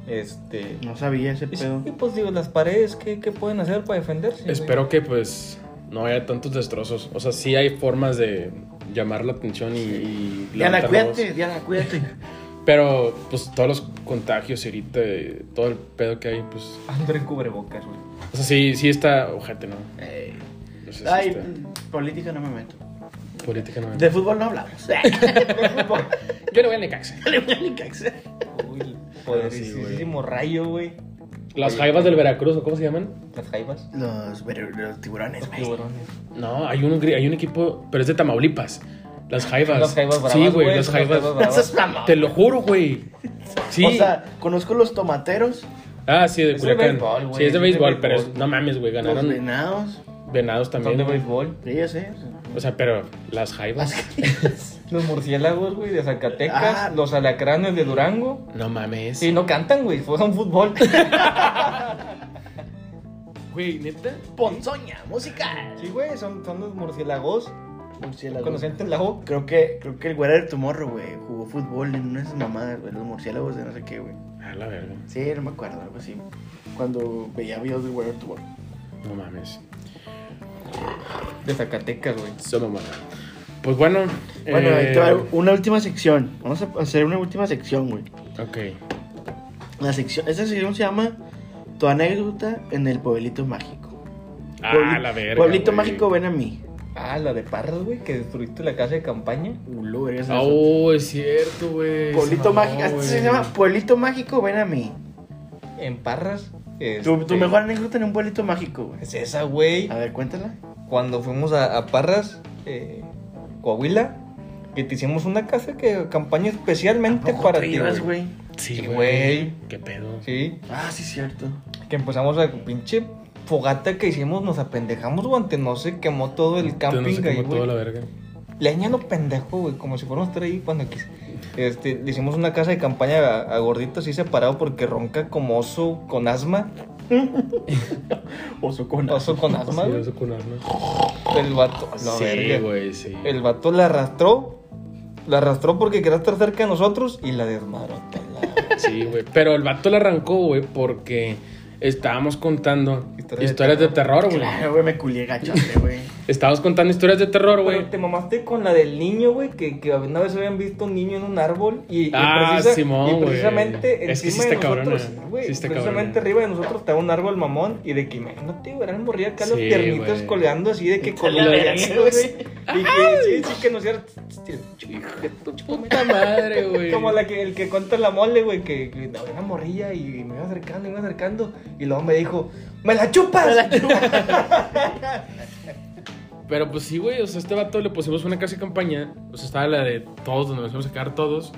[SPEAKER 3] Este.
[SPEAKER 1] No sabía ese
[SPEAKER 3] Y
[SPEAKER 1] pedo.
[SPEAKER 3] sí, pues digo, las paredes, ¿qué, qué pueden hacer para defenderse? güey?
[SPEAKER 2] Espero que pues no haya tantos destrozos. O sea, sí hay formas de llamar la atención y. y
[SPEAKER 1] Diana,
[SPEAKER 2] levantar la voz.
[SPEAKER 1] cuídate, Diana, cuídate.
[SPEAKER 2] Pero pues todos los contagios y ahorita, eh, todo el pedo que hay, pues.
[SPEAKER 3] André cubrebocas, güey.
[SPEAKER 2] O sea, sí, sí está. Ojete, ¿no?
[SPEAKER 1] Eh,
[SPEAKER 2] No sé si
[SPEAKER 1] Ay,
[SPEAKER 2] está-
[SPEAKER 1] política no me meto.
[SPEAKER 2] Política no.
[SPEAKER 1] De fútbol no hablamos. De fútbol.
[SPEAKER 2] Yo le voy al Necaxa.
[SPEAKER 1] Le voy a Necaxa.
[SPEAKER 3] Uy, el poderosísimo rayo, güey.
[SPEAKER 2] Las jaivas del Veracruz, ¿o cómo se llaman?
[SPEAKER 3] Las jaivas.
[SPEAKER 1] Los, ver- los tiburones,
[SPEAKER 3] Los
[SPEAKER 1] güey.
[SPEAKER 3] tiburones.
[SPEAKER 2] No, hay un, gri- hay un equipo, pero es de Tamaulipas. Las jaivas.
[SPEAKER 3] Las jaivas bravas.
[SPEAKER 2] Sí, güey, las
[SPEAKER 3] son
[SPEAKER 2] jaivas.
[SPEAKER 1] Eso es mamón.
[SPEAKER 2] Te lo juro, güey. Sí.
[SPEAKER 1] O sea, conozco los tomateros,
[SPEAKER 2] ah, sí, de
[SPEAKER 3] es de
[SPEAKER 2] Culiacán.
[SPEAKER 3] béisbol,
[SPEAKER 2] sí,
[SPEAKER 3] güey,
[SPEAKER 2] es de
[SPEAKER 3] es de
[SPEAKER 2] béisbol, pero es-
[SPEAKER 3] béisbol.
[SPEAKER 2] no mames, güey.
[SPEAKER 1] los
[SPEAKER 2] Ganaron
[SPEAKER 1] venados.
[SPEAKER 2] venados
[SPEAKER 3] Son
[SPEAKER 2] también.
[SPEAKER 3] de
[SPEAKER 2] güey.
[SPEAKER 3] béisbol.
[SPEAKER 1] Sí, ya sé.
[SPEAKER 2] O sea, pero las jaivas.
[SPEAKER 3] Los murciélagos, güey, de Zacatecas.
[SPEAKER 1] Ah.
[SPEAKER 3] Los alacranes de Durango.
[SPEAKER 2] No mames.
[SPEAKER 3] Sí, no cantan, güey. Juegan fútbol.
[SPEAKER 2] Güey, neta.
[SPEAKER 1] Ponzoña, musical.
[SPEAKER 3] sí, güey, son, son los murciélagos.
[SPEAKER 1] Murciélagos.
[SPEAKER 3] Conocente el lago.
[SPEAKER 1] Creo que, creo que el güera del Tomorro, güey, jugó fútbol en una de esas mamadas, güey, los murciélagos de no sé qué, güey.
[SPEAKER 2] A la verga.
[SPEAKER 1] Sí, no me acuerdo, algo así. Cuando veía videos del güera del Tomorro.
[SPEAKER 2] No mames.
[SPEAKER 3] De Zacatecas, güey.
[SPEAKER 2] Eso mamá. Pues bueno.
[SPEAKER 1] Bueno,
[SPEAKER 2] eh,
[SPEAKER 1] ahí te va una última sección. Vamos a hacer una última sección, güey.
[SPEAKER 2] Ok.
[SPEAKER 1] La sección, esta sección se llama Tu anécdota en el pueblito mágico.
[SPEAKER 2] Ah,
[SPEAKER 1] Puebli-
[SPEAKER 2] la verga.
[SPEAKER 1] Pueblito
[SPEAKER 2] güey.
[SPEAKER 1] mágico, ven a mí.
[SPEAKER 3] Ah, la de Parras, güey, que destruiste la casa de campaña.
[SPEAKER 1] Ulo, verga, se me soltó.
[SPEAKER 2] Oh, es cierto, güey.
[SPEAKER 1] Pueblito
[SPEAKER 2] Se mamó,
[SPEAKER 1] mágico, este se
[SPEAKER 2] güey.
[SPEAKER 1] llama Pueblito mágico, ven a mí.
[SPEAKER 3] En Parras.
[SPEAKER 1] Tu,
[SPEAKER 3] este,
[SPEAKER 1] tu mejor Ah. anécdota en un pueblito mágico, güey.
[SPEAKER 3] Es esa, güey.
[SPEAKER 1] este, A ver, cuéntala.
[SPEAKER 3] cuando fuimos a, a Parras, eh, Coahuila, que te hicimos una casa que campaña especialmente
[SPEAKER 1] ¿Cómo
[SPEAKER 3] para
[SPEAKER 1] te
[SPEAKER 3] ti,
[SPEAKER 1] ibas,
[SPEAKER 3] güey.
[SPEAKER 1] güey?
[SPEAKER 2] Sí,
[SPEAKER 3] Sí,
[SPEAKER 2] güey.
[SPEAKER 3] güey.
[SPEAKER 2] ¿Qué pedo?
[SPEAKER 3] Sí,
[SPEAKER 1] Ah, sí, cierto.
[SPEAKER 3] que empezamos a pinche fogata que hicimos, nos apendejamos, güey, antes no se quemó todo el
[SPEAKER 2] Entonces,
[SPEAKER 3] camping
[SPEAKER 2] no sé
[SPEAKER 3] ahí,
[SPEAKER 2] cómo todo
[SPEAKER 3] güey.
[SPEAKER 2] la verga.
[SPEAKER 3] Leña lo pendejo, güey, como si fuéramos tres ahí cuando quise. Este, le hicimos una casa de campaña a, a gordito así separado porque ronca como oso con asma.
[SPEAKER 1] Oso con
[SPEAKER 3] Oso con asma.
[SPEAKER 2] Sí,
[SPEAKER 3] güey.
[SPEAKER 2] eso con armas.
[SPEAKER 3] El vato. la
[SPEAKER 2] Sí,
[SPEAKER 3] verga.
[SPEAKER 2] güey, sí.
[SPEAKER 3] El vato la arrastró. La arrastró porque quería estar cerca de nosotros y la desmadró. pelada.
[SPEAKER 2] Sí, güey. Pero el vato la arrancó, güey, porque estábamos contando
[SPEAKER 3] Historias
[SPEAKER 2] historias,
[SPEAKER 3] de
[SPEAKER 2] de terror, güey.
[SPEAKER 1] Claro, Ah, güey, me culié gachote, güey.
[SPEAKER 2] Estábamos contando historias de terror, güey.
[SPEAKER 3] Pero te mamaste con la del niño, güey, que, que una vez habían visto un niño en un árbol y, y
[SPEAKER 2] Ah, Simón,
[SPEAKER 3] y
[SPEAKER 2] güey.
[SPEAKER 3] precisamente
[SPEAKER 2] Es que sí
[SPEAKER 3] encima de
[SPEAKER 2] está cabrona,
[SPEAKER 3] nosotros, güey,
[SPEAKER 2] sí está
[SPEAKER 3] precisamente
[SPEAKER 2] cabrona.
[SPEAKER 3] arriba de nosotros estaba un árbol mamón y de que imagínate, güey, eran morridas acá los
[SPEAKER 2] Sí,
[SPEAKER 3] piernitos
[SPEAKER 2] güey.
[SPEAKER 3] colgando así de que
[SPEAKER 1] Está la verga,
[SPEAKER 3] colgando,
[SPEAKER 1] güey.
[SPEAKER 3] güey. Y que sí, sí, que nos hicieron
[SPEAKER 2] Puta madre, güey.
[SPEAKER 3] como la que, el que cuenta la mole, güey, que, que había una morrilla y me iba acercando, me iba acercando y luego me dijo, ¡Me la chupas!
[SPEAKER 2] Pero pues sí, güey, o sea, a este vato le pusimos una casa de campaña, o sea, estaba la de todos, donde nos íbamos a quedar todos,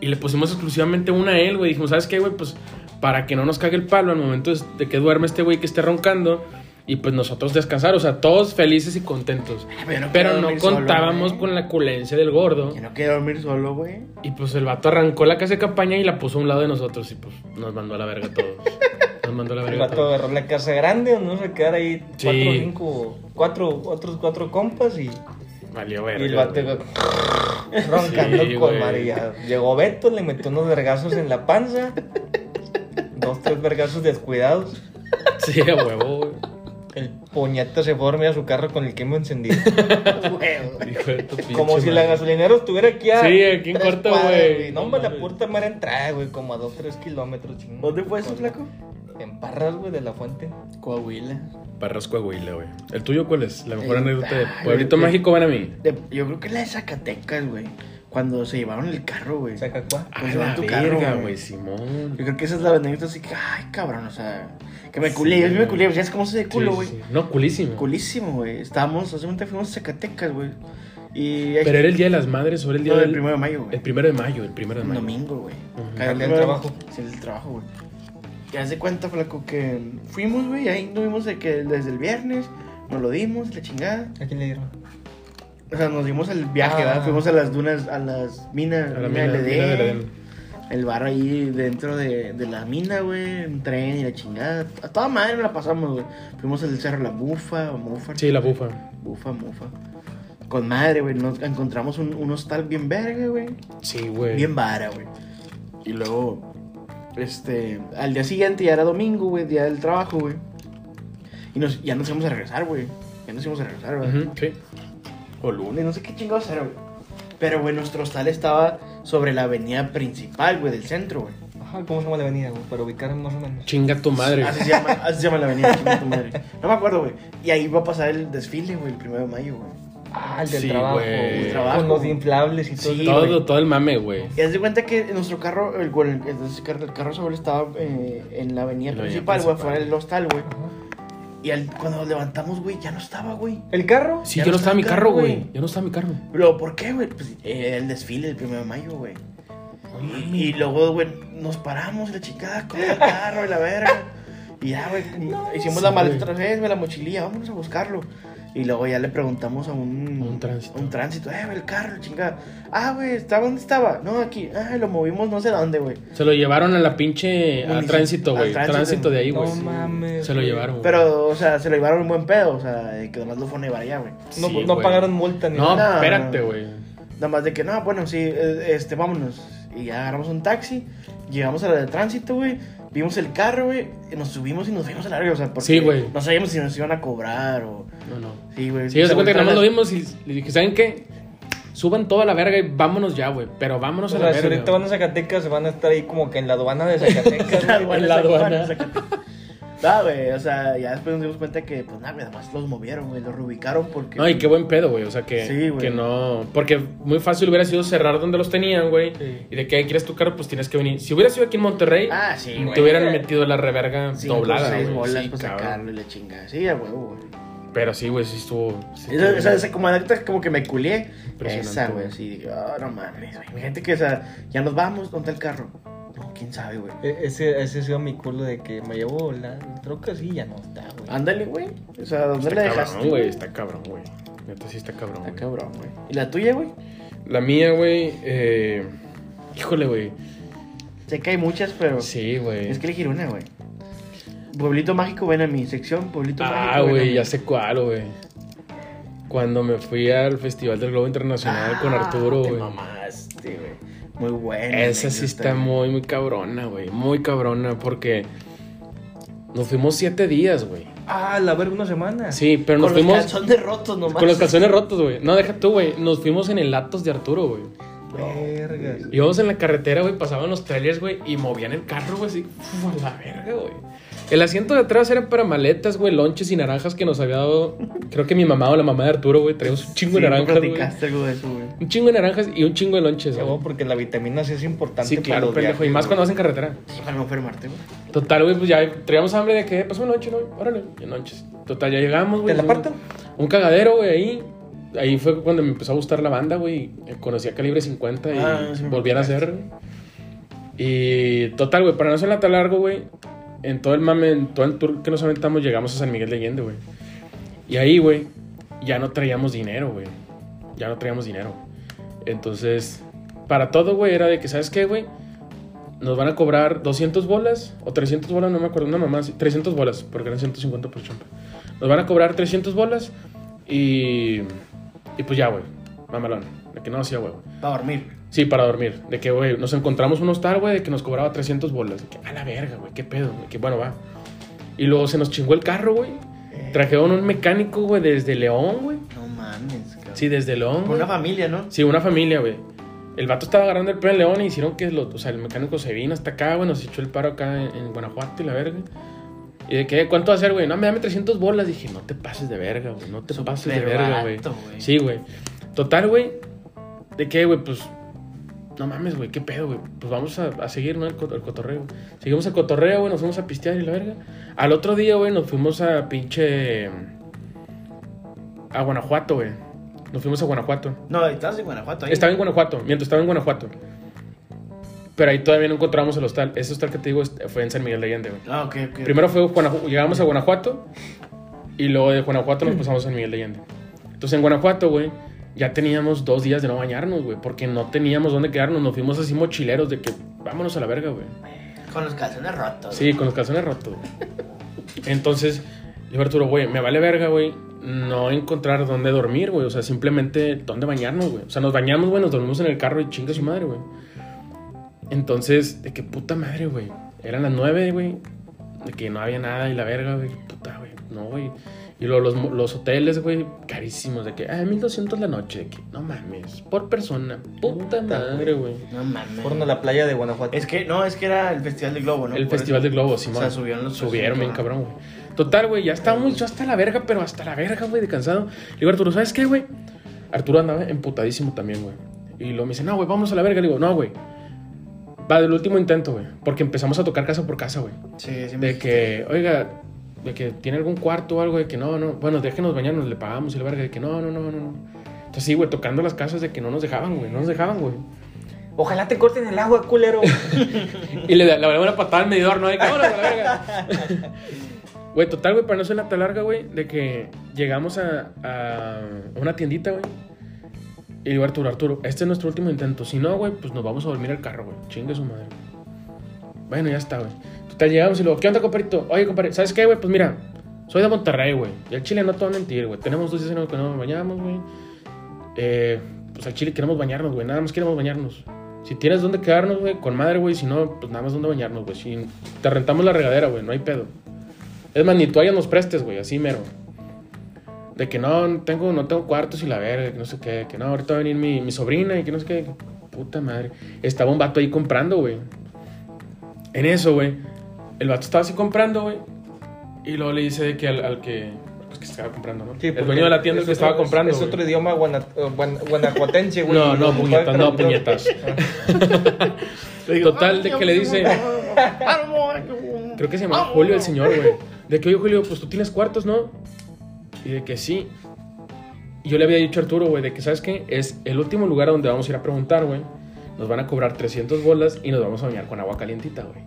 [SPEAKER 2] y le pusimos exclusivamente una a él, güey, dijimos, ¿sabes qué, güey? Pues para que no nos cague el palo al momento de que duerme este güey que esté roncando, y pues nosotros descansar, o sea, todos felices y contentos.
[SPEAKER 1] Ah, Pero no quiero
[SPEAKER 2] Pero no
[SPEAKER 1] dormir solo, ¿eh?
[SPEAKER 2] contábamos
[SPEAKER 1] güey.
[SPEAKER 2] con la culencia del gordo,
[SPEAKER 1] Que no quiero dormir solo, güey.
[SPEAKER 2] y pues el vato arrancó la casa de campaña y la puso a un lado de nosotros, y pues nos mandó a la verga a todos. Nos mandó a la
[SPEAKER 3] El
[SPEAKER 2] verga a
[SPEAKER 3] vato
[SPEAKER 2] todos.
[SPEAKER 3] agarró la casa grande donde nos va a quedar ahí
[SPEAKER 2] Sí.
[SPEAKER 3] cuatro, cinco, cuatro, otros cuatro compas y,
[SPEAKER 2] Valió
[SPEAKER 3] y
[SPEAKER 2] verga.
[SPEAKER 3] el vato
[SPEAKER 2] güey.
[SPEAKER 3] roncando
[SPEAKER 2] Sí,
[SPEAKER 3] con
[SPEAKER 2] güey.
[SPEAKER 3] María. Llegó Beto, le metió unos vergazos en la panza, dos, tres vergazos descuidados.
[SPEAKER 2] Sí, a huevo, güey.
[SPEAKER 3] El puñeta se fue a dormir a su carro con el quemo encendido.
[SPEAKER 2] Hijo de tu pinche
[SPEAKER 3] Como si la
[SPEAKER 2] madre.
[SPEAKER 3] gasolinera estuviera aquí a.
[SPEAKER 2] Sí, aquí en
[SPEAKER 3] tres
[SPEAKER 2] corto,
[SPEAKER 3] cuadras,
[SPEAKER 2] güey.
[SPEAKER 3] No,
[SPEAKER 2] No
[SPEAKER 3] hombre, la
[SPEAKER 2] mames.
[SPEAKER 3] puerta mera entrada, güey, como a 2-3 kilómetros. chingo.
[SPEAKER 1] ¿Dónde fue eso, flaco?
[SPEAKER 3] En Parras, güey, de la fuente.
[SPEAKER 1] Coahuila.
[SPEAKER 2] Parras Coahuila, güey. ¿El tuyo cuál es? La mejor
[SPEAKER 1] El-
[SPEAKER 2] anécdota de
[SPEAKER 1] ay,
[SPEAKER 2] Pueblito
[SPEAKER 1] el-
[SPEAKER 2] Mágico van a mí.
[SPEAKER 1] De- yo creo que la de Zacatecas, güey. Cuando se llevaron el carro, güey. Yo
[SPEAKER 3] Zacacuá.
[SPEAKER 1] Ah, la verga, güey,
[SPEAKER 2] Simón.
[SPEAKER 1] creo que esa es la anécdota así que, ay, cabrón, o sea, que me
[SPEAKER 2] Sí,
[SPEAKER 1] culé, yo sí me
[SPEAKER 2] güey.
[SPEAKER 1] culé, pues, ¿sabes cómo se de culo, güey?
[SPEAKER 2] No, culísimo.
[SPEAKER 1] Culísimo, güey. Estábamos, hace un momento fuimos a Zacatecas, güey. Y ahí-
[SPEAKER 2] Pero era el día de las madres o era el día
[SPEAKER 1] no,
[SPEAKER 2] del
[SPEAKER 1] el primero de mayo, güey.
[SPEAKER 2] El primero de mayo, el primero de
[SPEAKER 1] Un
[SPEAKER 2] mayo.
[SPEAKER 1] domingo, güey.
[SPEAKER 2] Ujú.
[SPEAKER 1] Cada
[SPEAKER 3] El día del
[SPEAKER 1] primero-
[SPEAKER 3] trabajo.
[SPEAKER 1] Sí, el del trabajo, güey. Y haz de cuenta, flaco, que fuimos, güey, ahí tuvimos de que desde el viernes nos lo dimos, la chingada.
[SPEAKER 3] ¿A quién le dieron?
[SPEAKER 1] O sea, nos dimos el viaje,
[SPEAKER 3] Ah.
[SPEAKER 1] ¿verdad? Fuimos a las dunas, a las minas,
[SPEAKER 2] A la
[SPEAKER 1] mina
[SPEAKER 2] mina,
[SPEAKER 1] LD,
[SPEAKER 2] mina de la-
[SPEAKER 1] el bar ahí dentro de, de la mina, güey, un tren y la chingada. A toda madre nos la pasamos, güey. Fuimos al cerro La Mufa, o Mufa.
[SPEAKER 2] Sí, la bufa.
[SPEAKER 1] Bufa, Mufa. Con madre, güey, nos encontramos un, un hostal bien verga, güey.
[SPEAKER 2] Sí, güey.
[SPEAKER 1] Bien vara, güey. Y luego, este, al día siguiente ya era domingo, güey, día del trabajo, güey. Y nos, ya nos íbamos a regresar, güey. Ya nos íbamos a regresar, ¿verdad?
[SPEAKER 2] Ujú, Sí.
[SPEAKER 1] O lunes, no sé qué chingados era, güey. Pero, güey, nuestro hostal estaba sobre la avenida principal, güey, del centro, güey.
[SPEAKER 3] Ajá, ¿cómo se llama la avenida, güey? Para ubicarme más o menos.
[SPEAKER 2] Chinga tu madre.
[SPEAKER 1] Así se llama, así se llama la avenida, chinga tu madre. No me acuerdo, güey. Y ahí va a pasar el desfile, güey, el primero de mayo, güey.
[SPEAKER 3] Ah, el del
[SPEAKER 2] Sí,
[SPEAKER 3] trabajo.
[SPEAKER 2] güey.
[SPEAKER 3] güey.
[SPEAKER 1] El trabajo.
[SPEAKER 3] Con los inflables y todo.
[SPEAKER 1] Sí,
[SPEAKER 3] eso.
[SPEAKER 2] todo,
[SPEAKER 1] güey.
[SPEAKER 2] todo el mame, güey.
[SPEAKER 1] Y haz de cuenta que nuestro carro, el, güey, el- el carro, el carro sobre estaba eh, en la avenida
[SPEAKER 2] En la avenida
[SPEAKER 1] principal, güey,
[SPEAKER 2] principal.
[SPEAKER 1] fuera del hostal, güey.
[SPEAKER 3] Ajá.
[SPEAKER 1] Y al- cuando nos levantamos, güey, ya no estaba, güey.
[SPEAKER 3] ¿El carro?
[SPEAKER 2] Sí,
[SPEAKER 1] Ya
[SPEAKER 2] yo no estaba en mi carro,
[SPEAKER 1] güey.
[SPEAKER 2] güey. Yo no estaba en mi carro.
[SPEAKER 1] Pero, ¿por qué, güey? Pues eh, el desfile del primero de mayo, güey. Y, y luego, güey, nos paramos, la chingada, con el carro y la verga. Y ya, güey, hicimos
[SPEAKER 2] sí,
[SPEAKER 1] la maleta
[SPEAKER 2] güey.
[SPEAKER 1] otra vez, güey, la mochililla, vámonos a buscarlo. Y luego ya le preguntamos a un...
[SPEAKER 2] Un tránsito.
[SPEAKER 1] Un tránsito, eh, güey, el carro, la chingada. Ah, güey, ¿estaba dónde estaba? No, aquí. Ah, lo movimos no sé dónde, güey.
[SPEAKER 2] Se lo llevaron a la pinche. A
[SPEAKER 1] Municip-
[SPEAKER 2] tránsito,
[SPEAKER 1] al
[SPEAKER 2] güey.
[SPEAKER 1] tránsito.
[SPEAKER 2] Tránsito de ahí,
[SPEAKER 3] No
[SPEAKER 2] güey.
[SPEAKER 3] mames,
[SPEAKER 2] Se lo
[SPEAKER 3] güey.
[SPEAKER 2] llevaron. güey.
[SPEAKER 1] Pero, o sea, se lo llevaron un buen pedo, o sea, de que nomás lo fue a nevar allá, güey.
[SPEAKER 3] No,
[SPEAKER 2] Sí,
[SPEAKER 3] no
[SPEAKER 2] güey.
[SPEAKER 3] pagaron multa ni
[SPEAKER 1] No,
[SPEAKER 2] No,
[SPEAKER 1] no,
[SPEAKER 2] espérate,
[SPEAKER 1] no.
[SPEAKER 2] güey.
[SPEAKER 1] Nada más de que, no, bueno, sí, eh, este, vámonos. Y ya agarramos un taxi, llegamos a la de tránsito, güey. Vimos el carro, güey. y Nos subimos y nos fuimos a la verga, o sea, porque
[SPEAKER 2] Sí, güey.
[SPEAKER 1] no sabíamos si nos iban a cobrar o.
[SPEAKER 2] No, no.
[SPEAKER 1] Sí, güey.
[SPEAKER 2] Sí, yo se cuenta que
[SPEAKER 1] voltearon
[SPEAKER 2] nada
[SPEAKER 1] las-
[SPEAKER 2] más lo vimos y le dije, ¿saben qué? Suban toda la verga y vámonos ya, güey. Pero vámonos
[SPEAKER 3] O
[SPEAKER 2] a la
[SPEAKER 3] sea, si
[SPEAKER 2] verga.
[SPEAKER 3] ahorita van a Zacatecas, van a estar ahí como que en la aduana de Zacatecas. güey.
[SPEAKER 2] en la aduana.
[SPEAKER 1] No, güey, o sea, ya después nos dimos cuenta que, pues nada, güey, nada más los movieron, güey, los reubicaron porque.
[SPEAKER 2] No, y qué buen pedo, güey. O sea, que,
[SPEAKER 1] Sí, güey.
[SPEAKER 2] que no. Porque muy fácil hubiera sido cerrar donde los tenían, güey.
[SPEAKER 3] Sí.
[SPEAKER 2] Y de que ahí quieres tu carro, pues tienes que venir. Si hubiera sido aquí en Monterrey,
[SPEAKER 1] Ah, sí, güey.
[SPEAKER 2] te hubieran metido la reverga
[SPEAKER 1] Cinco,
[SPEAKER 2] doblada,
[SPEAKER 1] seis
[SPEAKER 2] güey.
[SPEAKER 1] pues, bolas pues,
[SPEAKER 2] Sí,
[SPEAKER 1] para
[SPEAKER 2] cabrón.
[SPEAKER 1] sacarlo y la chingada. Sí, a huevo, güey.
[SPEAKER 2] Pero sí, güey, sí estuvo. sí
[SPEAKER 1] Esa,
[SPEAKER 2] estuvo-
[SPEAKER 1] esa, esa como anécdota como que me culié.
[SPEAKER 2] Impresionante,
[SPEAKER 1] Esa, güey,
[SPEAKER 2] güey.
[SPEAKER 1] así. dije, ah, no mames, güey. Imagínate que, o sea, ya nos vamos, ¿dónde está el carro? No, quién sabe, güey.
[SPEAKER 3] E- Ese, ese ha sido mi culo de que me llevo la troca así y ya no está, güey.
[SPEAKER 2] Ah,
[SPEAKER 1] Ándale, güey. O sea, ¿dónde
[SPEAKER 2] Está
[SPEAKER 1] la
[SPEAKER 2] cabrón,
[SPEAKER 1] dejaste?
[SPEAKER 2] güey. Está cabrón, güey. Neta sí está cabrón.
[SPEAKER 1] Está
[SPEAKER 2] güey.
[SPEAKER 1] cabrón, güey. ¿Y la tuya, güey?
[SPEAKER 2] La mía, güey. eh, Híjole, güey.
[SPEAKER 1] Sé que hay muchas, pero.
[SPEAKER 2] Sí, güey.
[SPEAKER 1] Es que elegir una, güey. Pueblito mágico, ven a mi sección. Pueblito
[SPEAKER 2] Ah,
[SPEAKER 1] mágico. ven a
[SPEAKER 2] güey,
[SPEAKER 1] mí.
[SPEAKER 2] ya sé cuál, güey. Cuando me fui al Festival del Globo Internacional con
[SPEAKER 1] Ah,
[SPEAKER 2] Arturo,
[SPEAKER 1] te
[SPEAKER 2] güey.
[SPEAKER 1] mamaste, güey. Muy buena.
[SPEAKER 2] Esa sí está
[SPEAKER 1] muy...
[SPEAKER 2] muy, muy cabrona, güey. Muy cabrona, porque nos fuimos siete días, güey.
[SPEAKER 3] Ah, la verga, una semana.
[SPEAKER 2] Sí, pero nos
[SPEAKER 1] Con los
[SPEAKER 2] fuimos
[SPEAKER 1] calzones rotos nomás.
[SPEAKER 2] con los calzones rotos, güey. No, deja tú, güey. Nos fuimos en el Atos de Arturo, güey.
[SPEAKER 3] Vergas.
[SPEAKER 2] Íbamos en la carretera, güey, pasaban los trailers, güey, y movían el carro, güey, así, uf, a la verga, güey. El asiento de atrás era para maletas, güey, lonches y naranjas que nos había dado, creo que mi mamá o la mamá de Arturo, güey, traíamos un chingo
[SPEAKER 1] Sí,
[SPEAKER 2] de naranjas, güey.
[SPEAKER 1] platicaste algo de eso, güey.
[SPEAKER 2] Un chingo de naranjas y un chingo de lonches,
[SPEAKER 3] Sí,
[SPEAKER 2] güey.
[SPEAKER 3] güey, porque la vitamina C es importante
[SPEAKER 2] Sí,
[SPEAKER 3] para
[SPEAKER 2] claro,
[SPEAKER 3] los
[SPEAKER 2] pendejo, y
[SPEAKER 3] viajes,
[SPEAKER 2] más
[SPEAKER 3] güey.
[SPEAKER 2] cuando vas en carretera.
[SPEAKER 1] Para no enfermarte, güey.
[SPEAKER 2] Total, güey, pues ya traíamos hambre de que, pues un lonche, ¿no? Órale, y lonches. Total, ya llegamos, güey.
[SPEAKER 3] ¿Te la parten?
[SPEAKER 2] Un cagadero, güey, ahí. Ahí fue cuando me empezó a gustar la banda, güey. Eh, Conocí a Calibre 50 y
[SPEAKER 1] Ah, sí me
[SPEAKER 2] volví a hacer. Y total, güey, para no hacerla tan largo, güey. En todo el mame, en todo el tour que nos aventamos, llegamos a San Miguel de Allende, güey. Y ahí, güey, ya no traíamos dinero, güey. Ya no traíamos dinero. Entonces, para todo, güey, era de que, ¿sabes qué, güey? Nos van a cobrar 200 bolas o 300 bolas, no me acuerdo, una mamá, así, 300 bolas, porque eran 150 por chompa. Nos van a cobrar 300 bolas y. Y pues ya, güey. Mamalón. De que no hacía huevo.
[SPEAKER 1] Para dormir.
[SPEAKER 2] Sí, para dormir. De que, güey, nos encontramos un hostal, güey, de que nos cobraba 300 bolas. De que, a la verga, güey, qué pedo, güey, que bueno, va. Y luego se nos chingó el carro, güey.
[SPEAKER 1] Eh.
[SPEAKER 2] Trajeron un mecánico, güey, desde León, güey.
[SPEAKER 1] No mames, cabrón.
[SPEAKER 2] Sí, desde León.
[SPEAKER 1] Por
[SPEAKER 2] güey.
[SPEAKER 1] una familia, ¿no?
[SPEAKER 2] Sí, una familia, güey. El vato estaba agarrando el pelo en León y hicieron que lo, o sea, el mecánico se vino hasta acá, güey, nos echó el paro acá en, en Guanajuato y la verga. Y de que, "Eh, ¿cuánto va a ser, güey? No, me dame 300 bolas. Dije, no te pases de verga, güey. No te
[SPEAKER 1] Súper
[SPEAKER 2] pases de verga, güey.
[SPEAKER 1] barato, güey.
[SPEAKER 2] Sí, güey. Total, güey. ¿De qué, güey? Pues, no mames, güey. ¿Qué pedo, güey? Pues vamos a, a seguir, ¿no? El, co- el cotorreo. Seguimos el cotorreo, güey. Nos fuimos a pistear y la verga. Al otro día, güey, nos fuimos a pinche... A Guanajuato, güey. Nos fuimos a Guanajuato.
[SPEAKER 1] No, estabas en Guanajuato ahí.
[SPEAKER 2] Estaba en Guanajuato, mientras estaba en Guanajuato. Pero ahí todavía no encontramos el hostal. Ese hostal que te digo este, fue en San Miguel de Allende, güey.
[SPEAKER 1] Ah, ok, ok.
[SPEAKER 2] Primero fue Guanajuato, llegamos a Guanajuato y luego de Guanajuato nos pasamos a San Miguel de Allende. Entonces en Guanajuato, güey, ya teníamos dos días de no bañarnos, güey, porque no teníamos dónde quedarnos. Nos fuimos así mochileros de que vámonos a la verga, güey.
[SPEAKER 1] Con los calzones rotos.
[SPEAKER 2] Sí, con los calzones rotos. güey. Entonces, yo Arturo, güey, me vale verga, güey, no encontrar dónde dormir, güey. O sea, simplemente dónde bañarnos, güey. O sea, nos bañamos, güey, nos dormimos en el carro y chinga su madre, güey. Entonces, de qué puta madre, güey. Eran las nueve, güey. De que no había nada y la verga, güey. Puta, güey. No, güey. Y luego los, mo- los hoteles, güey, carísimos. De que, ah, 1200 la noche. De que, no mames. Por persona. Puta
[SPEAKER 3] Puta,
[SPEAKER 2] madre, güey.
[SPEAKER 1] No mames.
[SPEAKER 3] Fueron a la playa de Guanajuato.
[SPEAKER 1] Es que, no, es que era el Festival del Globo, ¿no?
[SPEAKER 2] El
[SPEAKER 1] Por
[SPEAKER 2] Festival
[SPEAKER 1] eso.
[SPEAKER 2] del Globo,
[SPEAKER 1] O
[SPEAKER 2] Simón.
[SPEAKER 1] sea, subieron los
[SPEAKER 2] Subieron, bien
[SPEAKER 1] ah.
[SPEAKER 2] cabrón, güey. Total, güey, ya estábamos yo hasta la verga, pero hasta la verga, güey, de cansado. Le digo, Arturo, ¿sabes qué, güey? Arturo andaba emputadísimo también, güey. Y luego me dice, no, güey, vamos a la verga. Le digo, no, güey. Va del último intento, güey. Porque empezamos a tocar casa por casa, güey.
[SPEAKER 1] Sí, sí. me-
[SPEAKER 2] De que, oiga, de que tiene algún cuarto o algo, de que no, no. Bueno, déjenos bañarnos, le pagamos y la verga, de que no, no, no, no, no. Entonces, sí, güey, tocando las casas de que no nos dejaban, güey, no nos dejaban, güey.
[SPEAKER 3] Ojalá te corten el agua, culero.
[SPEAKER 2] Y le, le daba una patada al medidor, ¿no? De que, "Vámonos a la verga". Güey, total, güey, para no ser la tan larga, güey, de que llegamos a, a una tiendita, güey. Y le digo, Arturo, Arturo, este es nuestro último intento. Si no, güey, pues nos vamos a dormir al carro, güey. Chingue su madre. Bueno, ya está, güey. Total, llegamos y luego, ¿qué onda, compadrito? Oye, compadre, ¿sabes qué, güey? Pues mira, soy de Monterrey, güey. Y al Chile no te voy a mentir, güey. Tenemos dos días en los que no nos bañamos, güey. Eh, pues al Chile queremos bañarnos, güey. Nada más queremos bañarnos. Si tienes dónde quedarnos, güey, con madre, güey. Si no, pues nada más dónde bañarnos, güey. Si te rentamos la regadera, güey, no hay pedo. Es más, ni toallas nos prestes, güey, así mero. De que no, no tengo, no tengo cuartos y la verga, que no sé qué, que no, ahorita va a venir mi, mi sobrina y que no sé qué. Puta madre. Estaba un vato ahí comprando, güey. En eso, güey. El vato estaba así comprando, güey. Y luego le dice de que al, al que. Pues que estaba comprando, ¿no? el dueño de la tienda
[SPEAKER 3] es
[SPEAKER 2] que
[SPEAKER 3] otro-
[SPEAKER 2] estaba comprando.
[SPEAKER 3] Es,
[SPEAKER 2] güey.
[SPEAKER 3] otro idioma guana- eh, guan- guanajuatense, Este güey.
[SPEAKER 2] No, no,
[SPEAKER 3] Ocupa
[SPEAKER 2] puñetas,
[SPEAKER 3] el
[SPEAKER 2] no,
[SPEAKER 3] traductor.
[SPEAKER 2] puñetas. Total, de que le dice. Creo que se llama Julio el señor, güey. De que, oye, Julio, pues tú tienes cuartos, ¿no? Y de que sí. Y yo le había dicho a Arturo, güey, de que, ¿sabes qué? Es el último lugar a donde vamos a ir a preguntar, güey. Nos van a cobrar 300 bolas y nos vamos a bañar con agua calientita, güey.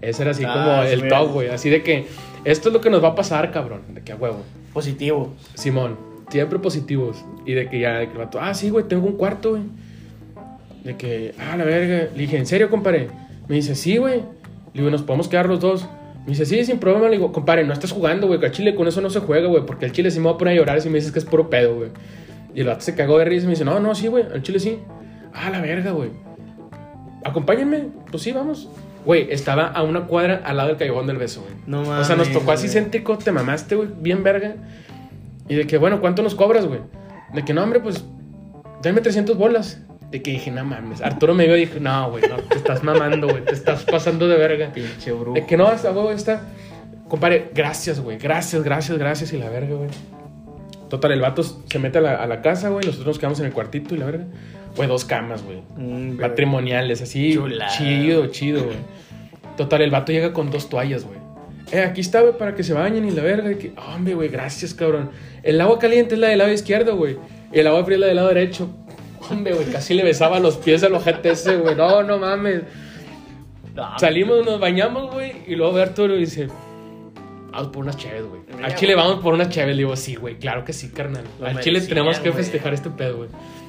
[SPEAKER 2] Ese era así
[SPEAKER 1] Ah,
[SPEAKER 2] como
[SPEAKER 1] sí,
[SPEAKER 2] el
[SPEAKER 1] mira.
[SPEAKER 2] top, güey. Así de que, esto es lo que nos va a pasar, cabrón. De que a huevo.
[SPEAKER 1] Positivo.
[SPEAKER 2] Simón. siempre positivos. Y de que ya, de que el vato, ah, sí, güey, tengo un cuarto, güey. De que, ah, la verga. Le dije, ¿en serio, compadre? Me dice, sí, güey. Le digo, ¿nos podemos quedar los dos? Me dice, sí, sin problema. Le digo, compadre, no estás jugando, güey, que al chile con eso no se juega, güey, porque al chile sí me va a poner a llorar si me dices que es puro pedo, güey. Y el vato se cagó de risa y me dice, no, no, sí, güey, al chile sí. Ah, la verga, güey. Acompáñenme. Pues sí, vamos. Güey, estaba a una cuadra al lado del callejón del beso, güey.
[SPEAKER 1] No
[SPEAKER 2] O sea, nos
[SPEAKER 1] mames,
[SPEAKER 2] tocó así
[SPEAKER 1] güey.
[SPEAKER 2] céntrico, te mamaste, güey, bien verga. Y de que, bueno, ¿cuánto nos cobras, güey? De que, no, hombre, pues, dame 300 bolas. De que dije, no mames. Arturo me vio y dije, no, güey, no, te estás mamando, güey, te estás pasando de verga.
[SPEAKER 1] Pinche brujo.
[SPEAKER 2] De que no, hasta huevo está. Compadre, gracias, güey. Gracias, gracias, gracias. Y la verga, güey. Total, el vato se mete a la, a la casa, güey. Nosotros nos quedamos en el cuartito y la verga. Güey, dos camas, güey.
[SPEAKER 1] Mm, güey.
[SPEAKER 2] Matrimoniales, así.
[SPEAKER 1] Chulada.
[SPEAKER 2] Chido, chido, güey. Total, el vato llega con dos toallas, güey. Eh, aquí está, güey, para que se bañen y la verga. y que, "Ah, hombre, güey, gracias, cabrón. El agua caliente es la del lado izquierdo, güey. Y el agua fría es la del lado derecho. Hombre, güey, casi le besaba los pies al ojete ese, güey. No, no mames.
[SPEAKER 1] No,
[SPEAKER 2] Salimos, nos bañamos, güey, y luego ve Arturo y dice, vamos por unas chéves, güey. Al
[SPEAKER 1] Mira,
[SPEAKER 2] Chile
[SPEAKER 1] güey.
[SPEAKER 2] vamos por unas chéves. Le digo, sí, güey, claro que sí, carnal.
[SPEAKER 1] Lo
[SPEAKER 2] Al Chile
[SPEAKER 1] merecían,
[SPEAKER 2] tenemos que
[SPEAKER 1] güey.
[SPEAKER 2] festejar este pedo, güey.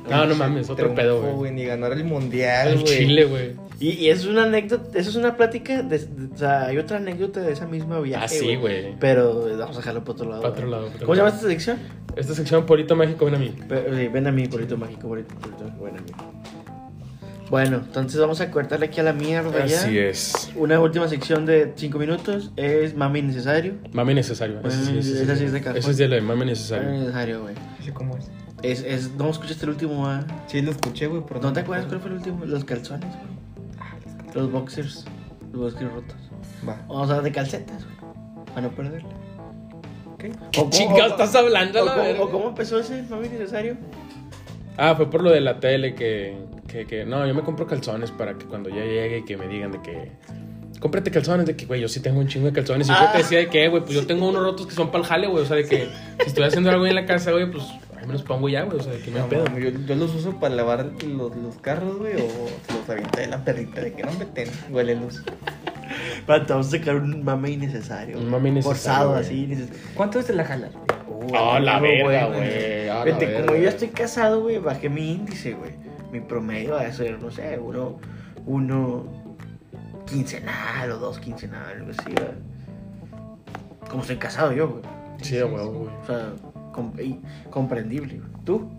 [SPEAKER 2] No, no mames, otro
[SPEAKER 3] Triunfo,
[SPEAKER 2] pedo, güey.
[SPEAKER 3] Ni ganar el mundial,
[SPEAKER 2] Al
[SPEAKER 3] güey.
[SPEAKER 2] Chile, güey.
[SPEAKER 1] Y, y es una anécdota, eso es una plática, de- de- o sea, hay otra anécdota de esa misma viaje.
[SPEAKER 2] Ah, sí, güey.
[SPEAKER 1] Pero eh, vamos a dejarlo para otro lado.
[SPEAKER 2] Para
[SPEAKER 1] güey.
[SPEAKER 2] otro lado, para otro
[SPEAKER 1] ¿Cómo se
[SPEAKER 2] lado.
[SPEAKER 1] llama esta sección?
[SPEAKER 2] Esta sección Polito Mágico ven a mí.
[SPEAKER 1] Pe- eh, Ven a mí, polito mágico, polito, polito mágico, ven a mí. Bueno, entonces vamos a cortarle aquí a la mierda ya.
[SPEAKER 2] Así es.
[SPEAKER 1] Una última sección de 5 minutos es Mami Necesario.
[SPEAKER 2] Mame necesario. Ese
[SPEAKER 1] Mame-
[SPEAKER 2] ese
[SPEAKER 1] esa sí es de cajón.
[SPEAKER 2] Ese es de la de mame
[SPEAKER 1] Mami
[SPEAKER 2] necesario.
[SPEAKER 1] Necesario, güey.
[SPEAKER 3] Sí, ¿Cómo es?
[SPEAKER 1] Es, es, no escuchaste el último, ah?
[SPEAKER 3] Sí, lo escuché, güey, pero
[SPEAKER 1] ¿No te acuerdas cuál fue el último? Los calzones, güey. Los boxers. Los boxers rotos.
[SPEAKER 3] Va.
[SPEAKER 1] Vamos a hablar de calcetas, güey. Para no perderle.
[SPEAKER 3] ¿Qué?
[SPEAKER 1] oh,
[SPEAKER 2] ¿Qué chingados estás hablando,
[SPEAKER 1] o
[SPEAKER 2] la
[SPEAKER 1] cómo-
[SPEAKER 2] verga?
[SPEAKER 1] o cómo empezó ese mami necesario?
[SPEAKER 2] Ah, fue por lo de la tele que, que, que- No, yo me compro calzones para que cuando ya llegue que me digan de que. Cómprate calzones, de que, güey, yo sí tengo un chingo de calzones. Y
[SPEAKER 1] Ah.
[SPEAKER 2] yo te decía de que, güey, pues yo tengo unos rotos que son para el jale, güey. O sea, de que si estoy haciendo algo en la casa, güey, pues ahí me los pongo ya, güey. O sea, de que me
[SPEAKER 3] No,
[SPEAKER 2] pedo.
[SPEAKER 3] mami, yo, yo los uso para lavar los, los carros, güey, o se los avienta de la perrita de que no me ten, huele luz.
[SPEAKER 1] Para vamos a sacar un mame innecesario.
[SPEAKER 2] Un mame innecesario,
[SPEAKER 1] Forzado,
[SPEAKER 2] güey.
[SPEAKER 1] así. innecesario.
[SPEAKER 3] ¿Cuánto es de la jala?
[SPEAKER 2] Ah, la
[SPEAKER 1] güey,
[SPEAKER 2] verga,
[SPEAKER 1] güey.
[SPEAKER 2] güey. ah, la
[SPEAKER 1] Vete,
[SPEAKER 2] verga.
[SPEAKER 1] como yo estoy casado, güey, bajé mi índice, güey. Mi promedio va a ser, no sé, uno, uno quincenal o dos quincenal, algo así, güey. Como estoy casado yo, güey.
[SPEAKER 2] Sí, a huevo, güey.
[SPEAKER 1] O sea, com- y comprendible, güey. ¿Tú?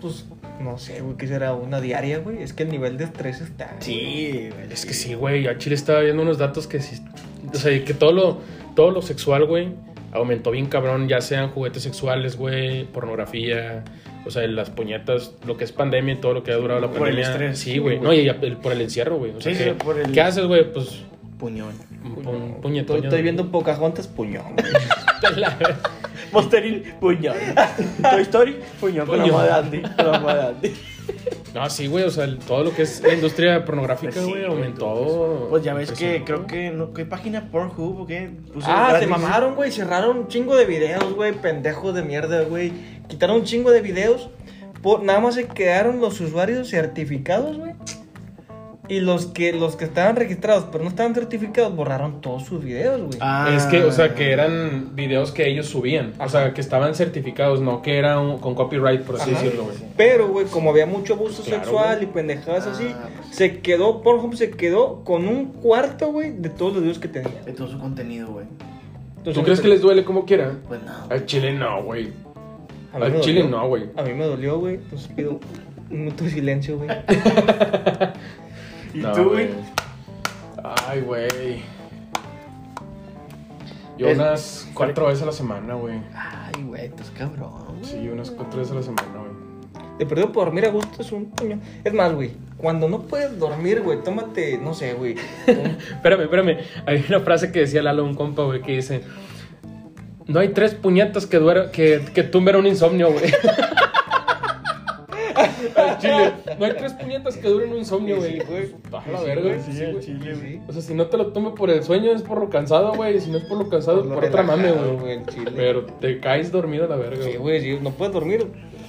[SPEAKER 3] Pues no sé, güey, ¿qué será? ¿Una diaria, güey? Es que el nivel de estrés está.
[SPEAKER 1] güey.
[SPEAKER 2] Es que sí, güey. Yo a Chile estaba viendo unos datos que sí. O sea, que todo lo, todo lo sexual, güey, aumentó bien cabrón. Ya sean juguetes sexuales, güey, pornografía. O sea, las puñetas, lo que es pandemia y todo lo que ha durado la
[SPEAKER 1] Por el
[SPEAKER 2] pandemia.
[SPEAKER 1] estrés,
[SPEAKER 2] sí,
[SPEAKER 1] sí,
[SPEAKER 2] güey.
[SPEAKER 1] güey.
[SPEAKER 2] No, y el- por el encierro, güey. O sea,
[SPEAKER 1] Sí,
[SPEAKER 2] que,
[SPEAKER 1] sí, por el-
[SPEAKER 2] ¿qué haces, güey? Pues
[SPEAKER 1] Puñón.
[SPEAKER 2] un, un
[SPEAKER 3] Estoy,
[SPEAKER 2] puñetón.
[SPEAKER 3] estoy viendo Pocahontas puñón, güey.
[SPEAKER 1] Monsteril, puñón. Toy Story, puñón. Con la
[SPEAKER 2] Puñón.
[SPEAKER 1] moda de Andy. Con la moda de Andy.
[SPEAKER 2] No, sí, güey. O sea, el- todo lo que es la industria pornográfica,
[SPEAKER 1] Pues sí,
[SPEAKER 2] güey,
[SPEAKER 1] güey,
[SPEAKER 2] aumentó.
[SPEAKER 1] Pues ya ves que
[SPEAKER 2] impresionante.
[SPEAKER 1] creo que no, ¿qué página Pornhub o qué? Puso
[SPEAKER 3] Ah, se
[SPEAKER 1] gratis.
[SPEAKER 3] mamaron, güey. Cerraron un chingo de videos, güey. Pendejos de mierda, güey. Quitaron un chingo de videos. po- nada más se quedaron los usuarios certificados, güey. Y los que, los que estaban registrados, pero no estaban certificados, borraron todos sus videos, güey.
[SPEAKER 1] Ah.
[SPEAKER 2] Es que, o sea, que eran videos que ellos subían. O sea, que estaban certificados, no que eran con copyright, por así
[SPEAKER 3] Ajá.
[SPEAKER 2] decirlo, güey.
[SPEAKER 3] Pero, güey, como había mucho abuso
[SPEAKER 2] Claro,
[SPEAKER 3] sexual
[SPEAKER 2] güey.
[SPEAKER 3] y pendejadas
[SPEAKER 1] Ah,
[SPEAKER 3] así,
[SPEAKER 1] pues.
[SPEAKER 3] se quedó, Pornhub se quedó con un cuarto, güey, de todos los videos que tenía.
[SPEAKER 1] De todo su contenido, güey.
[SPEAKER 2] ¿Tú crees que les duele como quiera?
[SPEAKER 1] Pues no.
[SPEAKER 2] Al chile no, güey.
[SPEAKER 3] A mí
[SPEAKER 2] Al
[SPEAKER 3] me
[SPEAKER 2] chile
[SPEAKER 3] dolió.
[SPEAKER 2] no, güey.
[SPEAKER 3] A mí me dolió, güey. Entonces pido un minuto de silencio, güey.
[SPEAKER 1] ¿Y
[SPEAKER 2] No,
[SPEAKER 1] tú, güey?
[SPEAKER 2] Ay, güey. Yo
[SPEAKER 1] Es-
[SPEAKER 2] unas cuatro veces a la semana, güey.
[SPEAKER 1] Ay, güey, estás cabrón. güey.
[SPEAKER 2] Sí, unas cuatro veces a la semana, güey.
[SPEAKER 3] Te perdido por dormir a gusto es un puño. Es más, güey, cuando no puedes dormir, güey, tómate, no sé, güey.
[SPEAKER 2] Espérame, espérame. Hay una frase que decía Lalo, un compa, güey, que dice... No hay tres puñetas que, duer- que, que tumben un insomnio, güey. Al chile. No hay tres puñetas que duren un insomnio, güey. A la verga, sí, güey.
[SPEAKER 3] Sí.
[SPEAKER 2] O sea, si no te lo tomes por el sueño es por lo cansado, güey. y Si no es por lo cansado, por,
[SPEAKER 3] Por lo
[SPEAKER 2] otra mame,
[SPEAKER 3] relajado,
[SPEAKER 2] güey.
[SPEAKER 3] güey, el chile.
[SPEAKER 2] Pero te caes dormido a la verga,
[SPEAKER 3] Sí,
[SPEAKER 2] güey.
[SPEAKER 3] güey, si no puedes dormir,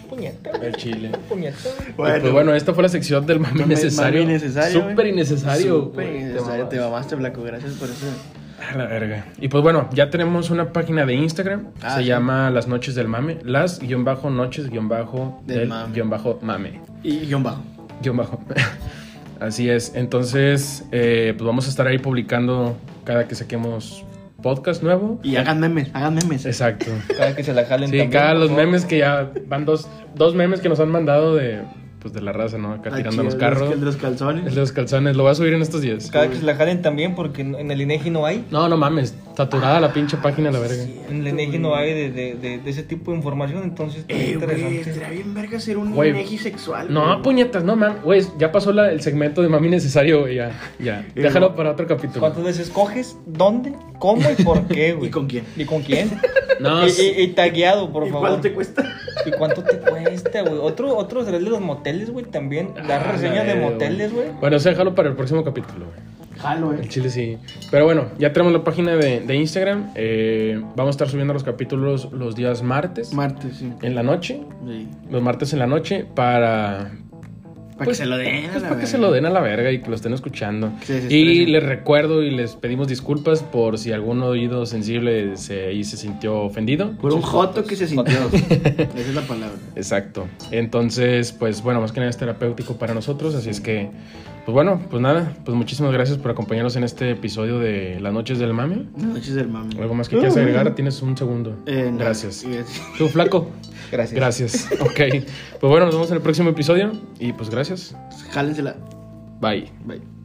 [SPEAKER 3] puñeta, güey,
[SPEAKER 2] El chile.
[SPEAKER 3] puñeta. güey.
[SPEAKER 2] Bueno, pues bueno, esta fue la sección del mami
[SPEAKER 1] Mame-
[SPEAKER 2] necesario.
[SPEAKER 1] mame innecesario, güey.
[SPEAKER 2] Súper innecesario.
[SPEAKER 1] Súper
[SPEAKER 2] güey, te
[SPEAKER 1] innecesario. Te mamaste,
[SPEAKER 2] mamaste.
[SPEAKER 1] Blanco. Gracias por eso.
[SPEAKER 2] A la verga. Y pues bueno, ya tenemos una página de Instagram.
[SPEAKER 1] Ah,
[SPEAKER 2] se
[SPEAKER 1] sí.
[SPEAKER 2] llama Las Noches del Mame. Las guión bajo noches guión bajo
[SPEAKER 1] Del
[SPEAKER 2] del
[SPEAKER 1] mame.
[SPEAKER 2] guión bajo mame.
[SPEAKER 1] Y guión bajo.
[SPEAKER 2] Guión bajo. Así es. Entonces, eh, pues vamos a estar ahí publicando cada que saquemos podcast nuevo.
[SPEAKER 1] Y hagan memes, hagan memes.
[SPEAKER 2] Exacto.
[SPEAKER 3] Cada que se la jalen.
[SPEAKER 2] Sí,
[SPEAKER 3] también,
[SPEAKER 2] cada
[SPEAKER 3] por
[SPEAKER 2] los
[SPEAKER 3] favor.
[SPEAKER 2] memes que ya van dos, dos memes que nos han mandado de pues de la raza, ¿no? Acá
[SPEAKER 1] Ah,
[SPEAKER 2] tirando los
[SPEAKER 1] chido,
[SPEAKER 2] carros.
[SPEAKER 1] El de los
[SPEAKER 2] El
[SPEAKER 1] calzones.
[SPEAKER 2] de los calzones, lo voy a subir en estos días.
[SPEAKER 3] Cada que se la jalen también porque en en el INEGI no hay.
[SPEAKER 2] No, no mames, saturada la pinche página, la verga.
[SPEAKER 3] En el INEGI no hay de, de, de, de ese tipo de información, entonces qué
[SPEAKER 1] Eh, güey,
[SPEAKER 3] interesante.
[SPEAKER 1] estaría bien verga ser un
[SPEAKER 2] Güey.
[SPEAKER 1] Inegi sexual.
[SPEAKER 2] No, pues,
[SPEAKER 1] güey.
[SPEAKER 2] puñetas, no mames. Güey, ya pasó la- el segmento de mami necesario, güey, ya, ya.
[SPEAKER 1] Eh,
[SPEAKER 2] Déjalo
[SPEAKER 1] no.
[SPEAKER 2] para otro capítulo.
[SPEAKER 3] ¿Cuántas veces coges? ¿Dónde? ¿Cómo y por qué, güey?
[SPEAKER 1] ¿Y con quién?
[SPEAKER 3] ¿Y con quién?
[SPEAKER 2] No,
[SPEAKER 3] y,
[SPEAKER 2] sí.
[SPEAKER 3] y- y tagueado, por
[SPEAKER 1] ¿Y
[SPEAKER 3] favor.
[SPEAKER 1] cuánto te cuesta?
[SPEAKER 3] ¿Y cuánto te cuesta, güey? Otro, otro será el de los moteles, güey, también.
[SPEAKER 2] Ah,
[SPEAKER 3] Dar
[SPEAKER 2] la
[SPEAKER 3] reseñas de
[SPEAKER 2] verga,
[SPEAKER 3] moteles, güey.
[SPEAKER 2] Bueno, eso déjalo para el próximo capítulo, güey.
[SPEAKER 1] Jalo,
[SPEAKER 2] El
[SPEAKER 1] eh.
[SPEAKER 2] chile sí. Pero bueno, ya tenemos la página de, de Instagram. Eh, vamos a estar subiendo los capítulos los días martes.
[SPEAKER 1] Martes, sí.
[SPEAKER 2] en la noche.
[SPEAKER 1] Sí.
[SPEAKER 2] Los martes en la noche para...
[SPEAKER 1] Para que se lo den. a
[SPEAKER 2] pues
[SPEAKER 1] la
[SPEAKER 2] para que se
[SPEAKER 1] verga.
[SPEAKER 2] lo den a la verga y que lo estén escuchando.
[SPEAKER 1] Que se desestresen.
[SPEAKER 2] Y les recuerdo y les pedimos disculpas por si algún oído sensible se, ahí se sintió ofendido.
[SPEAKER 1] Por un joto que se sintió. Esa es la palabra.
[SPEAKER 2] Exacto. Entonces, pues bueno, más que nada es terapéutico para nosotros, así es que, pues bueno, pues nada, pues muchísimas gracias por acompañarnos en este episodio de Las Noches del Mame.
[SPEAKER 1] Las noches del mami.
[SPEAKER 2] ¿Algo más que quieras agregar? Tienes un segundo.
[SPEAKER 1] Eh, no.
[SPEAKER 2] Gracias.
[SPEAKER 1] Y-
[SPEAKER 2] Tú, flaco.
[SPEAKER 3] Gracias.
[SPEAKER 2] Gracias. Ok. Pues bueno, nos vemos en el próximo episodio y pues gracias.
[SPEAKER 1] Jálensela.
[SPEAKER 2] Bye.
[SPEAKER 1] Bye.